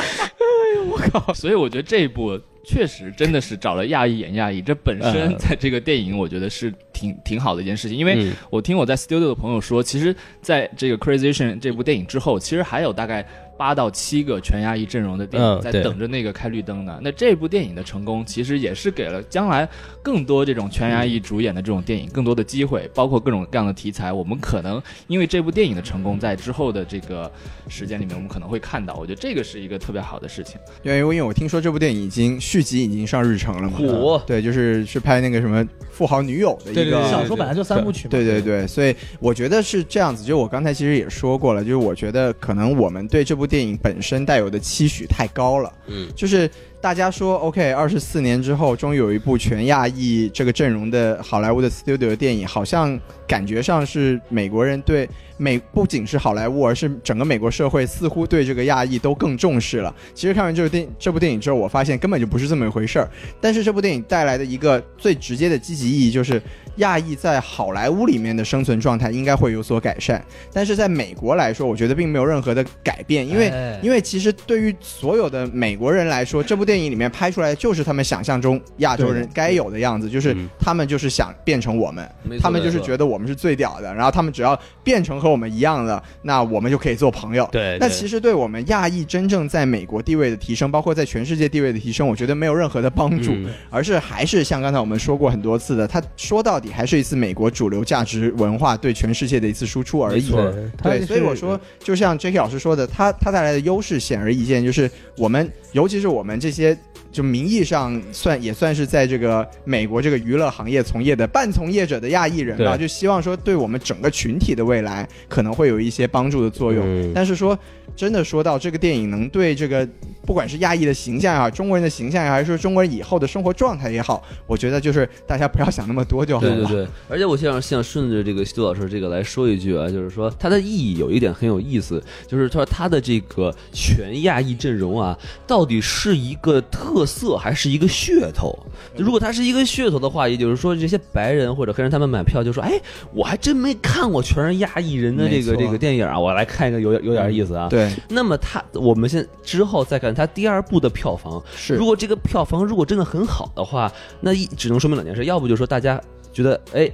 (laughs) 所以我觉得这一部确实真的是找了亚裔演亚裔，这本身嗯在这个电影我觉得是挺挺好的一件事情。因为嗯我听我在 studio 的朋友说，其实在这个 Crazy Asian 这部电影之后，其实还有大概。八到七个全亚裔阵容的电影嗯在对等着那个开绿灯呢。那这部电影的成功，其实也是给了将来更多这种全亚裔主演的这种电影更多的机会，包括各种各样的题材。我们可能因为这部电影的成功，在之后的这个时间里面，我们可能会看到。我觉得这个是一个特别好的事情。因为因为我听说这部电影已经续集已经上日程了嘛，火对，就是是拍那个什么富豪女友的一个对对对小说本来就三部曲嘛，对对对，所以我觉得是这样子。就我刚才其实也说过了，就是我觉得可能我们对这部电影本身带有的期许太高了。嗯，就是大家说 OK，二十四年之后，终于有一部全亚裔这个阵容的好莱坞的 studio 电影，好像感觉上是美国人对美不仅是好莱坞，而是整个美国社会似乎对这个亚裔都更重视了。其实看完这部电这部电影之后，我发现根本就不是这么一回事儿。但是这部电影带来的一个最直接的积极意义就是，亚裔在好莱坞里面的生存状态应该会有所改善。但是在美国来说，我觉得并没有任何的改变，因为、哎因为其实对于所有的美国人来说，这部电影里面拍出来的就是他们想象中亚洲人该有的样子，就是嗯他们就是想变成我们，没错他们就是没错觉得我们是最屌的，然后他们只要变成和我们一样的，那我们就可以做朋友。对那其实对我们亚裔真正在美国地位的提升，包括在全世界地位的提升，我觉得没有任何的帮助，嗯而是还是像刚才我们说过很多次的，它说到底还是一次美国主流价值文化对全世界的一次输出而已。对，它对，就是所以我说，就像 J.K. 老师说的，他他带来的优势显而易见，就是我们，尤其是我们这些就名义上算也算是在这个美国这个娱乐行业从业的半从业者的亚裔人吧，对就希望说对我们整个群体的未来可能会有一些帮助的作用。嗯但是说真的，说到这个电影能对这个不管是亚裔的形象也好，中国人的形象也好，还是说中国人以后的生活状态也好，我觉得就是大家不要想那么多就好了。对 (laughs) 对对，而且我想想顺着这个杜老师这个来说一句啊，就是说它的意义有一点很有意思，就是说它的这个全亚裔阵容啊，到底是一个特色还是一个噱头？如果它是一个噱头的话，也就是说这些白人或者黑人他们买票就说，哎，我还真没看过全是亚裔人的这个没错嗯这个电影啊，我来看一个有有点意思啊。对，那么它我们现之后再看它第二部的票房，是如果这个票房如果真的很好的话，那一只能说明两件事，要不就是说大家觉得哎。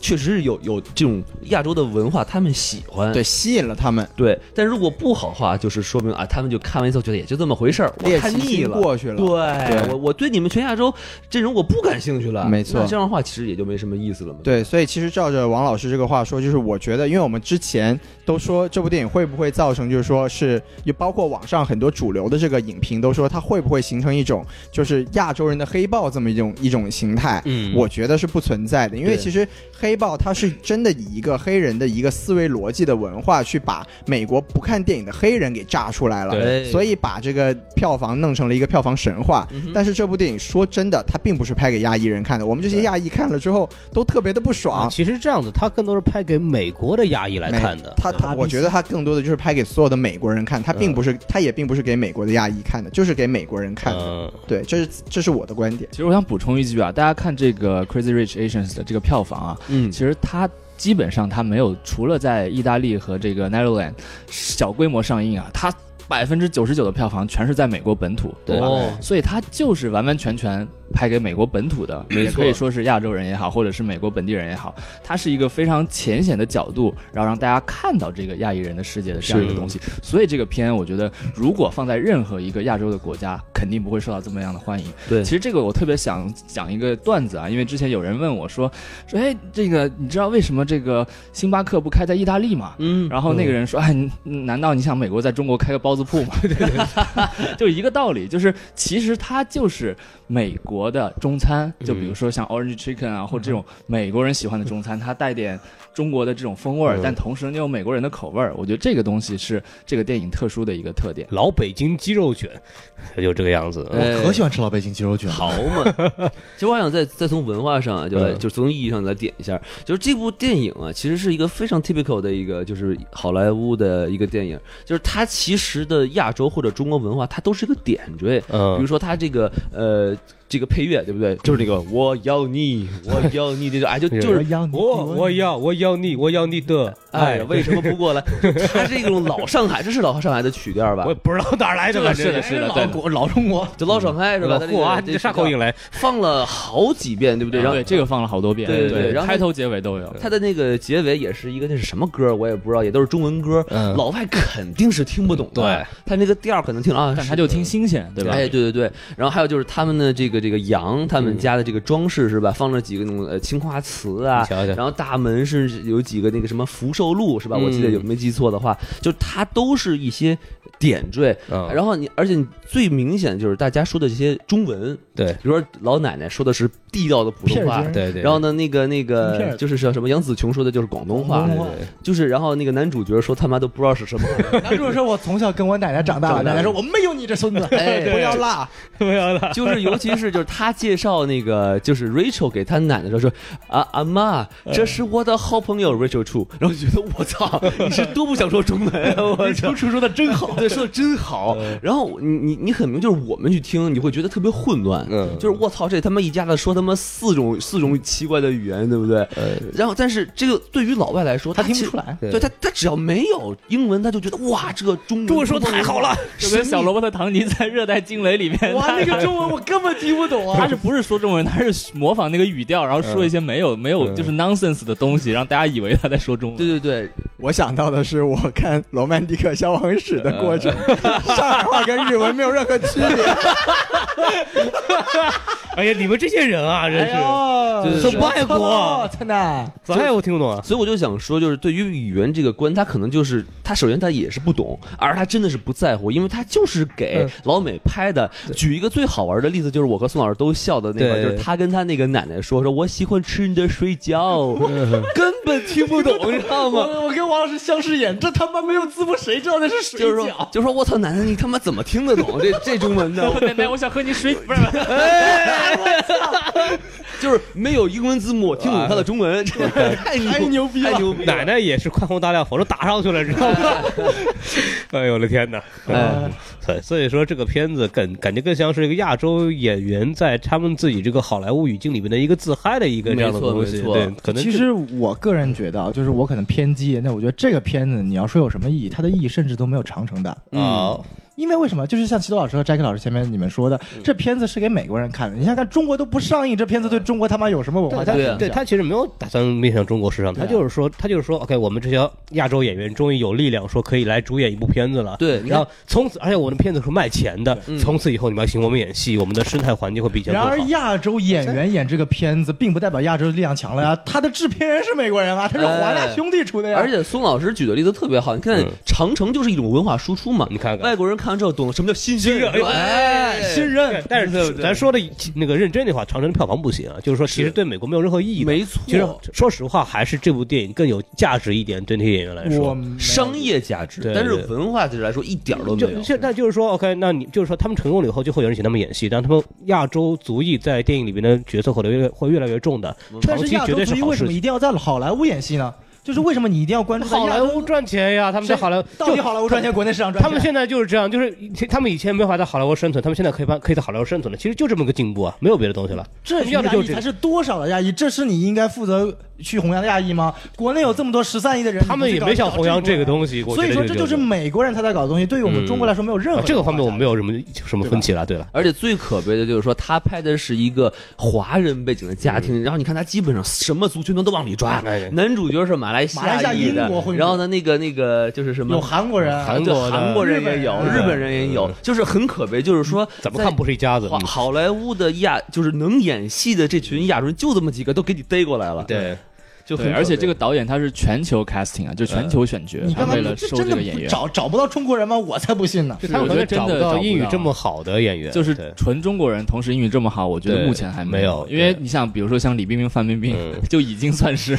确实是有有这种亚洲的文化，他们喜欢对吸引了他们。对但如果不好的话，就是说明啊，他们就看完之后觉得也就这么回事儿，我猎看奇腻心了，过去了对，对我我对你们全亚洲阵容我不感兴趣了，没错那这样的话其实也就没什么意思了嘛。对，所以其实照着王老师这个话说，就是我觉得，因为我们之前都说这部电影会不会造成，就是说是，也包括网上很多主流的这个影评都说，它会不会形成一种就是亚洲人的黑豹这么一种一种形态？嗯我觉得是不存在的，因为对其实黑豹它是真的以一个黑人的一个思维逻辑的文化去把美国不看电影的黑人给炸出来了，对所以把这个票房弄成了一个票房神话。嗯哼但是这部电影说真的，它并不是拍给亚裔人看的，我们这些亚裔看了之后都特别的不爽啊，。其实这样子，它更多是拍给美国的亚裔来美看的。嗯他他，我觉得他更多的就是拍给所有的美国人看，他并不是，他也并不是给美国的亚裔看的，就是给美国人看的。嗯，对，这是这是我的观点。其实我想补充一句啊，大家看这个《Crazy Rich Asians》的这个票房啊，嗯其实它基本上它没有，除了在意大利和这个 Netherlands 小规模上映啊，它百分之九十九的票房全是在美国本土，对吧？哦所以它就是完完全全拍给美国本土的，没错也可以说是亚洲人也好，或者是美国本地人也好，它是一个非常浅显的角度，然后让大家看到这个亚裔人的世界的这样一个东西。嗯所以这个片，我觉得如果放在任何一个亚洲的国家，肯定不会受到这么样的欢迎。对其实这个我特别想讲一个段子啊，因为之前有人问我说，说哎，这个你知道为什么这个星巴克不开在意大利吗？嗯然后那个人说：“哎，你难道你想美国在中国开个包子铺 (laughs) 吗？” (laughs) 就一个道理，就是其实它就是美国的中餐，嗯就比如说像 Orange Chicken 啊，或者这种美国人喜欢的中餐，它带点中国的这种风味儿嗯，但同时呢又有美国人的口味儿。我觉得这个东西是这个电影特殊的一个特点。老北京鸡肉卷 (laughs) 就这个样子。呃哎我可喜欢吃老北京鸡肉卷了。好 (laughs) 嘛，其实我还想再再从文化上啊，就来嗯就从意义上来点一下，就是这部电影啊，其实是一个非常 typical 的一个，就是好莱坞的一个电影，就是它其实的亚洲或者中国文化，它都是个点缀。比如嗯，说它这个呃这 (laughs) (laughs) 个配乐，对不对？就是那个我要你，我要你这种，哎，就就是要你我我要我要你，我要你的哎爱。呀，为什么不 (laughs) 过来？它是一种老上海，这是老上海的曲调吧我也？不知道哪儿来的，这反个正是的是的老对的国老中国，就老上海是吧？它嚯啊，这你个这啥口音？来？放了好几遍，对不对？然后对这个放了好多遍，对对对对然后开头结尾都有。它的那个结尾也是一个那是什么歌，我也不知道，也都是中文歌，嗯老外肯定是听不懂的。对，他那个调儿可能听啊，但是他就听新鲜，对吧？哎，对对对，然后还有就是他们的这个这个羊，他们家的这个装饰是吧？放了几个那种呃青花瓷啊嗯你，瞧瞧然后大门是有几个那个什么福寿禄是吧？我记得嗯有没记错的话，就它都是一些点缀。嗯然后你，而且你最明显就是大家说的这些中文，对比如说老奶奶说的是地道的普通话片儿，对对，然后呢，那个那听片个儿就是说什么杨紫琼说的就是广东话广，东话就是然后那个男主角说他妈都不知道是什么，男主说：“我从小跟我奶奶长大了，长大奶了奶说我没有你这孙 (laughs) 子，哎不要辣。不要 (laughs) 了，就是尤其是就是他介绍那个就是 Rachel 给他奶奶说说啊阿妈，这是我的好朋友 Rachel 处，然后就觉得我操，你是多不想说中文啊，我操。楚说的真好。嗯对，说的真好。 (laughs) 然后你你你很明，就是我们去听，你会觉得特别混乱。嗯就是我操，这他妈一家子说他妈四种四种奇怪的语言，对不对？嗯然后，但是这个对于老外来说，他他听不其实出来对他他只要没有英文，他就觉得哇，这个中文中文说太好了，就跟小罗伯特·唐尼在《热带惊雷》里面，哇，他啊那个中文我根本听不懂啊哦他！是不是说中文？他是模仿那个语调，然后说一些没有没有就是 nonsense 的东西，让大家以为他在说中文。对对对，我想到的是我看《罗曼蒂克消亡史》的过程，呃 (laughs) 上海话跟日文没有任何区别。哎呀，你们这些人啊，真是，对呦对很对不爱国，真的。咋也我听不懂啊？ (laughs) 所以我就想说，就是对于语言这个关，他可能就是他首先他也是不懂，而他真的是不在乎，因为他就是嗯给老美拍的。举一个最好玩的例子，就是我和宋老师都笑的那个，对就是他跟他那个奶奶说说，我喜欢吃你的水饺，嗯 (laughs) 根本听不懂，你知道吗？我我跟王老师相视眼，这他妈没有字幕，谁知道那是 (laughs) 水就是说，就是说我操，奶奶你他妈怎么听得懂这这中文呢？奶奶，我想喝你水，不是不是， (laughs) 就是没有英文字幕，我听不懂他的中文，这 (laughs) 太牛太牛逼了，太牛逼了！奶奶也是宽宏大量，否则打上去了，知道吗？哎呦我的天哪！嗯哎，所以所以说这个片子感感觉更像是一个亚洲演员在他们自己这个好莱坞语境里面的一个自嗨的一个这样的东西，没错对没，可能其这实我个人觉得，啊，就是我可能偏激，但我觉得这个片子你要说有什么意义，它的意义甚至都没有长城大。啊，因为为什么？就是像齐多老师和 Jack 老师前面你们说的，这片子是给美国人看的。你想看中国都不上映，这片子对中国他妈有什么文化对价值对影啊响？对他其实没有打算面向中国市场，他就是说，他就是说，OK，我们这些亚洲演员终于有力量，说可以来主演一部片子了。对你看然后从此，而且我的片子是卖钱的，从此以后你们要请我们演戏，我们的生态环境会比以啊前更然好而，。亚洲演员演这个片子，并不代表亚洲力量强了呀。他的制片人是美国人啊，他是华纳兄弟出的呀。而且宋老师举的例子特别好，你看嗯长城就是一种文化输出嘛，你看看外国人看完之后懂了什么叫新鲜新鲜哎，新对任，但是咱说的那个认真的话，长城的票房不行啊，就是说其实对美国没有任何意义的。没错，其实说实话，还是这部电影更有价值一点，对那些演员来我说。没有商业价值对，但是对文化价值来说一点儿都没有就。现在就是说，OK，那你就是说，他们成功了以后，就会有人请他们演戏，但他们亚洲族裔在电影里面的角色会越会越来越重的，但长是期亚绝洲对足嗯是裔好为什事么情。一定要在好莱坞演戏呢？就是为什么你一定要关注在好亚莱洲坞赚钱呀，他们在好莱坞到底就好莱坞赚钱，国内市场赚他钱？们现在就是这样，就是他们以前没法在好莱坞生存，他们现在可以办可以在好莱坞生存了，其实就这么个进步啊，没有别的东西了。这他们要的亚就裔是这个。才是多少的亚裔？这是你应该负责去弘扬的亚裔吗？国内有这么多十三亿的人，他们也没想弘扬这个西。东西，我所以觉说，得这就是样美国人他在搞的东西，对于我们嗯中国来说没有任啊何这个方面我们没有。有什么什么分歧了，对了。而且最可悲的就是说，他拍的是一个华人背景的家庭，然后你看他基本上什么族群都都往里抓嗯哎呀。男主角是马来西马来西亚裔的英国混，血然后呢，那个那个就是什么有韩国人，啊韩对国的韩国人也有，日日本本人也有，就是很可悲，就是说嗯怎么看不是一家子在。华好莱坞的亚就是能演戏的这群亚洲人就这么几个，都给你逮过来了。，对，就很对，可悲而且这个导演他是全球 casting 啊，就全球选角，嗯你他干嘛为不？了这收真这的个演不员，找找不到中国人吗？我才不信呢！就他他们们可可能找能找不不到到英英语语这这么么好的演员，就是纯中国人，同时英语这么好，我觉得对目前还有，没有因为你想，比如说像李冰冰、范冰冰，嗯 (laughs) 就已经算是，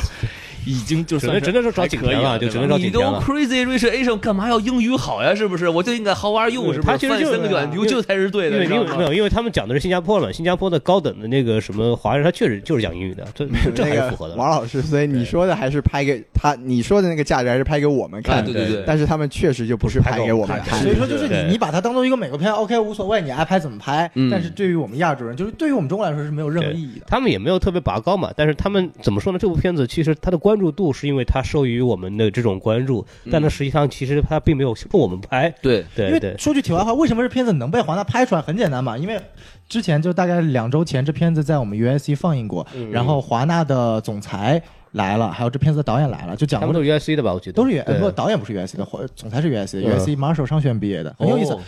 已经就只算能是只能说找还景可以甜了，了，就只对吧能找你景都甜了。 Crazy Rich Asian 干嘛要英语好呀？是不是？我就应该 How are you？对是他不其是？翻实译就是三个短啊流就才是对因的，为你知因道为没吗？有，因为他们讲的是新加坡嘛，新加坡的高等的那个什么华人，他确实就是讲英语的，嗯这 (laughs) 这还是符合的。王老师，所以你说的还是拍给他，你说的那个价值还是拍给我们哎，看对啊的，对对。但是他们确实就不是不是拍拍给给我我们们看看所的以。说，就是对你你把它当做一个美国片，OK 无所谓，你爱拍怎么拍。嗯但是对于我们亚洲人，就是对于我们中国来说是没有任何对意义的。他们也没有特别拔高嘛，但是他们怎么说呢？这部片子其实它的关关注度是因为它受于我们的这种关注，但它实际上其实它并没有冲我们拍。对，因对为对，说句题外话，为什么这片子能被华纳拍出来？很简单嘛，因为之前就大概两周前，这片子在我们 USC 放映过，嗯然后华纳的总裁来了，还有这片子的导演来了，就讲他过们都是 USC 的吧？我觉得都是 U，对不，导演不是 USC 的，华总裁是 USC 的嗯，USC Marshall 商学院毕业的，很有意思哦。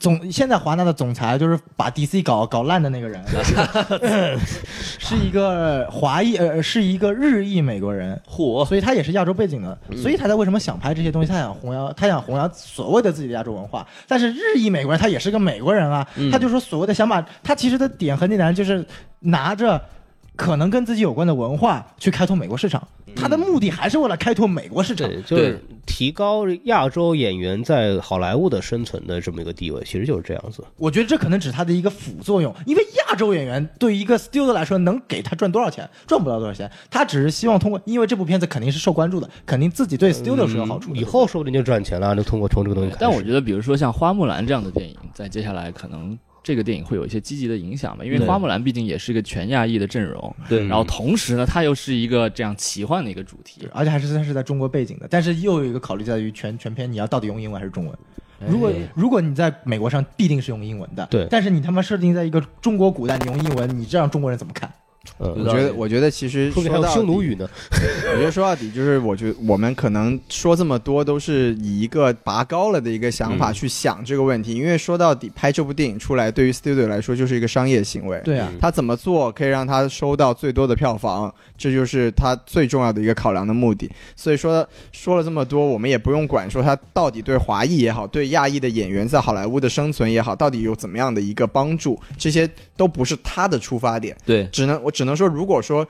总现在华纳的总裁就是把 DC 搞搞烂的那个人， (laughs) 是一个华裔，呃，是一个日裔美国人，嚯，哦所以他也是亚洲背景的，嗯所以他在为什么想拍这些东西？他想弘扬，他想弘扬所谓的自己的亚洲文化。但是日裔美国人他也是个美国人啊，嗯他就说所谓的想把他其实的点很简单，就是拿着。可能跟自己有关的文化去开拓美国市场，他的目的还是为了开拓美国市场。嗯对，就是提高亚洲演员在好莱坞的生存的这么一个地位，其实就是这样子。我觉得这可能只是他的一个副作用，因为亚洲演员对于一个 studio 来说，能给他赚多少钱，赚不了多少钱。他只是希望通过，因为这部片子肯定是受关注的，肯定自己对 studio 是有好处的。呃嗯以后说不定就赚钱了，就通过从这个东西开始。但我觉得，比如说像《花木兰》这样的电影，在接下来可能这个电影会有一些积极的影响吧，因为《花木兰》毕竟也是一个全亚裔的阵容，嗯对然后同时呢，它又是一个这样奇幻的一个主题。而且还是算是在中国背景的，但是又有一个考虑在于全全片你要到底用英文还是中文。如果如果你在美国上必定是用英文的，对但是你他妈设定在一个中国古代你用英文，你这让中国人怎么看？有我嗯，道觉理得，我觉得其实说不定还说有到匈奴底语呢。我觉得说到底就是，我觉得我们可能说这么多，都是以一个拔高了的一个想嗯法去想这个问题，因为说到底，拍这部电影出来，对于 studio 来说就是一个商业行为。嗯对啊，他怎么做可以让他收到最多的票房，这就是他最重要的一个考量的目的。所以说说了这么多，我们也不用管说他到底对华裔也好，对亚裔的演员在好莱坞的生存也好，到底有怎么样的一个帮助，这些都不是他的出发点。对，只能我只能说，如果说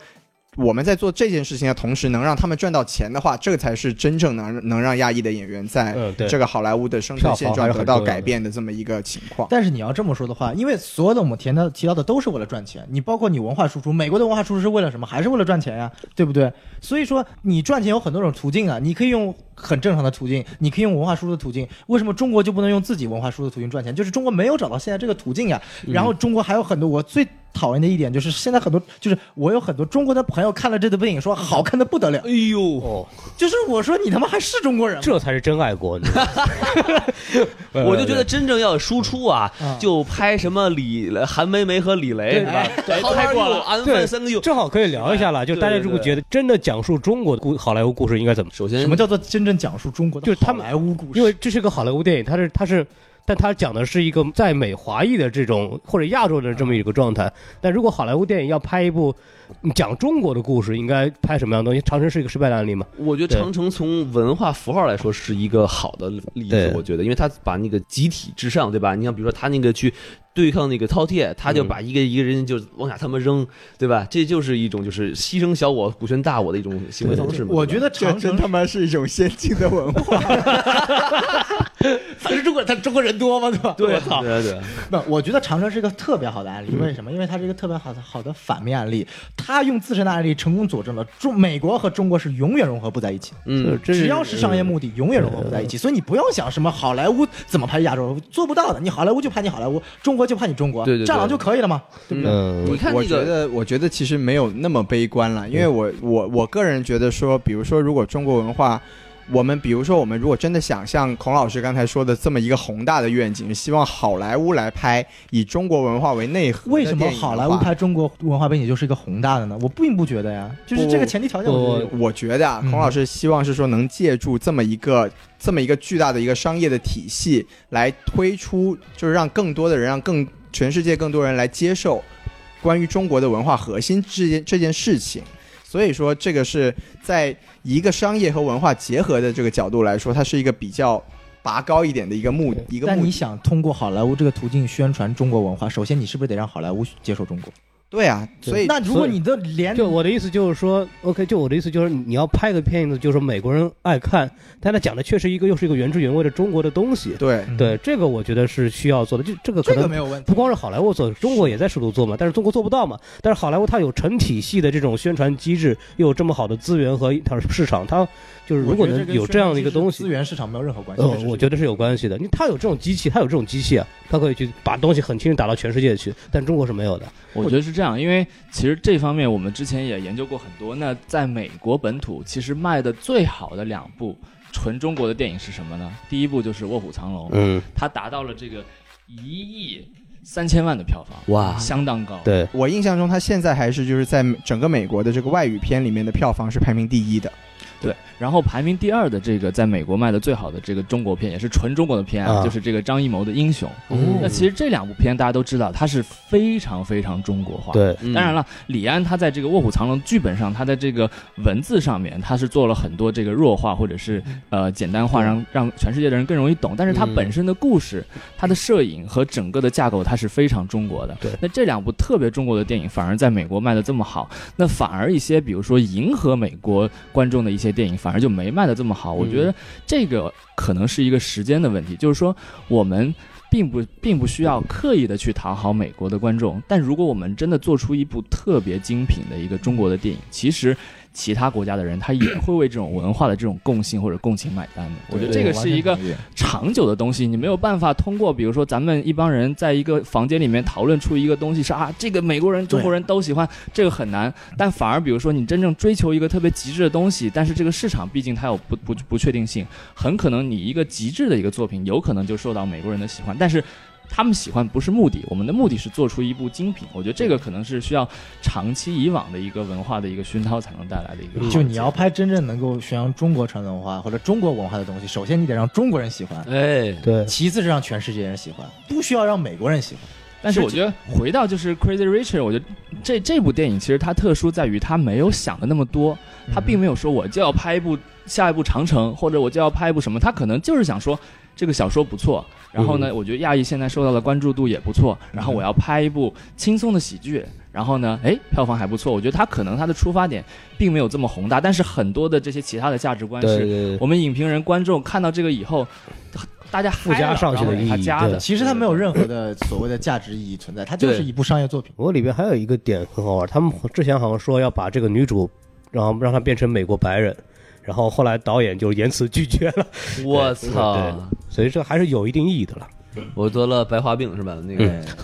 我们在做这件事情的同时能让他们赚到钱的话，这个才是真正能能让亚裔的演员在嗯，对，这个个好莱坞的生存现状得到改变的这么一个情况。但是你要这么说的话，因为所有的我们提到提到的都是为了赚钱，你包括你文化输出，美国的文化输出是为了什么？还是为了赚钱呀，对不对？所以说你赚钱有很多种途径啊，你可以用很正常的途径，你可以用文化输出的途径，为什么中国就不能用自己文化输出的途径赚钱？就是中国没有找到现在这个途径呀。嗯然后中国还有很多我最讨厌的一点就是现在很多就是我有很多中国的朋友看了这部电影说好看的不得了，哎呦，哦，就是我说你他妈还是中国人吗？这才是真爱国，你知道 (laughs) 吗我就觉 (laughs) 得真正要输出啊嗯，就拍什么李韩梅梅和李雷对是吧？对好拍过了，了安对哎分三个 U。正好可以聊一下了。就大家如果觉得真的讲述中国的故好莱坞故事应该怎么说，首先什么叫做真正讲述中国的就是他好们莱坞故事？因为这是个好莱坞电影，它是它是，但它讲的是一个在美华裔的这种或者亚洲人这么一个状态。但如果好莱坞电影要拍一部讲中国的故事，应该拍什么样的东西？长城是一个失败的案例嘛？我觉得对长城从文化符号来说是一个好的例子对，我觉得，因为他把那个集体至上，对吧？你像比如说他那个去对抗那个饕餮，他就把一个一个人就往下他们扔，对吧？这就是一种就是牺牲小我，顾全大我的一种行为方式嘛。我觉得得这长城真他妈是一种先进的文化，反正中国人，他 (laughs) 中国人多吗？对吧？对我操！嗯对对，不，我觉得长城是一个特别好的案例。为什么？因为它是一个特别好的好的反面案例，它用自身的案例成功佐证了中美国和中国是永远融合不在一起的。嗯，这只要是商业目的，永远融合不在一起。所以你不用想什么好莱坞怎么拍亚洲，做不到的。你好莱坞就拍你好莱坞，中国就拍你中国，对对对战狼就可以了嘛。你嗯，看我那觉个，得，我觉得其实没有那么悲观了，因为我我我个人觉得说，比如说，如果中国文化，我们比如说，我们如果真的想像孔老师刚才说的这么一个宏大的愿景，希望好莱坞来拍以中国文化为内核，为什么好莱坞拍？中国文化背景就是一个宏大的呢？我并不觉得呀，就是这个前提条件，我觉得有我觉得啊，嗯孔老师希望是说能借助这么一个、这么一个巨大的一个商业的体系来推出，就是让更多的人，让更全世界更多人来接受关于中国的文化核心这件这件事情。所以说，这个是在一个商业和文化结合的这个角度来说，它是一个比较拔高一点的一个目一个但目你的。想通过好莱坞这个途径宣传中国文化，首先你是不是得让好莱坞接受中国？对啊，所以那如果你的连就我的意思就是说，OK，就我的意思就是你要拍个片子，就是美国人爱看，但他讲的却是一个又是一个原汁原味的中国的东西。对嗯对，这个我觉得是需要做的，就这个可这能个没有问题。不光是好莱坞做，中国也在试图做嘛，但是中国做不到嘛。但是好莱坞它有成体系的这种宣传机制，又有这么好的资源和它市场，它就是如果能有这样的一个东资西，源市场没有任何关系。呃，我觉得是有关系的。因为它有这种机器，它有这种机器啊，它可以去把东西很轻易打到全世界去，但中国是没有的。我觉得是这样，因为其实这方面我们之前也研究过很多。那在美国本土，其实卖的最好的两部纯中国的电影是什么呢？第一部就是《卧虎藏龙》，嗯，它达到了这个一亿三千万的票房，哇相当高。啊对，我印象中，它现在还是就是在整个美国的这个外语片里面的票房是排名第一的。对，然后排名第二的这个在美国卖的最好的这个中国片，也是纯中国的片啊哦就是这个张艺谋的《英雄》。那其实这两部片大家都知道，它是非常非常中国化。。对，嗯当然，了，李安他在这个《卧虎藏龙》剧本上，他在这个文字上面，他是做了很多这个弱化或者是呃简单化，让让全世界的人更容易懂。但是它嗯本身的故事、它的摄影和整个的架构，它是非常中国的。对那这两部特别中国的电影，反而在美国卖的这么好，那反而一些比如说迎合美国观众的一些电影，反而就没卖的这么好。我觉得这个可能是一个时间的问题，就是说我们并不并不需要刻意的去讨好美国的观众，但如果我们真的做出一部特别精品的一个中国的电影，其实其他国家的人他也会为这种文化的这种共性或者共情买单的。我觉得这个是一个嗯长久的东西，你没有办法通过比如说咱们一帮人在一个房间里面讨论出一个东西是啊，这个美国人、中国人都喜欢，这个很难。嗯但反而比如说你真正追求一个特别极致的东西，但是这个市场毕竟它有不不不确定性，很可能你一个极致的一个作品，有可能就受到美国人的喜欢，但是。他们喜欢不是目的，我们的目的是做出一部精品。我觉得这个可能是需要长期以往的一个文化的一个熏陶才能带来的一嗯个。就你要拍真正能够宣扬中国传统文化或者中国文化的东西，首先你得让中国人喜欢，哎，对，其次是让全世界人喜欢，不需要让美国人喜欢。但是我觉得回到就是 Crazy Richard，我觉得这这部电影其实它特殊在于它没有想的那么多，嗯它并没有说我就要拍一部下一部长城，或者我就要拍一部什么，它可能就是想说这个小说不错，然后嗯呢，我觉得亚裔现在受到的关注度也不错，然后我要拍一部轻松的喜剧，然后呢，哎，票房还不错，我觉得它可能它的出发点并没有这么宏大，但是很多的这些其他的价值观对对是对我们影评人观众看到这个以后，大家附加上去的的意义他加呃对其实它没有任何的所谓的价值意义存在，它就是对一部商业作品。不过里边还有一个点很好玩，他们之前好像说要把这个女主，然后让她变成美国白人，然后后来导演就严词拒绝了，嗯我对操，所以这还是有一定意义的了。我得了白化病是吧？那嗯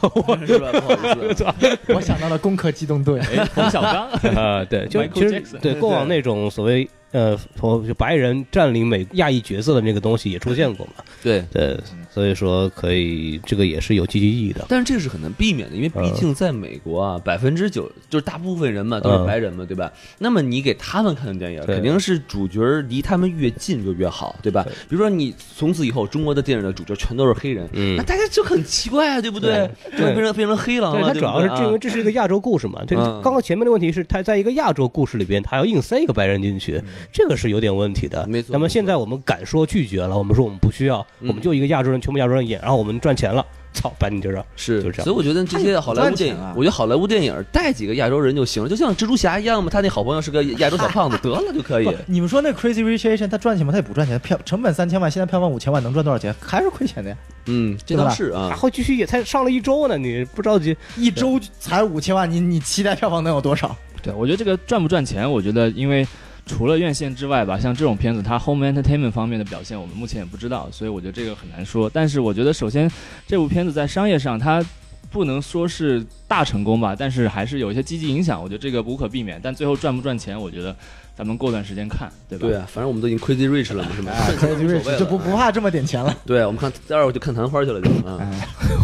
个 (laughs) 是吧？不好意 (laughs) 思，我想到了《攻壳机动队》哎，冯小刚。啊、对，就 Michael 其实 Jackson 对过往那种所谓呃，从就白人占领美亚裔角色的那个东西也出现过嘛，对。对，所以说可以这个也是有积极意义的。但是这个是很难避免的，因为毕竟在美国嗯啊，百分之九就是大部分人嘛都是白人嘛，对吧？那么你给他们看的电影，对肯定是主角离他们越近就越好，对吧？比如说你从此以后中国的电影的主角全都是黑人，嗯那大家就很奇怪啊，对不对？就变成变成黑狼对，了，它对主要是不对这因为啊这是一个亚洲故事嘛。这嗯刚刚前面的问题是，它在一个亚洲故事里边，它要硬塞一个白人进去，这个是有点问题的。嗯没错那么没错嗯现在我们敢说拒绝了，我们说我们不需要，我们就一个亚洲人，全部亚洲人演，然后我们赚钱了，操，把你这是是就这样所以我觉得这些好莱坞电赚钱影，啊我觉得好莱坞电影带几个亚洲人就行了，就像蜘蛛侠一样嘛，他那好朋友是个亚洲小胖子，得了就可以不。， (laughs) 你们说那 Crazy Rich Asian 他赚钱吗？他也不赚钱，票成本三千万，现在票房五千万，能赚多少钱？还是亏钱的呀。嗯，这对倒吧是然啊，后继续也才上了一周呢，你不着急，一周才五千万，你你期待票房能有多少？对，我觉得这个赚不赚钱，我觉得因为除了院线之外吧，像这种片子，它 home entertainment 方面的表现，我们目前也不知道，所以我觉得这个很难说。但是我觉得，首先这部片子在商业上，它不能说是大成功吧，但是还是有一些积极影响，我觉得这个无可避免。但最后赚不赚钱，我觉得咱们过段时间看，对吧？对啊，反正我们都已经 crazy rich 了嘛，是吗哎 (laughs)，Crazy 无所谓 Rich 了就不不怕这么点钱了。对，我们看待会儿我就看昙花去了就啊。哎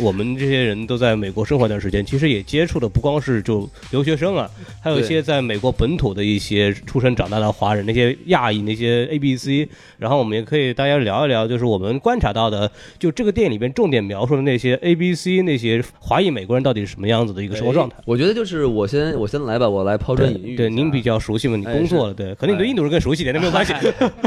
我们这些人都在美国生活一段时间，其实也接触的不光是就留学生啊，还有一些在美国本土的一些出生长大的华人，那些亚裔，那些 A B C。然后我们也可以大家聊一聊，就是我们观察到的，就这个电影里边重点描述的那些 A B C 那些华裔美国人到底是什么样子的一个生活状态。我觉得就是我先我先来吧，我来抛砖引玉一对下。对，您比较熟悉嘛？你哎工作是哎了，对，可能你对印度人更熟悉一点，那没有关系。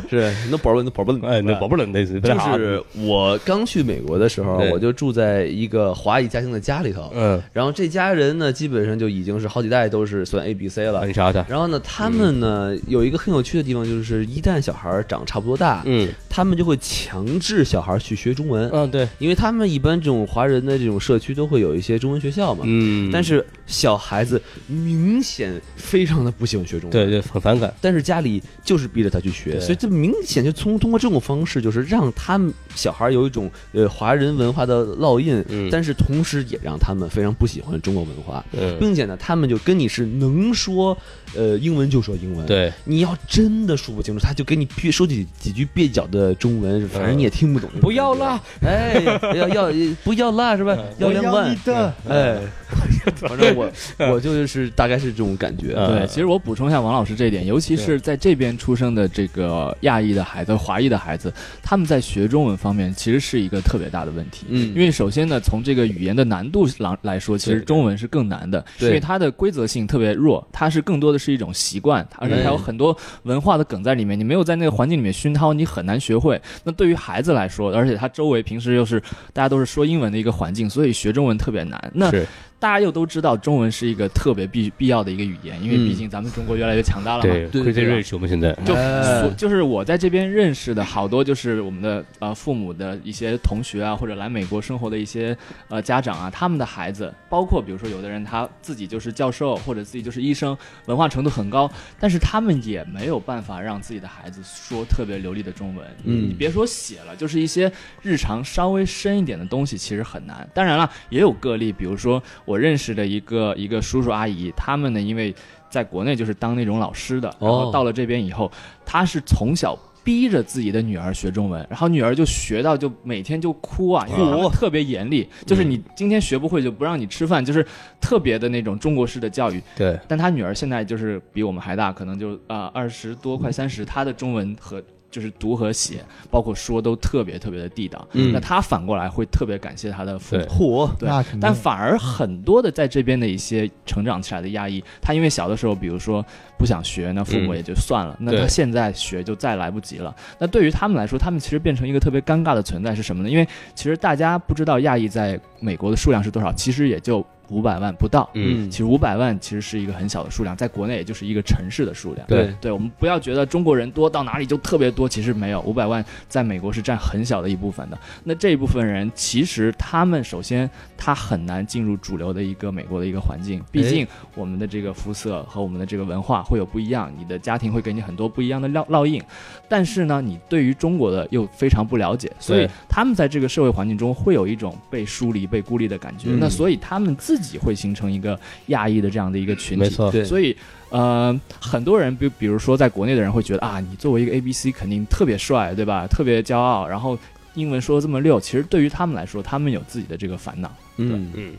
是啊 (laughs) 那宝贝那宝贝 (laughs) 哎，那宝贝儿冷的意思，不太啊就好是我刚去美国的时候对，我就住在一个华裔家庭的家里头，嗯，然后这家人呢，基本上就已经是好几代都是算 A B C 了很。啥的，然后呢，他们呢有一个很有趣的地方，就是一旦小孩长差不多大，嗯他们就会强制小孩去学中文，嗯，对，因为他们一般这种华人的这种社区都会有一些中文学校嘛。嗯，但是小孩子明显非常的不喜欢学中文，对对，很反感。但是家里就是逼着他去学，对所以这明显就通通过这种方式，就是让他们小孩有一种呃华人文化的烙印，嗯但是同时也让他们非常不喜欢中国文化，嗯，并且呢，他们就跟你是能说呃英文就说英文，，对，你要真的说不清楚，他就给你别说几几句蹩脚的中文，反正你也听不懂，不要啦，哎， (laughs) 要要不要啦是吧？ (laughs) 呃要两万，嗯的哎， (laughs) 反正我我就是大概是这种感觉， (laughs) 嗯对，其实我补充一下王老师这一点，尤其是在这边出生的这个亚裔的孩子、华裔的孩子，他们在学中文方面其实是一个特别大的问题。嗯因为首先呢，从这个语言的难度来来说，其实中文是更难的，对因为它的规则性特别弱，它是更多的是一种习惯，而且它有很多文化的梗在里面。你没有在那个环境里面熏陶，你很难学会。那对于孩子来说，而且他周围平时又是大家都是说英文的一个环境，所以学中文特别难。那是大家又都知道中文是一个特别必必要的一个语言，因为嗯毕竟咱们中国越来越强大了嘛。对对 Crazy 对 Rich 我们现在就哎所就是我在这边认识的好多，就是我们的呃父母的一些同学啊，或者来美国生活的一些呃家长啊，他们的孩子，包括比如说有的人他自己就是教授，或者自己就是医生，文化程度很高，但是他们也没有办法让自己的孩子说特别流利的中文。嗯你别说写了，就是一些日常稍微深一点的东西，其实很难。当然了，也有个例，比如说我认识的一个一个叔叔阿姨，他们呢因为。在国内就是当那种老师的，然后哦到了这边以后，他是从小逼着自己的女儿学中文，然后女儿就学到就每天就哭啊，因为他们特别严厉，嗯就是你今天学不会就不让你吃饭，就是特别的那种中国式的教育。对但他女儿现在就是比我们还大，可能就啊二十多快三十，她的中文和就是读和写，包括说都特别特别的地道。嗯那她反过来会特别感谢她的父母嚯，对对。那肯定但反而很多的在这边的一些成长起来的压抑，他因为小的时候，比如说不想学，那父母嗯也就算了，那对他现在学就再来不及了。那对于他们来说，他们其实变成一个特别尴尬的存在是什么呢？因为其实大家不知道亚裔在美国的数量是多少，其实也就五百万不到。嗯其实五百万其实是一个很小的数量，在国内也就是一个城市的数量。对对我们不要觉得中国人多到哪里就特别多，其实没有，五百万在美国是占很小的一部分的。那这一部分人，其实他们首先他很难进入主流的一个美国的一个环境，毕竟我们的这个肤色和我们的这个文化会有不一样，你的家庭会给你很多不一样的烙烙印。但是呢，你对于中国的又非常不了解，所以对他们在这个社会环境中会有一种被疏离、被孤立的感觉。嗯那所以他们自己会形成一个亚裔的这样的一个群体。没错，对所以，呃，很多人，比比如说在国内的人会觉得啊，你作为一个 A B C 肯定特别帅，对吧？特别骄傲，然后英文说得这么溜，其实对于他们来说，他们有自己的这个烦恼。嗯嗯，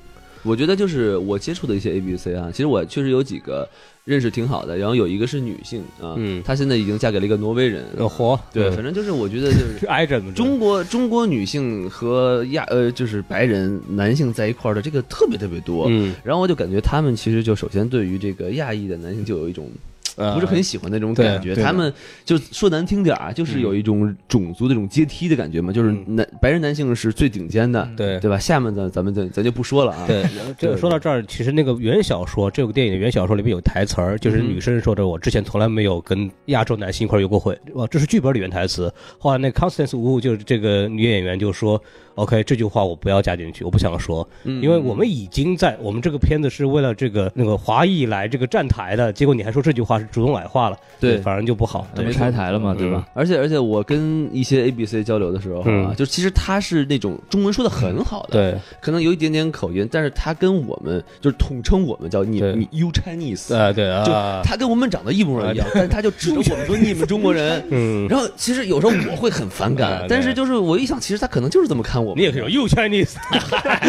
我觉得就是我接触的一些 A B C 啊，其实我确实有几个认识挺好的，然后有一个是女性啊，嗯她现在已经嫁给了一个挪威人，呃活对，嗯反正就是我觉得就是就挨着嘛中国中国女性和亚呃就是白人男性在一块儿的这个特别特别多，嗯然后我就感觉他们其实就首先对于这个亚裔的男性就有一种不不是很喜欢那种啊对啊感觉。对他们就说难听点儿啊，就是有一种种族的这种阶梯的感觉嘛，就是嗯男白人男性是最顶尖的，对对吧？下面的咱们就咱就不说了啊。对，这个说到这儿，其实那个原小说，这个电影的原小说里面有台词儿，就是女生说的：“我之前从来没有跟亚洲男性一块儿约过会。”哇，这是剧本里原台词。后来那 Constance Wu 就是这个女演员就说：“OK，这句话我不要加进去，我不想说，嗯因为我们已经在我们这个片子是为了这个那个华裔来这个站台的，结果你还说这句话是主动矮化了，对反而就不好。”没对，拆台了嘛，嗯对吧？而且而且，我跟一些 A B C 交流的时候啊，嗯就其实他是那种中文说的很好的，对，可能有一点点口音，但是他跟我们就是统称我们叫你对你 you Chinese，、啊，对就啊，他跟我们长得一模一样，但是他就指着我们说你们中国 (laughs) 人。嗯，然后其实有时候我会很反啊感，对但是就是我一想，其实他可能就是这么看我们。你也可以说 “You Chinese”，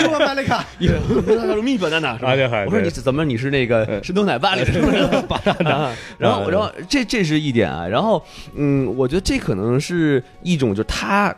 六万麦丽卡，他说秘本在哪？啊对还我说对呃你是怎么你是那个神偷奶爸里 (laughs) 的是不是？啊然后然后这这是一点啊，然后嗯，我觉得这可能是一种就是他。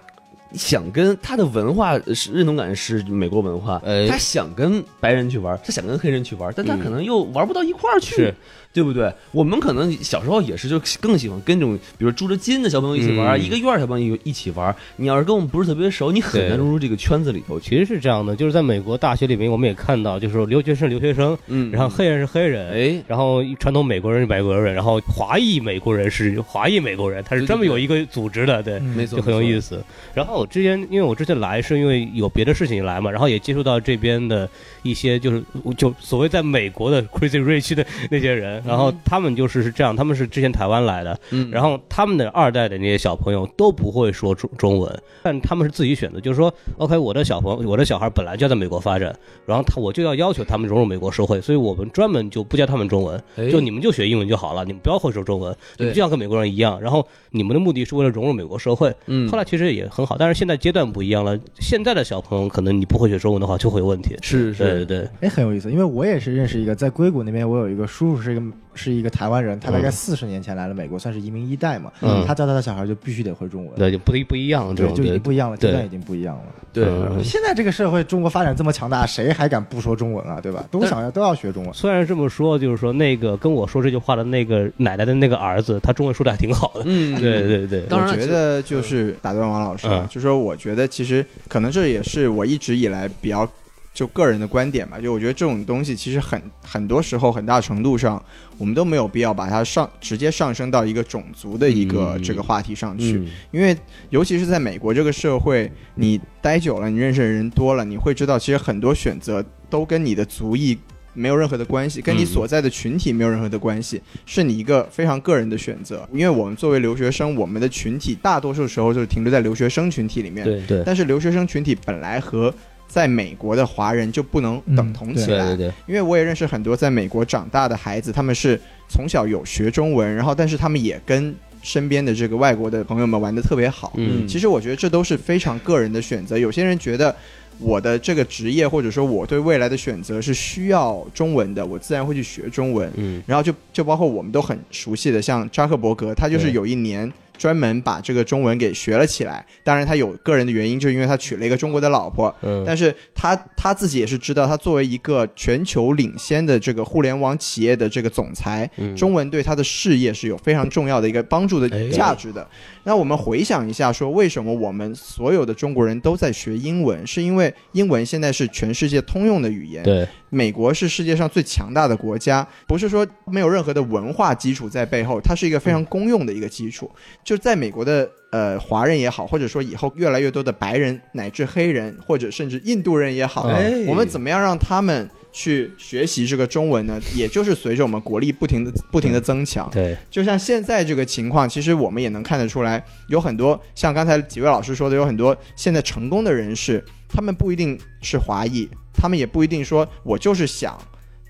想跟他的文化是认同感是美国文化，哎他想跟白人去玩，他想跟黑人去玩，但他可能又玩不到一块儿去，嗯是对不对？我们可能小时候也是，就更喜欢跟这种，比如住着近的小朋友一起玩，嗯一个院儿小朋友一起玩。你要是跟我们不是特别熟，你很对难融入这个圈子里头去。 (laughs) 其实是这样的，就是在美国大学里面，我们也看到，就是说留学生留学生，嗯然后黑人是黑人，哎，然后传统美国人是美国人，然后华裔美国人是华裔美国人，他是专门有一个组织的，对，没错，就很有没错意思。然后我之前，因为我之前来是因为有别的事情来嘛，然后也接触到这边的一些就是就所谓在美国的 Crazy Rich 的那些人，然后他们就是是这样，他们是之前台湾来的，嗯然后他们的二代的那些小朋友都不会说中中文，但他们是自己选择，就是说，OK，我的小朋友我的小孩本来就要在美国发展，然后他我就要要求他们融入美国社会，所以我们专门就不教他们中文，哎就你们就学英文就好了，你们不要会说中文，你们对就像跟美国人一样，然后你们的目的是为了融入美国社会。嗯后来其实也很好，但是现在阶段不一样了，现在的小朋友可能你不会学中文的话就会有问题。是对对是，对，哎，很有意思，因为我也是认识一个在硅谷那边，我有一个叔叔是一个是一个台湾人，他大概四十年前来了美国，算是移民一代嘛。嗯他教他的小孩就必须得会中文，对就不一不一样这对，种就已经对不一样了，对阶段已经不一样了。对，嗯现在这个社会，中国发展这么强大，谁还敢不说中文啊？对吧？都想要都要学中文。虽然这么说，就是说那个跟我说这句话的那个奶奶的那个儿子，他中文说的还挺好的。嗯对对对，当然我觉得嗯就是打断王老师啊嗯，就说我觉得其实可能这也是我一直以来比较就个人的观点吧，就我觉得这种东西其实很很多时候很大程度上我们都没有必要把它上直接上升到一个种族的一个嗯这个话题上去，嗯因为尤其是在美国这个社会，你待久了，你认识的人多了，你会知道，其实很多选择都跟你的族裔没有任何的关系，嗯跟你所在的群体没有任何的关系，是你一个非常个人的选择。因为我们作为留学生，我们的群体大多数时候就是停留在留学生群体里面，对对但是留学生群体本来和在美国的华人就不能等同起来，对对对，因为我也认识很多在美国长大的孩子，他们是从小有学中文，然后但是他们也跟身边的这个外国的朋友们玩的特别好。嗯其实我觉得这都是非常个人的选择。有些人觉得我的这个职业或者说我对未来的选择是需要中文的，我自然会去学中文。嗯然后就就包括我们都很熟悉的，像扎克伯格，他就是对有一年专门把这个中文给学了起来。当然，他有个人的原因，就是因为他娶了一个中国的老婆。嗯但是他他自己也是知道，他作为一个全球领先的这个互联网企业的这个总裁，中文对他的事业是有非常重要的一个帮助的哎价值的。那我们回想一下，说为什么我们所有的中国人都在学英文，是因为英文现在是全世界通用的语言。对美国是世界上最强大的国家，不是说没有任何的文化基础在背后，它是一个非常公用的一个基础。就在美国的呃华人也好，或者说以后越来越多的白人乃至黑人，或者甚至印度人也好，哎我们怎么样让他们去学习这个中文呢？也就是随着我们国力不停的不停的增强，对就像现在这个情况，其实我们也能看得出来，有很多像刚才几位老师说的，有很多现在成功的人士，他们不一定是华裔，他们也不一定说我就是想，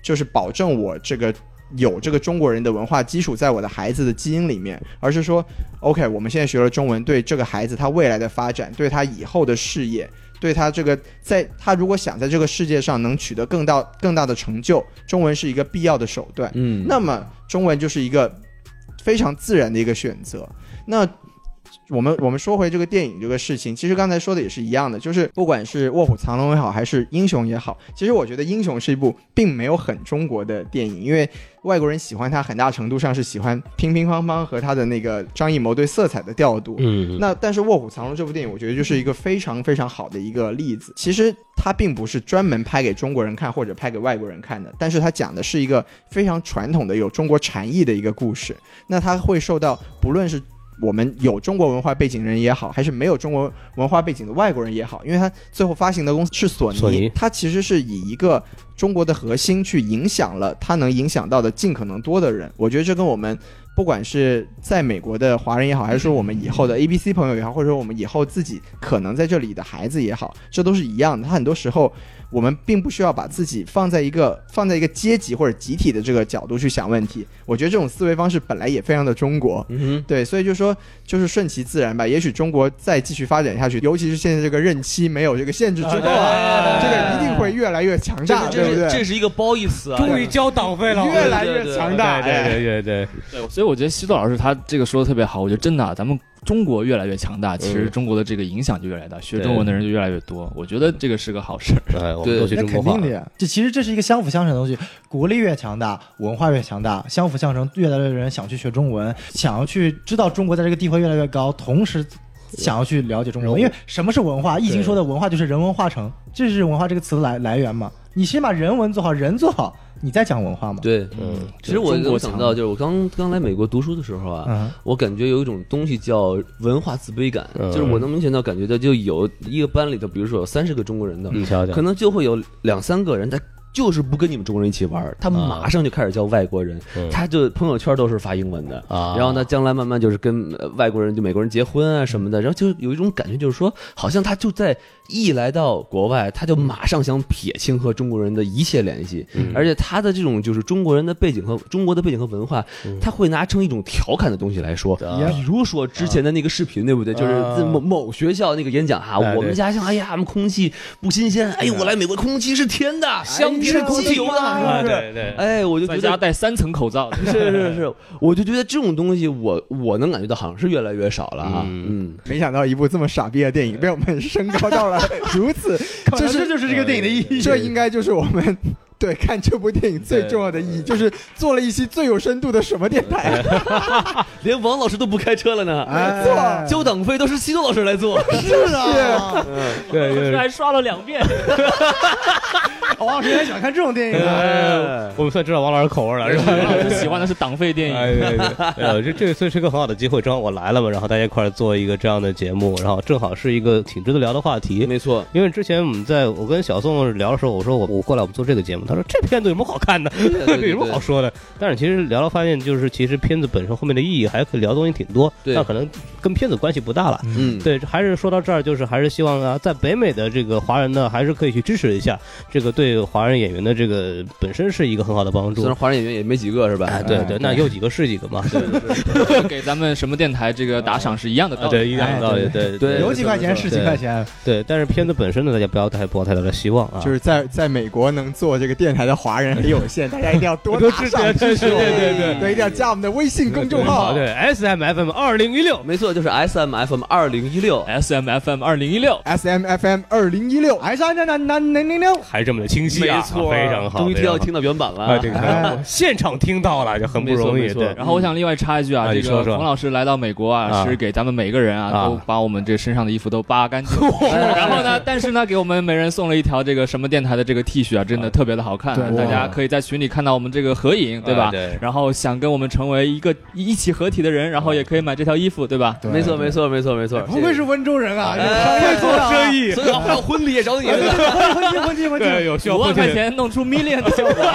就是保证我这个有这个中国人的文化基础在我的孩子的基因里面，而是说，OK，我们现在学了中文，对这个孩子他未来的发展，对他以后的事业。对他这个，在他如果想在这个世界上能取得更大更大的成就，中文是一个必要的手段。嗯那么中文就是一个非常自然的一个选择。那我们我们说回这个电影这个事情，其实刚才说的也是一样的，就是不管是《卧虎藏龙》也好，还是《英雄》也好，其实我觉得《英雄》是一部并没有很中国的电影，因为外国人喜欢它，很大程度上是喜欢乒乒乓乓和它的那个张艺谋对色彩的调度。嗯那但是《卧虎藏龙》这部电影，我觉得就是一个非常非常好的一个例子。其实它并不是专门拍给中国人看或者拍给外国人看的，但是它讲的是一个非常传统的有中国禅意的一个故事。那它会受到不论是我们有中国文化背景人也好，还是没有中国文化背景的外国人也好，因为它最后发行的公司是索尼，索尼它其实是以一个中国的核心去影响了它能影响到的尽可能多的人。我觉得这跟我们不管是在美国的华人也好，还是说我们以后的 A B C 朋友也好，或者说我们以后自己可能在这里的孩子也好，这都是一样的。他很多时候我们并不需要把自己放在一个放在一个阶级或者集体的这个角度去想问题。我觉得这种思维方式本来也非常的中国，嗯对，所以就说就是顺其自然吧。也许中国再继续发展下去，尤其是现在这个任期没有这个限制之后啊，这个一定会越来越强大，这对不是对？这是一个褒义词啊，于交党费了越来越强大，对哎对对对，对，所以我觉得西多老师他这个说的特别好，我觉得真的、啊，咱们中国越来越强大，其实中国的这个影响就越来越大，学中文的人就越来越多，我觉得这个是个好事 (laughs) 儿。哎，我们都去那中国肯化定的了。呀。这其实这是一个相辅相成的东西，国力越强大，文化越强大，相辅相成，越来越多人想去学中文，想要去知道中国在这个地方越来越高，同时想要去了解中国，因为什么是文化？易经说的文化就是人文化成，这是文化这个词的来来源嘛。你先把人文做好，人做好，你在讲文化吗？，对，嗯，其实我中国我强想到就是我刚刚来美国读书的时候啊，嗯，我感觉有一种东西叫文化自卑感，嗯就是我能明显到感觉到，就有一个班里头，比如说有三十个中国人的，你瞧瞧，可能就会有两三个人他。就是不跟你们中国人一起玩儿，他马上就开始叫外国人，嗯他就朋友圈都是发英文的，啊，然后呢，将来慢慢就是跟呃外国人、就美国人结婚啊什么的，然后就有一种感觉，就是说，好像他就在一来到国外，他就马上想撇清和中国人的一切联系，而且他的这种就是中国人的背景和中国的背景和文化，他会拿成一种调侃的东西来说，比如说之前的那个视频，对不对？就是啊自某某学校那个演讲哈，哎对我们家乡，哎呀，我们空气不新鲜，哎呦，我来美国空气是甜的，香槟是空机气油啊的，啊，对对，哎，我就在觉家得戴三层口罩， (laughs) 是是是，我就觉得这种东西我，我能感觉到好像是越来越少了啊。嗯，没想到一部这么傻逼的电影被我们升高到了如此，这是就是这个电影的意义。这应该就是我们对看这部电影最重要的意义，就是做了一期最有深度的什么电台。连王老师都不开车了 (laughs) 呢，没错，交党费都是西多老师来做。是 (laughs) 啊，对对还刷了两遍。王老师也喜欢看这种电影啊。哎我们算知道王老师口味了，是吧？ (laughs) (laughs) 老师喜欢的是党费电哎，影，对对，呃，这这次是个很好的机会，正好我来了嘛，然后大家一块儿做一个这样的节目，然后正好是一个挺值得聊的话题。 (laughs) 没错，因为之前我们在我跟小宋聊的时候，我说我我过来我们做这个节目，他说这片子有什么好看的，对对对 (laughs) 有什么好说的？但是其实聊了发现，就是其实片子本身后面的意义还可以聊的东西挺多，对但可能跟片子关系不大了。嗯，对，还是说到这儿，就是还是希望啊，在北美的这个华人呢，还是可以去支持一下这个对华人演员的这个本身是一个很好的帮虽然助。华人演员也没几个是吧哎，？对对，那有几个是几个嘛，对 (laughs) 给咱们什么电台这个打赏是一样的道理。对，一两个道理，对哎对有几块钱是几块钱，对，但是片子本身呢，大家不要太抱太大的希望啊。就是在在美国能做这个电台的华人很有限， (laughs) 大家一定要多多打支持赏支持我们，对对对对，一定要加我们的微信公众号。对 S M F M 二零一六，没错，就是 S M F M 二零一六。 S M F M 二零一六， S M F M 二零一六，哎还是按照那那零零六，还这么的清晰啊，没错，非常好，终于非听常好到听到原版了啊，啊。 (laughs) 对，哎我现场听到了就很不容没错没易，错对，然后我想另外插一句啊啊，你这说个说冯老师来到美国啊啊，是给咱们每个人啊啊都把我们这身上的衣服都扒干 (laughs) 净，然后呢，但是呢，给我们每人送了一条这个什么电台的这个 T 恤啊，真的特别的好看，对大哇家可以在群里看到我们这个合影，对啊吧？对然后想跟我们成为一个一起合体的人，然后也可以买这条衣服，对吧？没错，没错，没错，没错。不愧是温州人啊，哎会做生 (laughs) 意，所以还有婚礼也找你了。婚庆婚庆婚庆，有需要五万奉块献的，钱弄出 million (laughs) 的效果，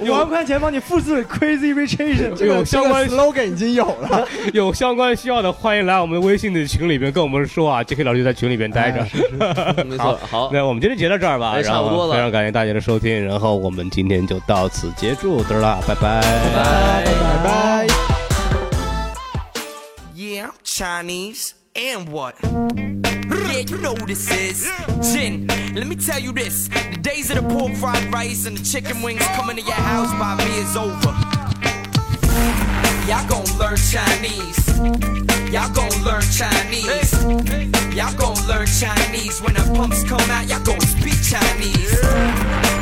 五万块钱帮你复制 Crazy Rich Asian，这个有这相关个 slogan 已经有了，有相关需要的，欢迎来我们微信的群里边跟我们说啊，J.K. 老师就在群里边待着。没错，好，那我们今天节到这儿吧，哎然后差不多了非常感谢大家的收听，然后我们今天就到此结束，得啦，拜拜拜拜。拜拜。 Yeah, I'm Chinese. And what? Yeah, you know who this is. Jin, let me tell you this. The days of the pork fried rice and the chicken wings coming to your house by me is over. Y'all gon' learn Chinese. Y'all gon' learn Chinese. Y'all gon' learn Chinese. When the pumps come out, y'all gon' speak Chinese.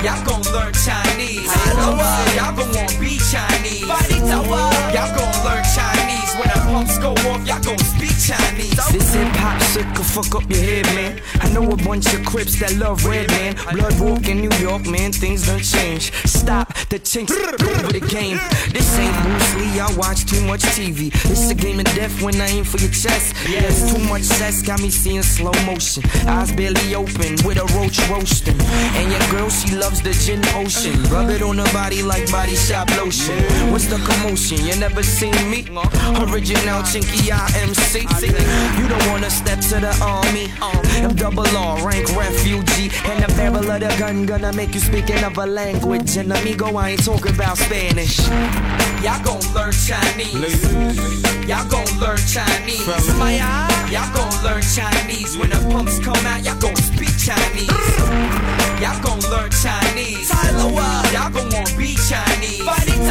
Y'all gon' learn Chinese. Y'all gon' want be Chinese. Y'all gon' learn Chinese. When the pumps go off, y'all gon' speak Chinese. This hip hop shit could fuck up your head, man. I know a bunch of crips that love red, man. Blood walk in New York, man. Things don't change. Stop the chinks over the game. This ain't Bruce Lee. I watch too much TV. It's a game of death when I aim for your chest. Yes, too much sex got me seeing slow motion. Eyes barely open with a roach roasting. And your girl, she loves the gin ocean. Rub it on her body like body shop lotion. What's the commotion? You never seen me? Original chinky IMC. You don't wanna step to the army. I'm double R, rank refugee. And the barrel of the gun gonna make you speak another language. And amigo, I ain't talking about Spanish. Y'all gon' learn Chinese. Y'all gon' learn Chinese. My eye. Y'all gon' learn Chinese. When the pumps come out, y'all gon' speak Chinese. Y'all gon' learn Chinese. Y'all gon' wanna be Chinese.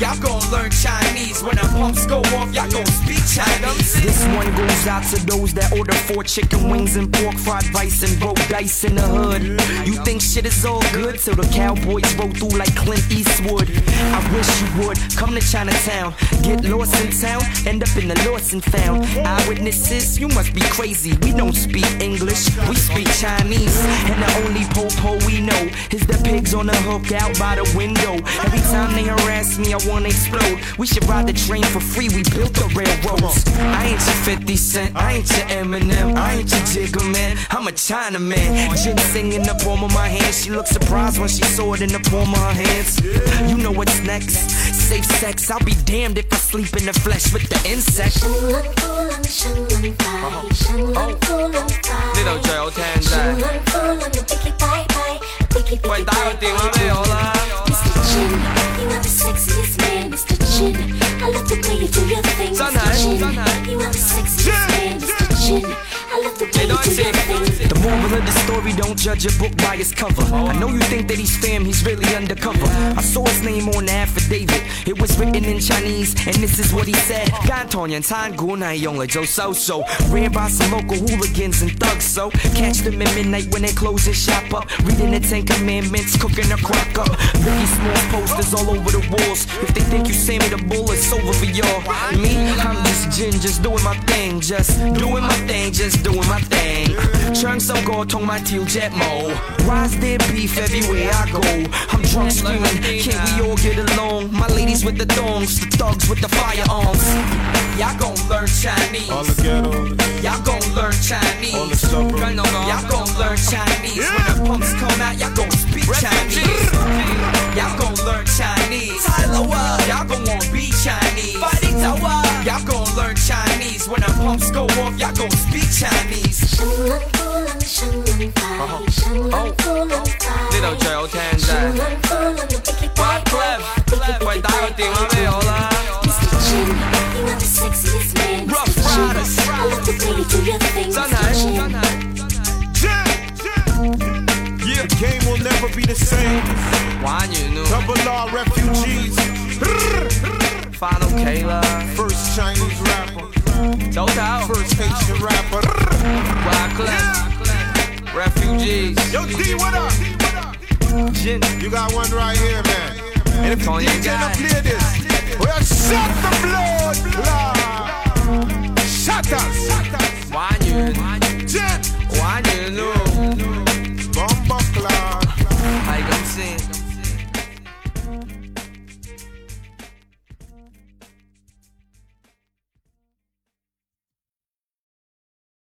Y'all gon' learn Chinese. When the pumps go off, y'all gon' speak Chinese. This one goes out to those that order four chicken wings and pork fried rice and broke dice in the hood. You think shit is all good till the cowboys roll through like Clint Eastwood. I wish you would come to Chinatown, get lost in town, end up in the lost and found. Eyewitnesses, you must be crazy. We don't speak English, we speak Chinese, and the only po po we know is the pig's Kids on the hook out by the window. Every time they harass me, I wanna explode. We should ride the train for free, we built the railroads. I ain't your 50 Cent, I ain't your Eminem, I ain't your Jigga Man, I'm a Chinaman. Jin singing the palm of my hand, she looked surprised when she saw it in the palm of her hands. You know what's next? Safe sex, I'll be damned if I sleep in the flesh with the insect. 生儿不能生儿白，生儿不能白。生儿不能的 Biggie Bye Bye。Biggie Biggie Bye Bye。Mr. Chin, you are the sexiest man, Mr. Chin. I love the way you do your thing, Mr. 张楠 Chin. 张楠 You are the sexiest man, Mr. Chin. I love the way you do your thing. The moral of the story, don't judge a book by its cover. I know you think that he's fam, he's really undercover. I saw his name on the affidavit. It was written in Chinese, and this is what he said. so Ran by some local hooligans and thugs, so catch them at midnight when they close their shop up. Reading the Ten Commandments, cooking a crock up. Ricky Small posters all over the walls. If they think you Sammy the Bull, it's over for y'all. Me, I'm just Jin, just doing my thing, just doing my thing, just doing my thing. 唱首歌同埋跳隻舞 Why is there beef everywhere I go? I'm drunk screaming, can't we all get along? My ladies with the thongs, the thugs with the firearms. Y'all gon' learn Chinese. Y'all gon' learn Chinese. Y'all gon' learn Chinese. When the pumps come out, y'all gon' speak Chinese. Y'all gon' learn Chinese. Y'all gon' wanna be Chinese. Y'all gon' learn Chinese. When the pumps go off, y'all gon' speak Chinese. 生儿不能生儿白，生儿不能白。呢度最好聽啫生儿不能的 Biggie Bye Bye。Biggie Bye 喂，打個電話俾我啦。 Mr. Chin, you are the sexiest man, Rough Mr. Chin. Riders. I love the way you do your thing, 真係 Mr. Chin. 真係。 Yeah, the game will never be the same. 玩完咯， Double R refugees, 翻屋企啦， first Chinese rapper, 早唞。 first Haitian rapper. Wild Clap, Refugees, Yo, D, what up? Jin. You got one right here, man. And if the Tony DJ guy. don't clear this, well, shut